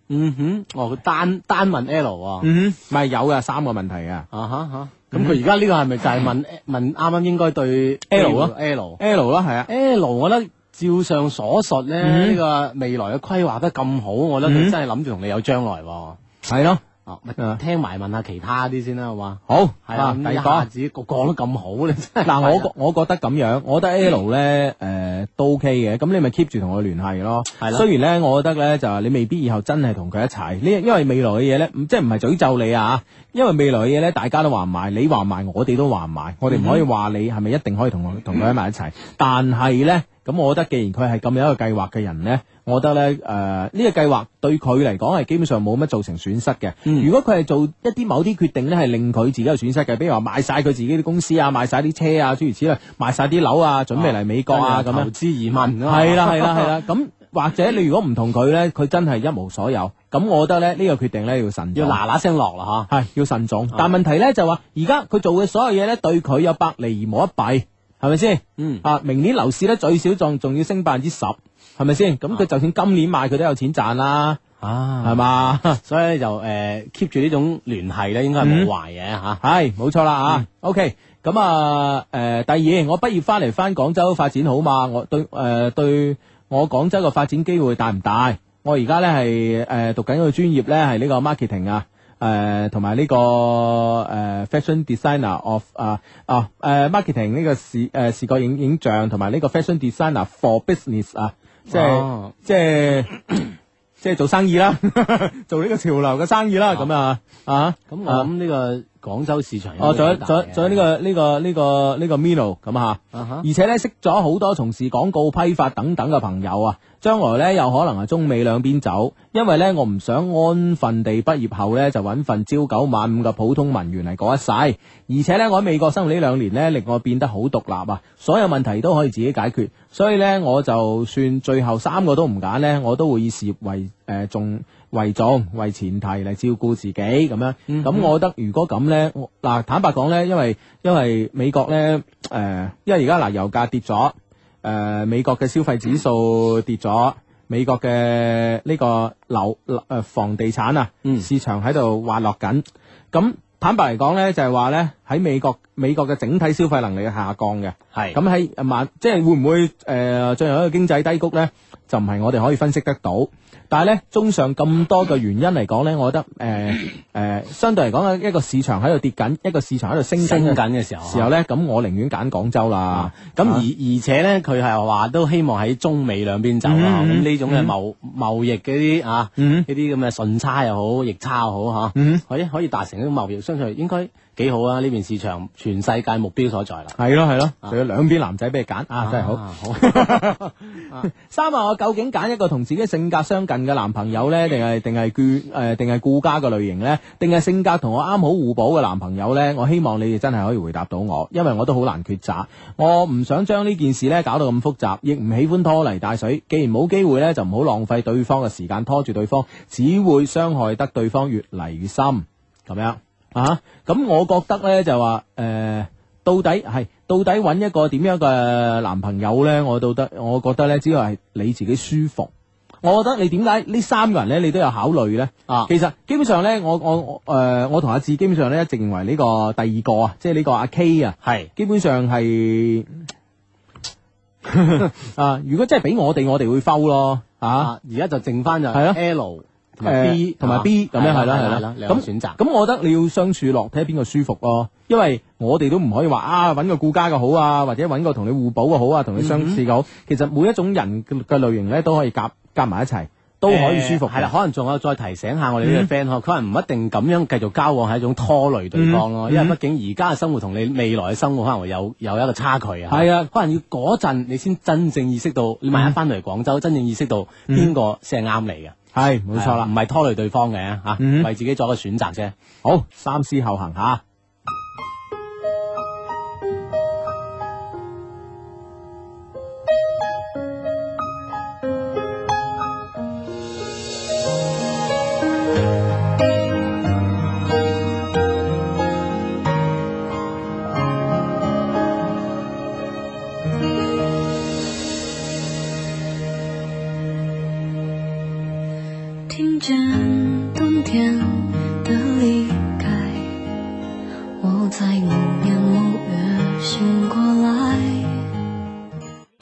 Speaker 3: 嗯哼，哦，佢單單問 L 喎。
Speaker 2: 嗯哼，咪有噶三個問題啊。
Speaker 3: 啊哈哈，咁佢而家呢個係咪就係問 [COUGHS] 問啱啱應該對
Speaker 2: L 啊咯
Speaker 3: ？L
Speaker 2: L 啦，係啊，
Speaker 3: 哦 L，我覺得照上所述咧，
Speaker 2: 嗯
Speaker 3: 呢個未來嘅規劃得咁好，我覺得
Speaker 2: 嗯
Speaker 3: 佢真係諗住同你有將來喎。
Speaker 2: 係咯，
Speaker 3: 哦，咪聽埋問下其他啲先啦，好嘛？
Speaker 2: 好，
Speaker 3: 係啊，
Speaker 2: 第
Speaker 3: 咁一
Speaker 2: 二個。
Speaker 3: 下子個講得咁好，你真係啊
Speaker 2: 嗱，我覺我覺得咁樣，我覺得 L 咧誒、呃都 OK 嘅，咁你咪 keep 住同佢聯繫咯。
Speaker 3: 係啦
Speaker 2: 雖然咧，我覺得咧就係你未必以後真係同佢一齊，呢因為未來嘅嘢咧，唔即係唔係詛咒你啊，因為未來嘅嘢咧，大家都話唔埋，你話唔埋，我哋都話唔埋，我哋唔可以話你係咪一定可以同佢同佢喺埋一齊，但係咧。咁我覺得，既然佢係咁有一個計劃嘅人呢，我覺得呢，誒、呃呢、個計劃對佢嚟講係基本上冇乜造成損失嘅。如果佢係做一啲某啲決定呢，係令佢自己有損失嘅，比如話賣晒佢自己啲公司啊，賣晒啲車啊，諸如此類，賣晒啲樓啊，準備嚟美國啊咁
Speaker 3: 真係投
Speaker 2: 樣。
Speaker 3: 資移民啊，
Speaker 2: 係啦係
Speaker 3: [LAUGHS]
Speaker 2: 啦係啦，咁或者你如果唔同佢呢，佢真係一無所有。咁我覺得咧，呢、個決定呢，要慎重
Speaker 3: 要嗱嗱聲落啦啊
Speaker 2: 係要慎重，但問題咧就話，而家佢做嘅所有嘢咧，對佢有百利而無一弊，係咪先？
Speaker 3: 嗯
Speaker 2: 啊，明年樓市咧最少仲仲要升百分之十，係咪先？咁
Speaker 3: 啊
Speaker 2: 佢就算今年賣，佢都有錢賺啦，
Speaker 3: 嚇啊！
Speaker 2: 係嘛？
Speaker 3: [LAUGHS] 所以咧就誒 keep 住呢種聯繫咧，應該係冇
Speaker 2: 嗯
Speaker 3: 壞嘅嚇。
Speaker 2: 係冇錯啦啊，OK。咁啊，誒、第二，我畢業翻嚟翻廣州發展好嘛？我對誒、呃對我廣州嘅發展機會大唔大？我而家咧係誒讀緊個專業咧係呢個 marketing 啊，誒同埋呢個誒、fashion 呃 designer of 啊啊誒、marketing 呢個視誒、視覺影影像同埋呢個 fashion designer for business 啊，即係、
Speaker 3: 哦
Speaker 2: 即係即係做生意啦， [LAUGHS] 做呢個潮流嘅生意啦，咁啊啊
Speaker 3: 咁
Speaker 2: 啊
Speaker 3: 我諗呢個廣州市場
Speaker 2: 哦，仲有
Speaker 3: 應該
Speaker 2: 仲有
Speaker 3: 係
Speaker 2: 仲有呢、個呢、個呢、個呢、個 Mino 咁吓，
Speaker 3: 啊哈
Speaker 2: 而且咧識咗好多從事廣告批發等等嘅朋友啊，將來咧有可能係中美兩邊走，因為咧我唔想安分地畢業後咧就揾份朝九晚五嘅普通文員嚟過一世，而且咧我喺美國生活呢兩年咧令我變得好獨立啊，所有問題都可以自己解決，所以咧我就算最後三個都唔揀咧，我都會以事業為誒、呃重。為重為前提嚟照顧自己咁樣，咁、我覺得如果咁呢，我嗱坦白講呢，因為因為美國呢，誒、因為而家嗱油價跌咗，誒、美國嘅消費指數跌咗，美國嘅呢個樓誒、呃房地產啊、市場喺度滑落緊，咁坦白嚟講呢，就係話呢，喺美國美國嘅整體消費能力係下降嘅。
Speaker 3: 係
Speaker 2: 咁喺呃萬，即係會唔會誒呃進入一個經濟低谷呢？就唔係我哋可以分析得到。但係呢，綜上咁多嘅原因嚟講呢，我覺得誒誒、
Speaker 3: [COUGHS]
Speaker 2: 呃呃相對嚟講，一個市場喺度跌緊，一個市場喺度升
Speaker 3: 升
Speaker 2: 緊
Speaker 3: 緊
Speaker 2: 嘅
Speaker 3: 嘅時候啊。
Speaker 2: 時候呢，咁我寧願揀廣州啦。
Speaker 3: 咁
Speaker 2: 啊
Speaker 3: 而而且咧，佢係話都希望喺中美兩邊走啦。
Speaker 2: 嗯
Speaker 3: 咁呢種嘅貿貿易嗰啲啊，
Speaker 2: 嗯
Speaker 3: 呢啲咁嘅順差又好，逆差又好
Speaker 2: 嗯
Speaker 3: 嚇，可以可以達成呢種貿易，相信應該幾好啊！呢邊市場全世界目標所在啦。
Speaker 2: 係咯係咯，仲有兩邊男仔俾你揀啊，真係好。
Speaker 3: 啊，好
Speaker 2: 三啊，我究竟揀一個同自己性格相近嘅男朋友呢？定係定係顧誒，定係顧家嘅類型呢？定係性格同我啱好互補嘅男朋友呢？我希望你哋真係可以回答到我，因為我都好難抉擇。我唔想將呢件事呢搞到咁複雜，亦唔喜歡拖泥帶水。既然冇機會呢，就唔好浪費對方嘅時間，拖住對方，只會傷害得對方越嚟越深。咁樣啊，咁我覺得呢，就話誒。呃到底係到底揾一個點樣嘅男朋友呢？我到得，我覺得呢，只要係你自己舒服。我覺得你點解呢三個人呢，你都有考慮呢？
Speaker 3: 啊
Speaker 2: 其實基本上呢，我我我誒，我同阿志基本上呢，一直認為呢個第二個啊，即係呢個阿 K 啊，
Speaker 3: [LAUGHS] 係
Speaker 2: 基本上係 [LAUGHS] 啊，如果真係俾我哋，我哋會 f 咯啊
Speaker 3: 啊，而家就剩翻就
Speaker 2: 係咯
Speaker 3: L 同埋 B 啊
Speaker 2: B 同埋 B 咁樣係啦係啦，
Speaker 3: 兩個
Speaker 2: 咁
Speaker 3: 選擇。
Speaker 2: 咁我覺得你要相處落，睇下邊個舒服咯。因為我哋都唔可以話啊，揾個顧家嘅好啊，或者揾個同你互補嘅好啊，同你相似嘅
Speaker 3: 嗯
Speaker 2: 好。其實每一種人嘅嘅類型咧，都可以夾夾埋一齊，都可以舒服嘅。嗯
Speaker 3: 係啦，可能仲有再提醒下我哋呢個 friend 呵，可能唔一定咁樣繼續交往係一種拖累對方咯，
Speaker 2: 嗯
Speaker 3: 因為畢竟而家嘅生活同你未來嘅生活可能會有有一個差距啊。
Speaker 2: 係啊，
Speaker 3: 可能要嗰陣你先真正意識到，你
Speaker 2: 嗯
Speaker 3: 萬一翻嚟廣州，真正意識到邊個先係啱你嘅。
Speaker 2: 係冇錯
Speaker 3: 係啊
Speaker 2: 啦
Speaker 3: 唔。係拖累對方嘅嚇，
Speaker 2: 嗯
Speaker 3: 為自己做一個選擇啫。
Speaker 2: 好，三思後行
Speaker 3: 啊
Speaker 2: 吓。
Speaker 1: 听见冬天